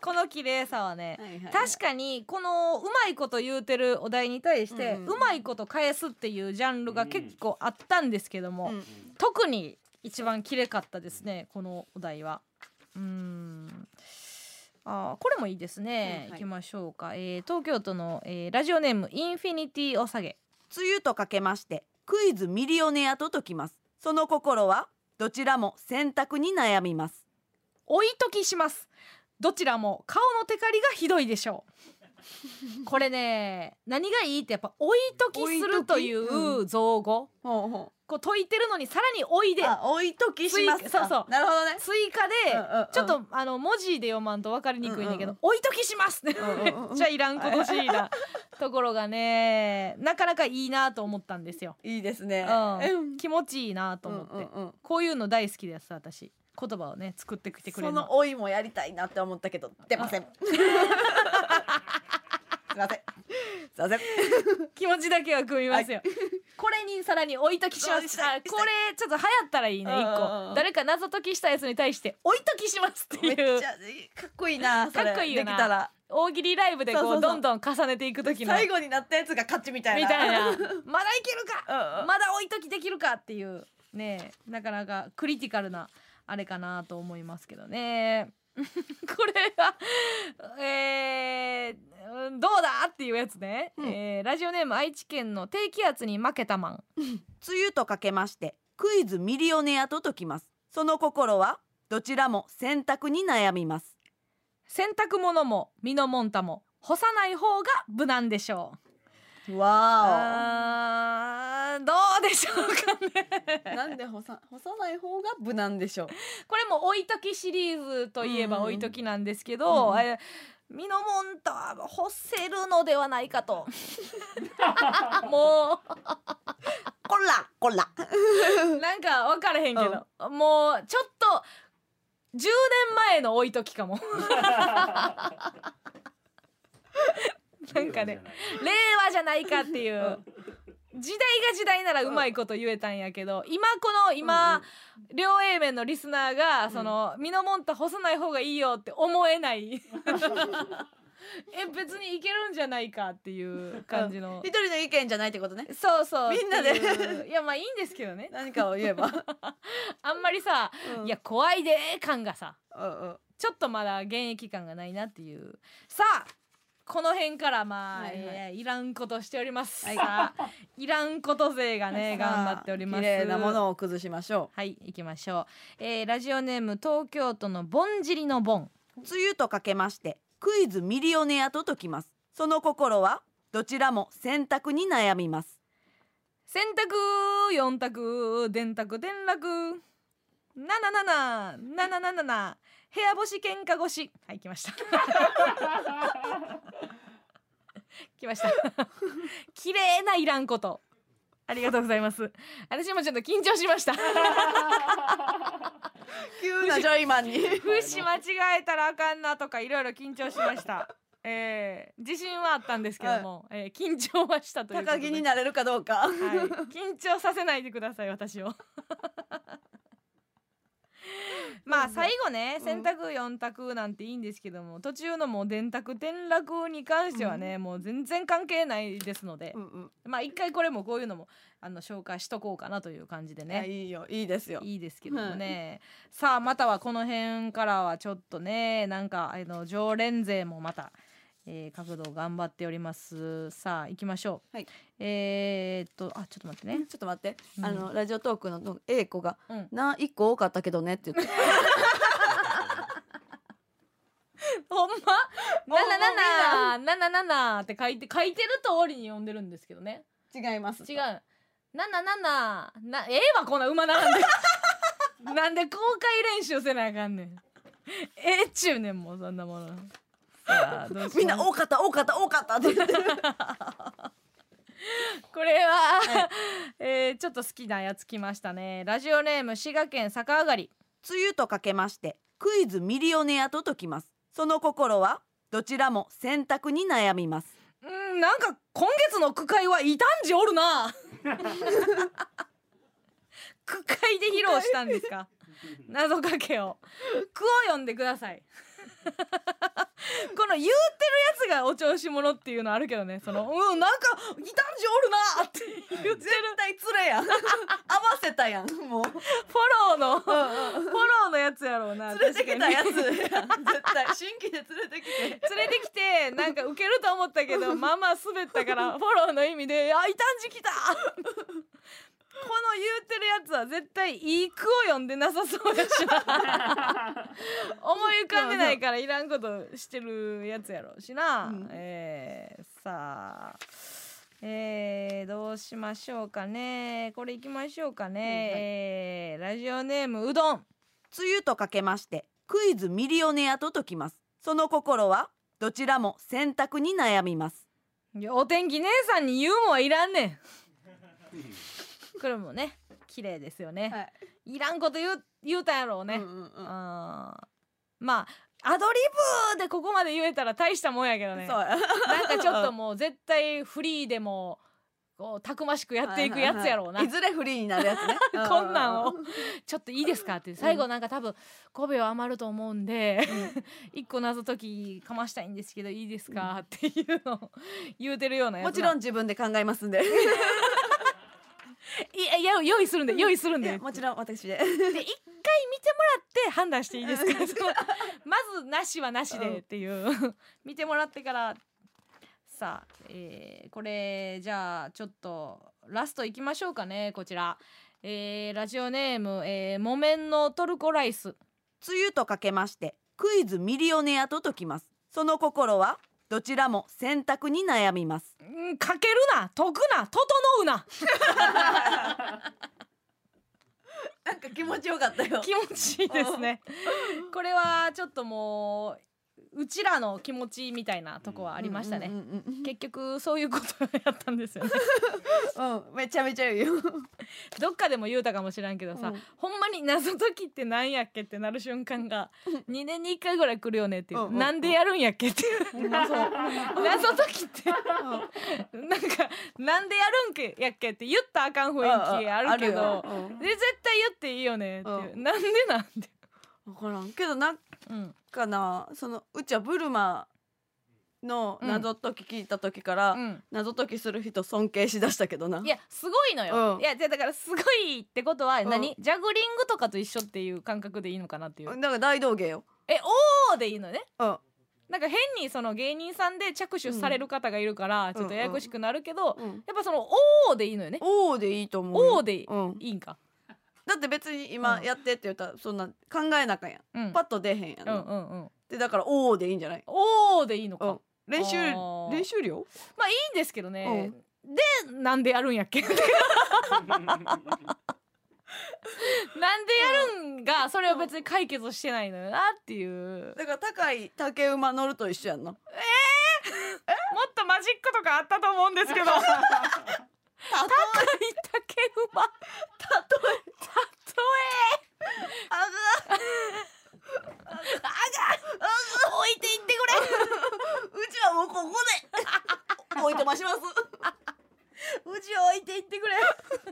S2: この綺麗さはね、確かにこのうまいこと言うてるお題に対して、うまいこと返すっていうジャンルが結構あったんですけども、特に一番綺麗かったですねこのお題はうーんあーこれもいいですね、
S1: うんはい
S2: い、きましょうか、えー、東京都の、えー、ラジオネームインフィニティおさげ
S1: 梅雨とかけましてクイズミリオネアと解きますその心はどちらも選択に悩みます
S2: 追い解きしますどちらも顔のテカリがひどいでしょうこれね何がいいってやっぱ追い解きするという造語、こう解いてるのにさらに追いで追い解
S1: きしますか
S2: そうそう
S1: なるほどね
S2: 追加で、
S1: うんうんうん
S2: ちょっとあの文字で読まんと分かりにくいんだけど、追い解きしますって、
S1: うんうんうん
S2: めっちゃいらんことしいなところがねなかなかいいなと思ったんですよ
S1: いいですね
S2: うん
S1: うん
S2: 気持ちいいなと思って、
S1: うんうんうん
S2: こういうの大好きです私言葉をね作ってきてくれ
S1: そ
S2: る
S1: の老いもやりたいなって思ったけど出 ませんすいませんすいません
S2: 気持ちだけは組みますよ、これにさらに置いときし ますあこれちょっと流行ったらいいね
S1: うんうんうん
S2: 一個誰か謎解きしたやつに対して置いときしますっていう
S1: めっちゃかっこいいなそ
S2: か
S1: れ
S2: っこいいよな
S1: できたら
S2: 大喜利ライブでこう
S1: そうそうそう
S2: どんどん重ねていく時の
S1: 最後になったやつが勝ちみたいな
S2: みたいな
S1: まだいけるか
S2: まだ置いときできるかっていうねえなかなかクリティカルなあれかなと思いますけどねこれがえーうんどうだっていうやつね、えーラジオネーム愛知県の低気圧に負けたマン
S1: 梅雨とかけましてクイズミリオネアと解きますその心はどちらも選択に悩みます
S2: 洗濯物も身のもんたも干さない方が無難でしょ
S1: うわ
S2: あーどうでしょう
S1: おなんで干さ干さない方が無難でしょう
S2: これも置いときシリーズといえば置いときなんですけ
S1: うん
S2: ど、
S1: うん
S2: えー身のもんたは干せるのではないかともう
S1: こらこら
S2: なんか分からへんけど、もうちょっと10年前の置いときかもなんかね令和じゃないかっていう時代が時代ならうまいこと言えたんやけど今この今、両 A 面のリスナーがその、身のもんた干さない方がいいよって思えないえ別にいけるんじゃないかっていう感じの
S1: 一人の意見じゃないってことね
S2: そうそう
S1: みんなで
S2: っていういやまあいいんですけど ね
S1: 何かを言え ば
S2: あんまりさ、いや怖いでー感がさ、ちょっとまだ現役感がないなっていうさあこの辺からまあ、
S1: はいいはい
S2: えーいらんことしております、
S1: はい
S2: さあいらんこと勢が ね
S1: さあ
S2: 頑張っております
S1: 綺麗なもの
S2: を崩しましょうはい行きましょう、えーラジオネーム東京都のぼんじりのぼん
S1: 梅雨とかけましてクイズミリオネアと解きますその心はどちらも選択に悩みます
S2: 洗濯四択電卓転落ななななななななな部屋干し喧嘩腰はい来ました 来ました綺麗ないらんことありがとうございます私もちょっと緊張しました
S1: 急なジョイマン に
S2: 節間違えたらあかんなとかいろいろ緊張しました えー、自信はあったんですけども、えー緊張はしたということで
S1: 高木になれるかどうか
S2: はい、 緊張させないでください私 をまあ最後ね選択4択なんていいんですけども途中のもう電卓転落に関してはね、もう全然関係ないですので、まあ一回これもこういうのもあの紹介しとこうかなという感じでね
S1: あいいよいいですよ
S2: いいですけどもね、さあまたはこの辺からはちょっとねなんかあの常連勢もまた、えー、角度頑張っておりますさあ行きましょう、
S1: はい、
S2: えー、っとあちょっと待ってね
S1: ちょっと待って、
S2: うん
S1: あのラジオトークの A 子が、
S2: うん
S1: な一個多かったけどねって言って
S2: ほんま七七七七って書いて書いてる通りに読んでるんですけどね。
S1: 違います。
S2: 違う。七七なええわこんな馬並んで。 なんで公開練習せなあかんねん。ええっちゅうねんもうそんなもの。さあどうしよう
S1: みんな多かった多かった多かったって言ってる
S2: これは、 えーちょっと好きなやつきましたね。ラジオネーム滋賀県坂上がり。
S1: 梅雨とかけましてクイズミリオネアと解きますその心はどちらも選択に悩みます
S2: うんなんか今月の句会は異端児おる な。句会で披露したんですか。謎かけを。句を読んでください。この言うてるやつがお調子者っていうのあるけどね。そのうんなんか異端児おるなって言ってる。絶
S1: 対つれや ん。合わせたやんもう。フォ
S2: ローのフォローのやつやろうな。
S1: 連れてきたなやつ絶対新規で連れてきて連
S2: れてきてなんかウケると思ったけ どまあまあ滑ったからフォローの意味で「あ異端児来た!」この言うてるやつは絶対いい句を読んでなさそうやし な思い浮かんでないからいらんことしてるやつやろうしな、えーさあえー、どうしましょうかねこれいきましょうかね、えーラジオネームうどん
S1: 梅雨とかけましてクイズミリオネアと解きますその心はどちらも選択に悩みます
S2: いやお天気姉さんに言うもんはいらんねんこれもね綺麗ですよね、い、らんこと言う言うたんやろうね、あーまあアドリブでここまで言えたら大したもんやけどね
S1: そうや
S2: なんかちょっともう絶対フリーでもこうたくましくやっていくやつやろうな、
S1: はいはいはいいずれフリーになるやつね
S2: こんなんをちょっといいですかって最後なんか多分5秒余ると思うんで一個謎解きかましたいんですけどいいですかっていうのを 言うてるようなやつ
S1: もちろん自分で考えますんで
S2: いやいや用意するんで用意するん で
S1: もちろん私で
S2: で一回見てもらって判断していいですかそのまずなしはなしでっていう 見てもらってからさあ、えーこれじゃあちょっとラストいきましょうかねこちら、えーラジオネーム、えー、木綿のトルコライス
S1: 梅雨とかけましてクイズミリオネアと解きますその心はどちらも選択に悩みます
S2: うんかけるな解くな整うな
S1: なんか気持ちよかったよ
S2: 気持ちいいですねこれはちょっともううちらの気持ちみたいなとこはありましたね、結局そういうことをやったんですよね
S1: うんめちゃめちゃ言うよ
S2: どっかでも言うたかもしらんけどさ、
S1: うん
S2: ほんまに謎解きってなんやっけってなる瞬間が2年に1回ぐらい来るよねっていう、
S1: うんうん
S2: なんでやるんやっけっていう、 謎解きってなんかなんでやるんけやっけって言ったらあかん雰囲気あるけ
S1: うんうんあ
S2: ど
S1: るようん
S2: で絶対言っていいよねっていう、
S1: うん
S2: なんでなん
S1: 分からんけどなんかな、そのうちはブルマの謎解き聞いた時から、謎解きする人尊敬しだしたけどない
S2: やすごいのよ、
S1: うん
S2: いやじゃあだからすごいってことは
S1: うん
S2: 何、ジャグリングとかと一緒っていう感覚でいいのかなっていう
S1: だから大道芸よ
S2: えおーでいいのね
S1: うん
S2: なんか変にその芸人さんで着手される方がいるからちょっとややこしくなるけど、やっぱその「おー」でいいのよね
S1: おおでいいと思う
S2: おーでいい,、んか
S1: だって別に今やってって言ったらそんな考えなあかんやん、パッと出へんやん,、
S2: うんうんうん
S1: でだからおおでいいんじゃない
S2: おおでいいの
S1: か、うん練習
S2: あー
S1: 練習量
S2: まあいいんですけどね、でなんでやるんやっけなんでやるんがそれを別に解決してないのよなっていう
S1: だから高い竹馬乗ると一緒やんな
S2: もっとマジックとかあったと思うんですけど高い竹馬たとえたとえあがあが置いていってくれうちはもうここで置いてましますうちを置いていってくれ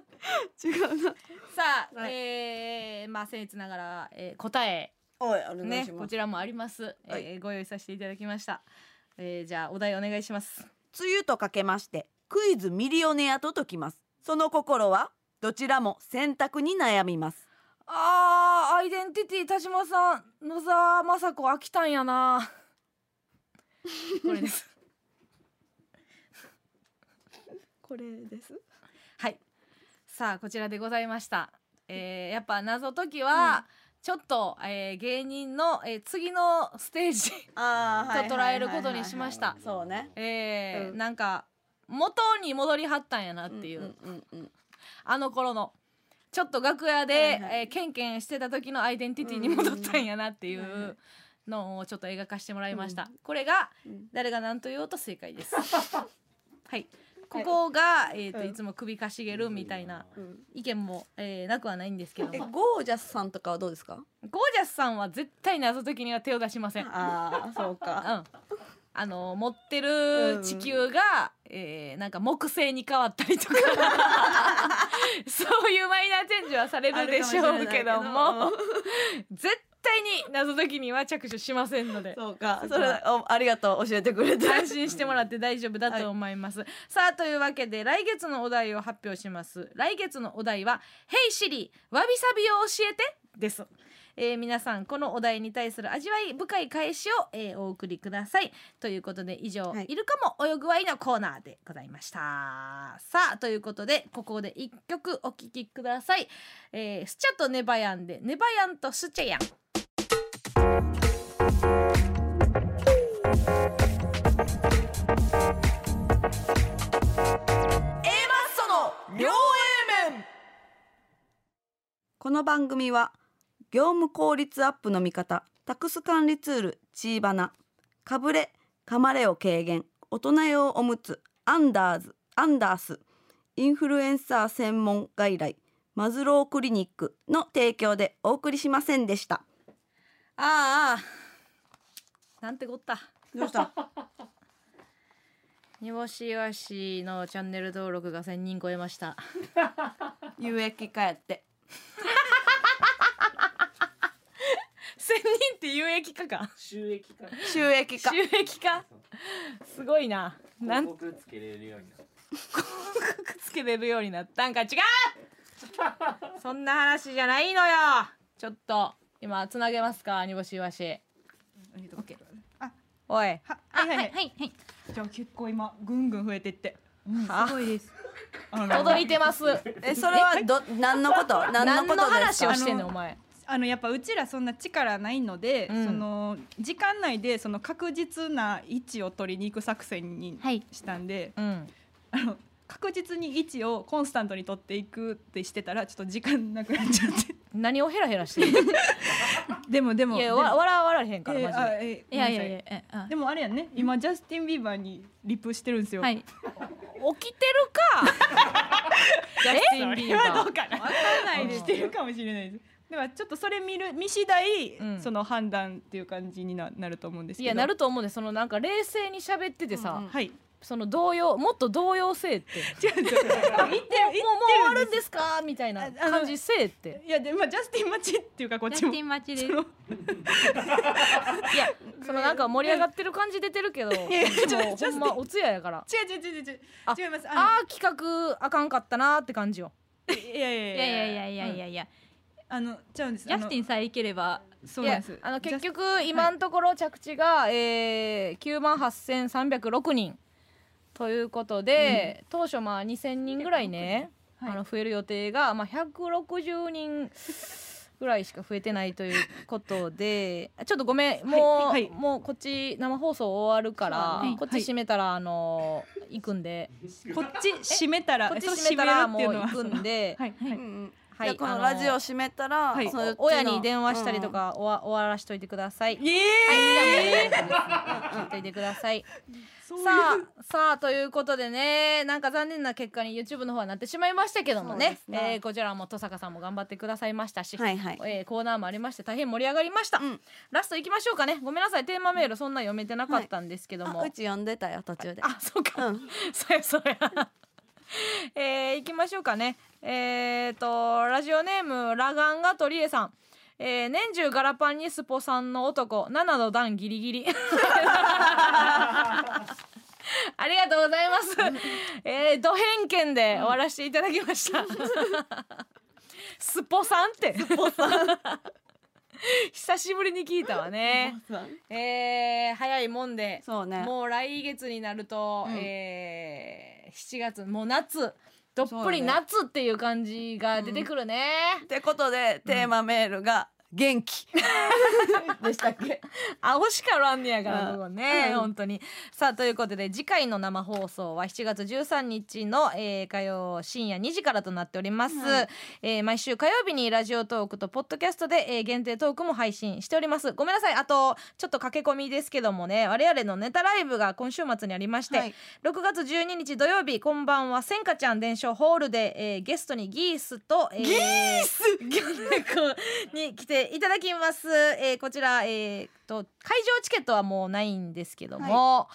S1: 違うな
S2: さあ、えー、まあ僭越ながら、えー、答え
S1: おいお願い
S2: ね
S1: します
S2: こちらもあります、えーご用意させていただきました、えー、じゃあお題お願いします
S1: 梅雨とかけましてクイズミリオネアと解きますその心はどちらも選択に悩みます
S2: あーアイデンティティ田島さん野沢雅子飽きたんやなこれです
S1: これです
S2: はいさあこちらでございました、えー、やっぱ謎解きは、ちょっと、えー、芸人の、えー、次のステージと
S1: あーはい
S2: 捉えることにしました
S1: そうね
S2: えー
S1: うん
S2: なんか元に戻りはったんやなっていう,、あの頃のちょっと楽屋で、えーケンケンしてた時のアイデンティティに戻ったんやなっていうのをちょっと映画化してもらいました、これが誰が何と言おうと正解です はいここが、えーと
S1: うん
S2: いつも首かしげるみたいな意見も、えーなくはないんですけども
S1: えゴージャスさんとかはどう ですか
S2: ゴージャスさんは絶対謎解きには手を出しません。
S1: ああ、そうか。
S2: うん。あの持ってる地球が、えーなんか木星に変わったりとかそういうマイナーチェンジはされるでしょうけども
S1: あ
S2: 絶対に謎解きには着手しませんので
S1: そう かそれおありがとう教えてくれて
S2: 安心してもらって大丈夫だと思います、さあというわけで来月のお題を発表します来月のお題は「ヘイシリわびさびを教えて」ですえー皆さんこのお題に対する味わい深い返しを、えーお送りくださいということで以上、い、るかも泳ぐわいのコーナーでございましたさあということでここで一曲お聴きください、えースチャとネバヤンでネバヤンとスチャヤン
S1: の両 A 面この番組は業務効率アップの味方タックス管理ツールチーバナかぶれかまれを軽減大人用おむつアンダーズアンダースインフルエンサー専門外来マズロークリニックの提供でお送りしませんでした
S2: ああなんてこった
S1: どうした
S2: 煮干しわしのチャンネル登録が1000人超えま した
S1: 有益かやって
S2: 千人って有益化か
S6: 収益化
S2: 収益 化収益化すごいななん
S6: 広告つけれるようになる
S2: くっつけれるようになったんか違うそんな話じゃないのよちょっと今つなげますか煮干しわしおい
S4: はいはいはいはいじゃあ結構今ぐんぐん増えてって、うん、すごいです
S2: 届いてます
S4: えそれはど何のこと 何のことです
S2: 話
S4: か
S2: をしてんねんお前
S4: あのやっぱうちらそんな力ないので、その時間内でその確実な位置を取りに行く作戦にしたんで、あの確実に位置をコンスタントに取っていくってしてたらちょっと時間なくなっちゃって
S2: 何をヘラヘラしてる
S4: でもでも
S2: いや
S4: でも
S2: わ笑われへんから
S4: えー
S2: マジ
S4: あ
S2: で
S4: えー
S2: いやいやいやえあ
S4: でもあれやんね今ジャスティン・ビーバーにリプしてるんですよ、
S2: はい
S4: 起
S2: きてるか
S4: ジャスティン・ビーバー
S2: え
S4: はどうかなわかんないですてるかもしれないですだからちょっとそれ見る見次第、その判断っていう感じにななると思うんですけ
S2: い
S4: ど
S2: やなると思うねそのなんか冷静に喋っててさ、 その動揺もっと動揺せえって
S4: あ言ってる言ってる
S2: もうもう終わるんですかみたいな感じせえって
S4: いやでまあジャスティン待ちっていうかこっち
S2: ジャ
S4: も
S2: スティン
S4: 待ちです
S2: いやそのなんか盛り上がってる感じ出てるけども
S4: やいやちょ
S2: う
S4: ちょ
S2: ほんまお通夜やから
S4: 違う違う違う違う
S2: あ
S4: 違います
S2: あー企画あかんかったなーって感じよ
S4: いやいや
S5: いやいやいやいやいや
S4: あのちゃうんです
S5: ジャスティンさえいければ
S4: そうなんで
S2: い
S4: す
S2: やあの結局今のところ着地が、えー、9万8306人ということで、当初まあ2000人ぐらいね、あの増える予定が、まあ、160人ぐらいしか増えてないということであちょっとごめんもう,、
S4: はい
S2: もうこっち生放送終わるから、
S4: はい
S2: こっち閉めたら、あの行くんで
S4: こっち閉めたら
S2: こっち
S4: えそう
S2: 閉めたら
S4: 閉
S2: も
S4: める
S2: う
S4: っていうの
S2: 行
S4: は
S2: くんで。
S4: はいはい
S2: は
S1: じゃあこのラジオ閉めたら
S2: はい
S1: そっちの
S2: 親に電話したりとか、おわ終わらしといてください。
S4: え
S2: え聞いといてください。さあさあということでねなんか残念な結果に YouTube の方はなってしまいましたけども
S1: そう
S2: ね
S1: ですね
S2: えーこちらも登坂さんも頑張ってくださいましたし、
S1: はいはい
S2: えーコーナーもありまして大変盛り上がりました、ラストいきましょうかねごめんなさいテーマメールそんな読めてなかったんですけども、
S1: うち呼んでたよ途中で
S2: あそうか、 そうやそうやえー、行きましょうかねえー、とラジオネームラガンガトリエさんえー、年中ガラパンにスポさんの男7の段ギリギリ ありがとうございますえー、ド偏見で終わらせていただきました、スポさんってスポさん 久しぶりに聞いたわねえー、早いもんで
S1: そうね
S2: もう来月になると、
S1: うん
S2: えー、7月もう夏どっ
S1: そう
S2: ぷ
S1: だね
S2: り夏っていう感じが出てくるね。
S1: ってことでテーマメールが元 気でしたっけ
S2: 青しかおらんねやからここね、
S1: うん
S2: 本当にさあということで次回の生放送は7月13日の、えー、火曜深夜2時からとなっております、
S1: はい
S2: えー毎週火曜日にラジオトークとポッドキャストで、えー限定トークも配信しておりますごめんなさいあとちょっと駆け込みですけどもね我々のネタライブが今週末にありまして、6月12日土曜日こんばんはせんかちゃん伝承ホールで、えーゲストにギースと、えー、ギースに来ていただきます、えーこちら、えーと会場チケットはもうないんですけども、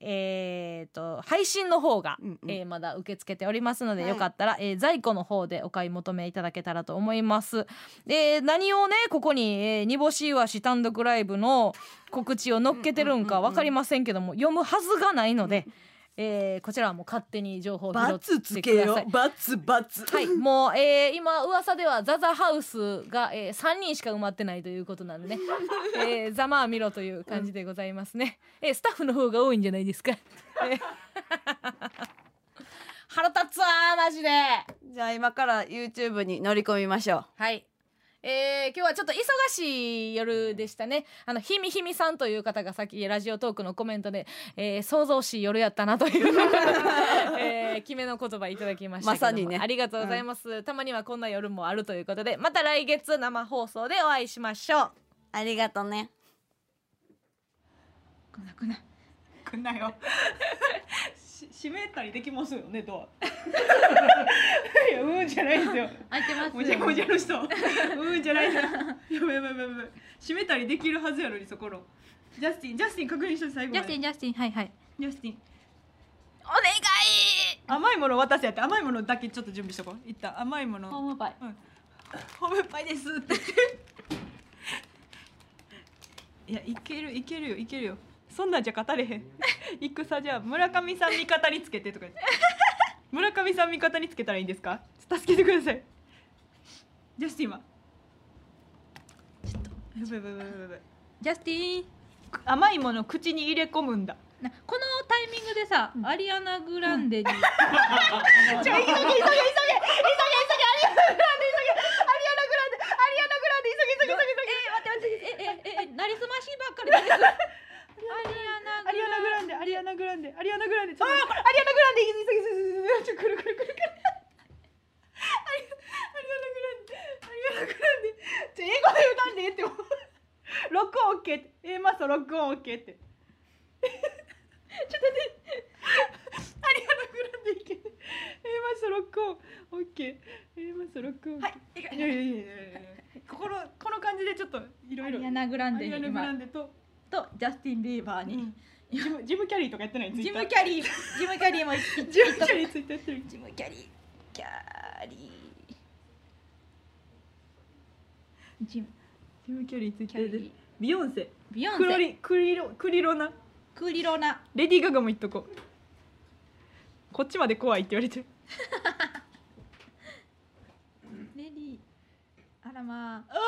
S2: えーと配信の方が、えーまだ受け付けておりますので、
S1: はい
S2: よかったら、えー在庫の方でお買い求めいただけたらと思います。で何をねここに、えー、煮干しいわし単独ライブの告知を乗っけてるんか分かりませんけども、読むはずがないので。えーこちらはもう勝手に情報を拾
S1: バツ
S2: っ
S1: つ
S2: て
S1: け
S2: くだ
S1: よ
S2: さい。
S1: バツバツ
S2: はい、もう、えー今噂ではザザハウスが、えー3人しか埋まってないということなん でね、えーざまあ見ろという感じでございますね、えースタッフの方が多いんじゃないですか、えー腹立つわーマジで
S1: じゃあ今から YouTube に乗り込みましょう
S2: はいえー今日はちょっと忙しい夜でしたねあのひみひみさんという方がさっきラジオトークのコメントで、えー、想像しい夜やったなという、 えー、決めの言葉いただきましたけども
S1: まさにね
S2: ありがとうございます、たまにはこんな夜もあるということでまた来月生放送でお会いしましょう
S1: ありがとうね
S4: くんなよし閉めたりできますよねドアいやうんじゃないですよ
S5: 開いてますよ
S4: もじゃもじゃの人うんじ ゃないですよやばいやばいやばいやばい閉めたりできるはずやのにそこのジャスティンジャスティン確認しといて最後
S5: ジャスティンジャスティンはいはい
S4: ジャスティンお願い甘いもの渡せやって甘いものだけちょっと準備しとこういった甘いものホームパイ、うん、ホームパイですって いやいけるいけるよいけるよそんなんじゃ語れへん戦じゃあ村上さん味方につけてとか言って村上さん味方につけたらいいんですか助けてくださいジャスティンはちょっとやばいやばいやばいやばい
S5: ジャスティン
S4: 甘いものを口に入れ込むんだ
S5: なこのタイミングでさ、アリアナ・グランデ に、
S4: ちょ急げ急げ急げ急げ急げアリアナグランデ急げアリアナグランデアリアナグランデ急げ急げ急げ
S5: えええええなりすましばっかりです
S4: アリアナグランデアリアナグランデアリアナグランデちょっとアリアナグランデ急げ急げ急げ急げちょっと来る来る来る来るアリアナグランデアリアナグランデちょ英語で歌んでええってもうロックオン OK って A マストロックオン OK ってちょっと待ってアリアナグランデいけ A マストロックオン OK A マストロックオンはいいやいやいやいやいやここのこの感じでちょっといろいろ
S5: アリアナグランデに
S4: アリアナグランデと
S5: とジャスティン・ビーバーに、
S4: ジムジムキャリーとかやってない
S5: ジムキャリー
S4: ジ
S5: ジムキャリーもいジ
S4: ムキャリーツイッターやってる
S5: ジムキャリーキャリージ
S4: ジ
S5: ム
S4: ムキャリーツイッターでビヨンセ
S5: ビヨンセ
S4: クロリクリロクリロナ
S5: クリロナ
S4: レディー・ガガも言っとこうこっちまで怖いって言われてる
S5: レディーあらまあ
S4: あ